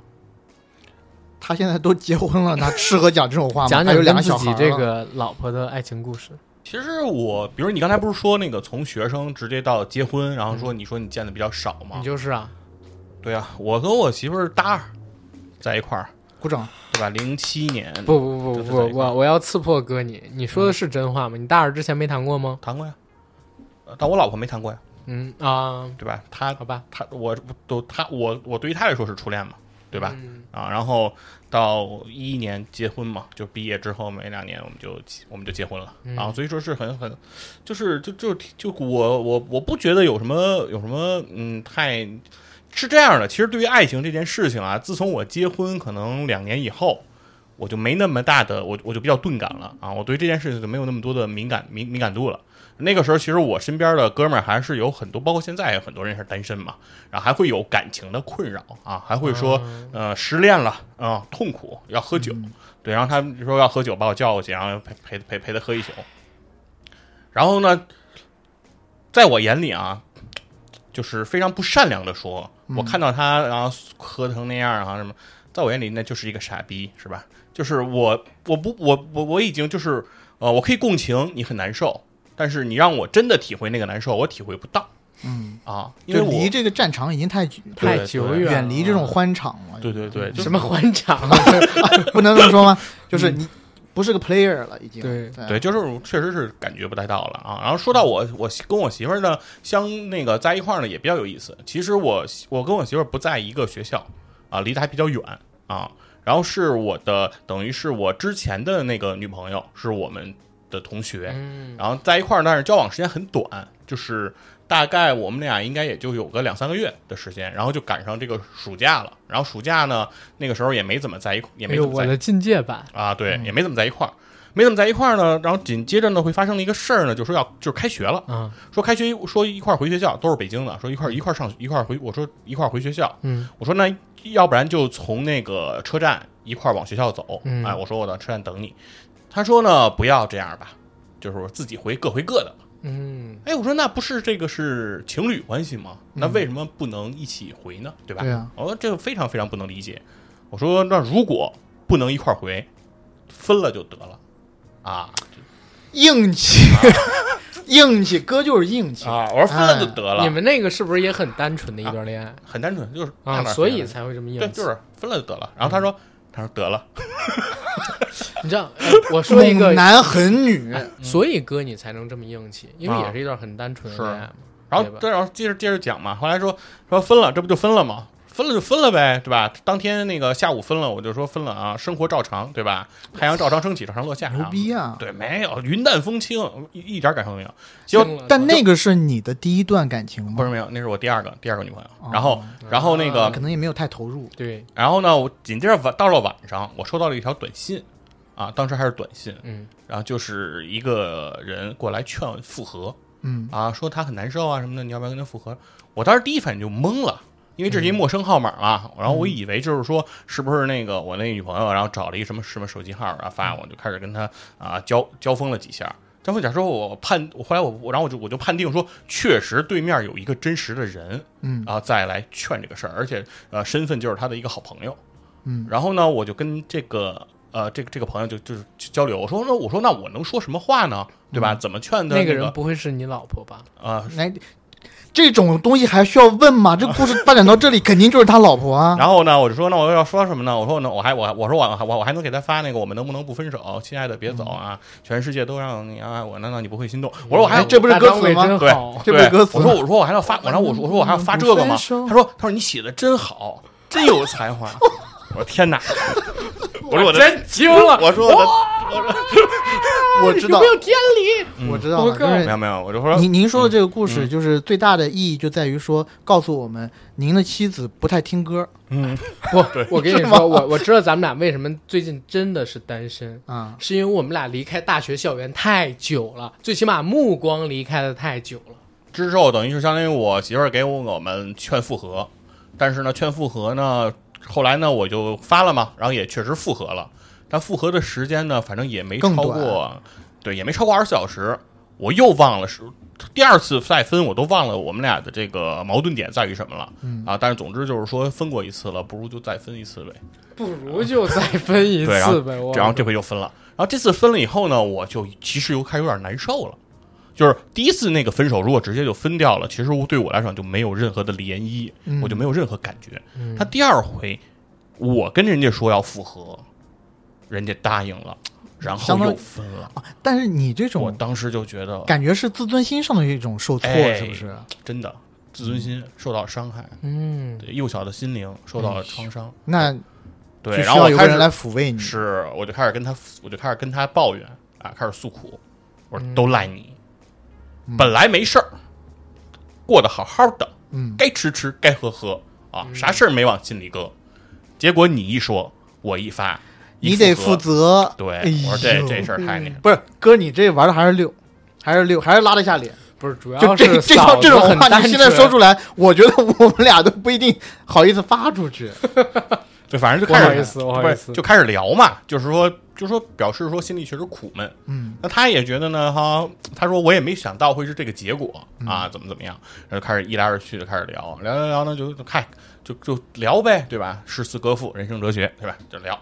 他现在都结婚了，他适合讲这种话吗？
讲
他
讲
有
跟
两个
自
小孩
己
了
这个老婆的爱情故事？
其实我，比如你刚才不是说那个从学生直接到结婚，然后说你说你见的比较少嘛
你？就是啊，
对啊，我跟我媳妇儿大二在一块儿，
鼓掌。
对吧？零七年
不不不不
就是
不
在一，块儿
我我要刺破哥你，你说的是真话吗？你大二之前没谈过吗？
谈过呀，呃但我老婆没谈过呀，
嗯啊，
对吧？她
好吧，
她我都她我我对于她来说是初恋嘛，对吧？
嗯
啊，然后到一一年结婚嘛，就毕业之后没两年我们就我们就结婚了、
嗯
啊，所以说是很很，就是就就就我我我不觉得有什么有什么嗯太是这样的。其实对于爱情这件事情啊，自从我结婚可能两年以后，我就没那么大的我我就比较钝感了啊，我对这件事情就没有那么多的敏感敏敏感度了。那个时候，其实我身边的哥们儿还是有很多，包括现在有很多人是单身嘛，然后还会有感情的困扰啊，还会说，呃，失恋了啊、痛苦，要喝酒，对，然后他们说要喝酒，把我叫过去，然后陪陪陪陪他喝一宿。然后呢，在我眼里啊，就是非常不善良的说，
嗯
我看到他然后喝成那样啊什么，在我眼里那就是一个傻逼，是吧？就是我我不我我我已经就是呃，我可以共情你很难受，但是你让我真的体会那个难受，我体会不到
嗯，
啊，因为
就
我
离这个战场已经太久
对
太久远了，
远离这种欢场了，啊
对对对，就是
什么欢场，
不能这么说吗？就是你不是个 player 了，已
嗯
经。
对
对，就是确实是感觉不太到了啊。然后说到我，我媳跟我媳妇儿呢相那个在一块儿呢也比较有意思。其实我媳我跟我媳妇儿不在一个学校啊，离得还比较远啊。然后是我的，等于是我之前的那个女朋友，是我们的同学，
嗯
然后在一块儿，但是交往时间很短，就是大概我们俩应该也就有个两三个月的时间，然后就赶上这个暑假了。然后暑假呢，那个时候也没怎么在一，也
哎
没
呦，
怎么在
我的境界版，
啊，对，也没怎么在一块儿，没怎么在一块儿呢。然后紧接着呢，会发生了一个事儿呢，就说要就是开学了，
啊，
说开学说一块儿回学校，都是北京的，说一块儿一块儿上一块儿回，我说一块儿回学校，
嗯，
我说那要不然就从那个车站一块儿往学校走，
嗯
哎，我说我到车站等你，他说呢不要这样吧，就是我自己回各回各的。
嗯，
哎，我说那不是这个是情侣关系吗？那为什么不能一起回呢？对吧？
对啊
我说这个非常非常不能理解。我说那如果不能一块儿回，分了就得了啊
硬气，硬气，哥就是硬气。
啊！我说分了就得了，
哎你们那个是不是也很单纯的一段恋爱？
很单纯，就是
啊，所以才会这么硬
对，
气
就。是分了就得了。然后
嗯
他说，他说得了，
你知道，哎我说一个哎
猛，男狠女，
哎
所以哥你才能这么硬气，因为
啊
也是一段很单纯的
是
恋爱嘛。
然
对
后
吧
对，然后接着接着讲嘛。后来说说分了，这不就分了吗？分了就分了呗，对吧？当天那个下午分了，我就说分了啊，生活照常，对吧？太阳照常升起，照常落下、啊，
牛逼啊！
对，没有云淡风轻，一一点感受没有。结果
听了
但那个是你的第一段感情吗？
不是没有，那是我第二个第二个女朋友。然后，然后那
啊
个
可，能也没有太投入。
对，
然后呢，我紧接着晚到了晚上，我收到了一条短信，啊，当时还是短信，
嗯，
然后就是一个人过来劝我复合，
嗯
啊，说他很难受啊什么的，你要不要跟他复合？我当时第一反应就懵了。因为这是一陌生号码嘛，然后我以为就是说是不是那个啊我那女朋友，然后找了一什么什么手机号，然后发我就开始跟他啊、交交锋了几下，张凤甲说：“我判，我后来我我，然后我就我就判定说，确实对面有一个真实的人，
嗯
然后再来劝这个事儿，而且呃，身份就是他的一个好朋友，
嗯，
然后呢，我就跟这个呃这个这个朋友就就是去交流，我说那我说那我能说什么话呢？对吧？怎么劝的、
那
个
个人不会是你老婆吧？
啊、
来，哎这种东西还需要问 吗？这故事发展到这里，肯定就是他老婆啊。
然后呢，我就说，那我要说什么呢？我说呢，我还我还我说我还我我还能给他发那个，我们能不能不分手？亲爱的，别走啊！全世界都让你爱我，难道你不会心动？我说我还
嗯哎这不是歌
大
词吗
张伟真
对
好，
这不是歌词嗯
我说我说我还要发，我然后我说我说我还要发这个吗？
不分手
他说他说你写的真好，真有才华。 我说 天哪！我说我的
真惊了，
我说我的
我知道
有没，有天理？
我知道
我
了，
靠
就
嗯没
是
有没嗯有，我就说
您您说的这个故事，就是最大的意义就在于说，告诉我们您的妻子不太听歌
嗯
不，我跟你
是吗
说，我我知道咱们俩为什么最近真的是单身，
啊。
是因为我们俩离开大学校园太久了，最起码目光离开的太久了。
之后等于是相当于我媳妇儿给我我们劝复合，但是呢，劝复合呢，后来呢我就发了嘛，然后也确实复合了，但复合的时间呢，反正也没超
更
过，对，也没超过二十四小时，我又忘了是。第二次再分，我都忘了我们俩的这个矛盾点在于什么了、啊！但是总之就是说，分过一次了，不如就再分一次呗。
不如就再分一
对，然
次
后
呗。我
然后这回又分了，然后这次分了以后呢，我就其实又开始有点难受了。就是第一次那个分手，如果直接就分掉了，其实对我来讲就没有任何的涟漪，
嗯
我就没有任何感觉。他第二回，我跟人家说要复合，人家答应了，然后
相当于
又分了。
但是你这
我
种
当时就觉得，
感觉是自尊心上的一种受挫，
哎
是不是？
真的自尊心受到伤害，
嗯，
对幼小的心灵受到了创伤。
那
对，
就哎
然
需
后
要
我
有
开
个
始
人来抚慰你。
是，我就开始跟他，我就开始跟他抱怨啊，开始诉苦，我说都
嗯
赖你，本来没事儿，过得好好的，
嗯，
该吃吃，该喝喝啊，啥事儿没往心里搁，结果你一说，我一发，一
你得
负
负
责。
责。
对，
哎
我说这
呦
这事儿太那个，
不是哥，你这玩的还是溜，还是溜，还是拉得下脸。
不是，主
就
要是
这这
嫂
种
子
这种
很
话，
单
你现在
纯
说出来，我觉得我们俩都不一定好意思发出去。
对，反正就
不
开
好
始
意思不好
不
意
是
思
就开始聊嘛，就是说就是说表示说心里确实苦闷，
嗯，
那他也觉得呢，哈，他说我也没想到会是这个结果
嗯
啊，怎么怎么样，然后开始一来二去的开始聊，聊聊聊呢，就就看就就聊呗，对吧？诗词歌赋、人生哲学，对吧？就聊，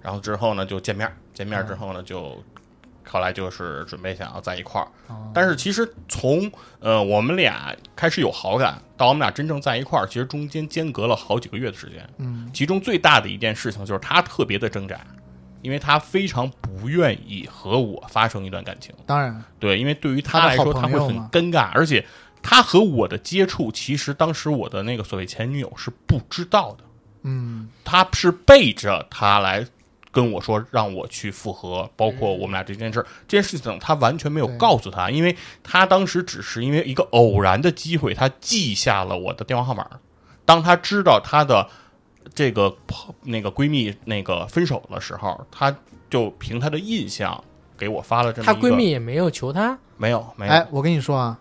然后之后呢就见面，见面之后呢就。后来就是准备想要在一块儿，
哦
但是其实从呃我们俩开始有好感到我们俩真正在一块儿，其实中间间隔了好几个月的时间。
嗯，
其中最大的一件事情就是他特别的挣扎，因为他非常不愿意和我发生一段感情。
当然，
对，因为对于
他的
来说，
好
他
朋
会
友
很
嘛
尴尬，而且他和我的接触，其实当时我的那个所谓前女友是不知道的，
嗯，
他是背着他来跟我说让我去复合，包括我们俩这件事儿，这件事情他完全没有
对
告诉他，因为他当时只是因为一个偶然的机会，他记下了我的电话号码。当他知道他的这个朋那个闺蜜那个分手的时候，他就凭他的印象给我发了这么
她
一个
闺蜜也没有求她，
没有没有
哎，我跟你说啊，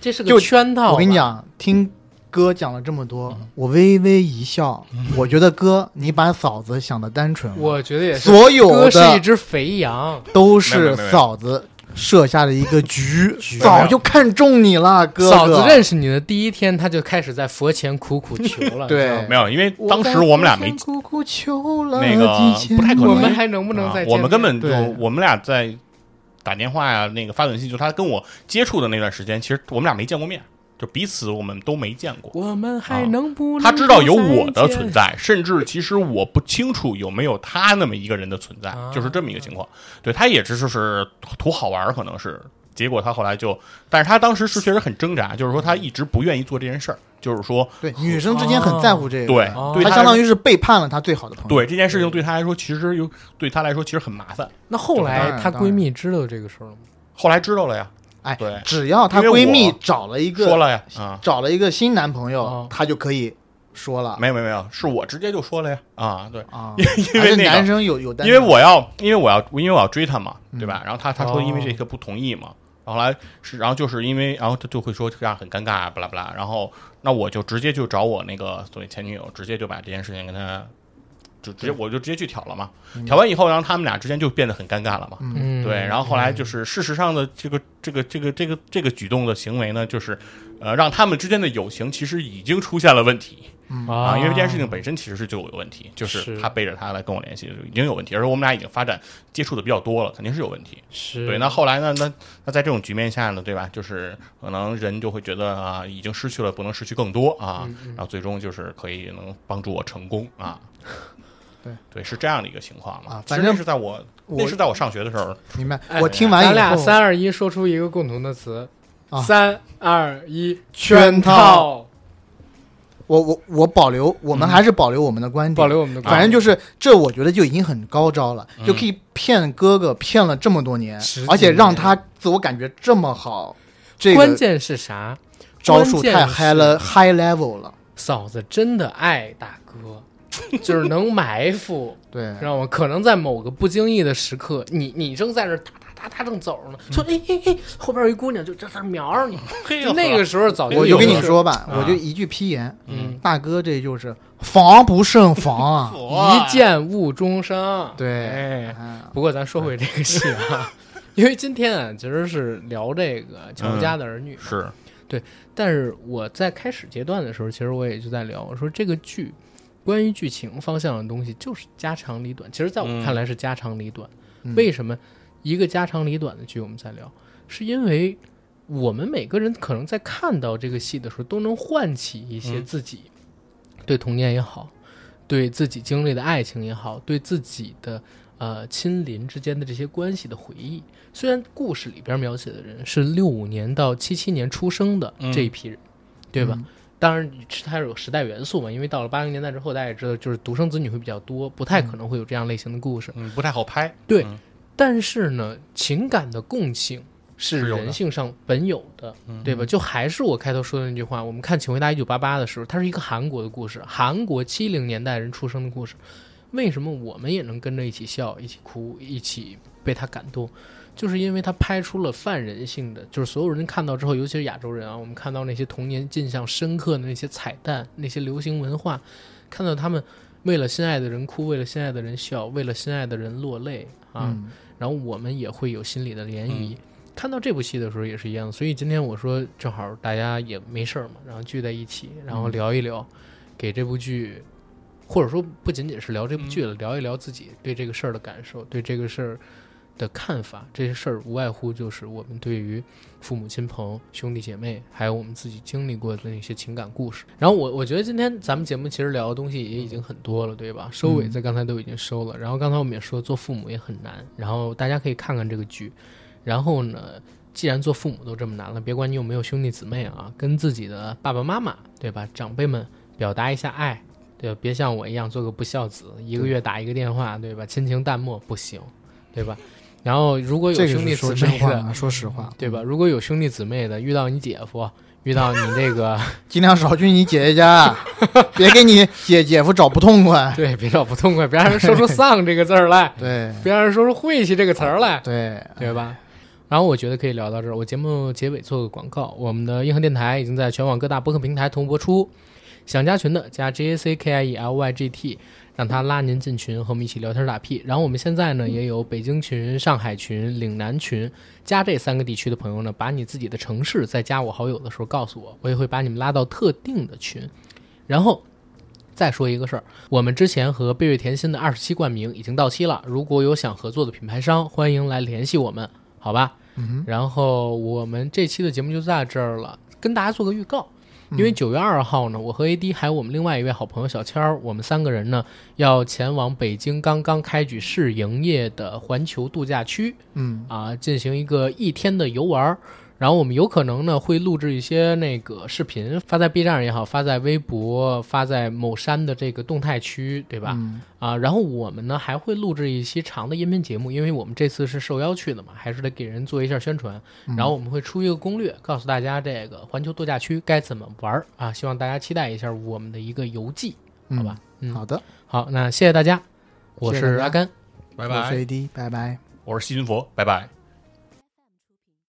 这是
就
个圈套。
我跟你，讲，听哥讲了这么多，
嗯
我微微一笑，我觉得哥你把嫂子想的单纯了，
我觉得也是。
所有
哥是一
的
只肥羊，
都
没有没
是
有没有
嫂子设下的一个局，
没有
早就看中你了，哥哥。
嫂子认识你的第一天，她就开始在佛前苦苦求了。你知道吗
对，
没有，因为当时我们俩没
在佛前苦苦求了
那个
几千
不太可能
我
年
们还能不能再
啊
见面？
我们根本就
对
我们俩在打电话呀、那个发短信，就他跟我接触的那段时间，其实我们俩没见过面，就彼此我们都没见过。
我们还能不能、
啊他知道有我的存，在，甚至其实我不清楚有没有他那么一个人的存在，
啊
就是这么一个情况。对他也只是是图好玩儿，可能是。结果他后来就，但是他当时是确实很挣扎，就是说他一直不愿意做这件事儿，就是说，
对女生之间很在乎这个，啊
对，对
她
他
相当于是背叛了她最好的朋友。
对这件事情对他来说，其实有对他来说其实很麻烦。
那后
当
来
然
她
当
闺
然
蜜知道这个事儿了吗？
后来知道了呀，
哎
对，
只要她
因为
闺蜜
我
找了一个
说了啊呀，啊、
找了一个新男朋友
哦，
她就可以说了
没有没有没有，是我直接就说了呀，啊，对，
啊，
因为
还是
那个
男生有有担
因为我要，因为我要，因为我要追她嘛，
嗯
对吧？然后她她说
哦
因为这个不同意嘛，然后来是，然后就是因为，然后她就会说这样很尴尬，巴拉巴拉。然后那我就直接就找我那个所谓前女友，直接就把这件事情跟她就直接我就直接去挑了嘛。
嗯
挑完以后，然后他们俩之间就变得很尴尬了嘛。
嗯，
对，然后后来就是事实上的这个这个这个这个这个举动的行为呢，就是呃让他们之间的友情其实已经出现了问题
嗯
啊，因为这件事情本身其实是就有问题，就是
是
他背着他来跟我联系已经有问题，而且我们俩已经发展接触的比较多了，肯定是有问题。
是
对，那后来呢？那那在这种局面下呢，对吧？就是可能人就会觉得啊，已经失去了，不能失去更多啊，
嗯
嗯
然后最终就是可以能帮助我成功啊。
对
对，是这样的一个情况嘛。
啊
其实
反正
那是在我
我
那是在我上学的时候，
明白
哎。
我听完以
咱俩
后，
三二一，说出一个共同的词
啊。
三二一，
圈
套
套，我我我保留，我
嗯
们还是保留我们的观 点，
保留我们的观点。
啊反正就是这，我觉得就已经很高招了，
嗯
就可以骗哥哥骗了这么多年
十几，年
而且让他自我感觉这么好，这
关
个
键是啥？
招数太
关键是
high 了，high level 了。
嫂子真的爱大 哥，就是能埋伏，
对，
知道吗？可能在某个不经意的时刻，你你正在这儿哒哒哒哒正走着
嗯
呢，说哎哎哎，后边有一姑娘就在这儿瞄着你，
嘿
就那个时候早就
哎我
有
就跟你
了，
说吧，
啊
我就一句批言，
嗯，
大哥这就是防不胜防 啊。
一见误终伤。
对
哎
啊
不过咱说回这个戏 啊，因为今天啊其实是聊这个乔家的儿女，
是
但是我在开始阶段的时候，其实我也就在聊，我说这个剧关于剧情方向的东西就是家长里短。其实，在我
嗯
看来是家长里短。
嗯
为什么一个家长里短的剧我们在聊？是因为我们每个人可能在看到这个戏的时候，都能唤起一些
嗯
自己对童年也好，对自己经历的爱情也好，对自己的呃亲邻之间的这些关系的回忆。虽然故事里边描写的人是六五年到七七年出生的这一批人，对
嗯
吧？当然，它有时代元素嘛，因为到了八零年代之后，大家也知道，就是独生子女会比较多，不太可能会有这样类型的故事。
嗯不太好拍，
对，
嗯
但是呢，情感的共性是
是有的嗯
人性上本有的，对吧？就还是我开头说的那句话，我们看《请回答一九八八》的时候，它是一个韩国的故事，韩国七零年代人出生的故事，为什么我们也能跟着一起笑、一起哭、一起被他感动？就是因为他拍出了泛人性的，就是所有人看到之后，尤其是亚洲人啊，我们看到那些童年印象深刻的那些彩蛋、那些流行文化，看到他们为了心爱的人哭，为了心爱的人笑，为了心爱的人落泪啊，
嗯
然后我们也会有心理的涟漪。看到这部戏的时候也是一样，所以今天我说正好大家也没事儿嘛，然后聚在一起，然后聊一聊，给这部剧，或者说不仅仅是聊这部剧了，聊一聊自己对这个事儿的感受，对这个事儿的看法。这些事儿无外乎就是我们对于父母亲朋、兄弟姐妹，还有我们自己经历过的那些情感故事。然后我我觉得今天咱们节目其实聊的东西也已经很多了，对吧？收尾在刚才都已经收了，然后刚才我们也说做父母也很难，然后大家可以看看这个剧，然后呢。既然做父母都这么难了，别管你有没有兄弟姊妹啊，跟自己的爸爸妈妈，对吧？长辈们表达一下爱，对吧？别像我一样做个不孝子，一个月打一个电话，对吧？亲情淡漠不行，对吧？然后如果啊有
这个
兄弟
是
姊
说
妹
真话
的，
啊，说实话，
对吧？如果有兄弟姊妹的，遇到你姐夫，遇到你这个，
尽量少去你姐姐家，别给你姐姐夫找不痛快。
对，别找不痛快，别让人说 出“丧”这个字儿来，
对
别让人说出“晦气”这个词儿来，
对，
对吧？哎然后我觉得可以聊到这儿。我节目结尾做个广告，我们的硬核电台已经在全网各大播客平台同步播出。想加群的加 J A C K I E L Y G T，让他拉您进群，和我们一起聊天打屁。然后我们现在呢也有北京群、上海群、岭南群，加这三个地区的朋友呢，把你自己的城市在加我好友的时候告诉我，我也会把你们拉到特定的群。然后再说一个事儿，我们之前和贝瑞甜心的二十期冠名已经到期了，如果有想合作的品牌商，欢迎来联系我们，好吧？嗯、然后我们这期的节目就在这儿了，跟大家做个预告。因为九月二号呢，我和 AD 还有我们另外一位好朋友小谦儿，我们三个人呢要前往北京刚刚开举试营业的环球度假区，
嗯，
啊，进行一个一天的游玩儿。然后我们有可能呢会录制一些那个视频，发在 B 站也好，发在微博，发在某山的这个动态区，对吧？
嗯
啊，然后我们呢还会录制一期长的音频节目，因为我们这次是受邀去的嘛，还是得给人做一下宣传。
嗯
然后我们会出一个攻略，告诉大家这个环球度假区该怎么玩儿啊，希望大家期待一下我们的一个游记，好吧？嗯，
好的，
好，那谢谢大家，我
谢谢大
是
家
阿甘。
我是
拜拜。
AD，拜拜。
我是细菌佛，拜拜。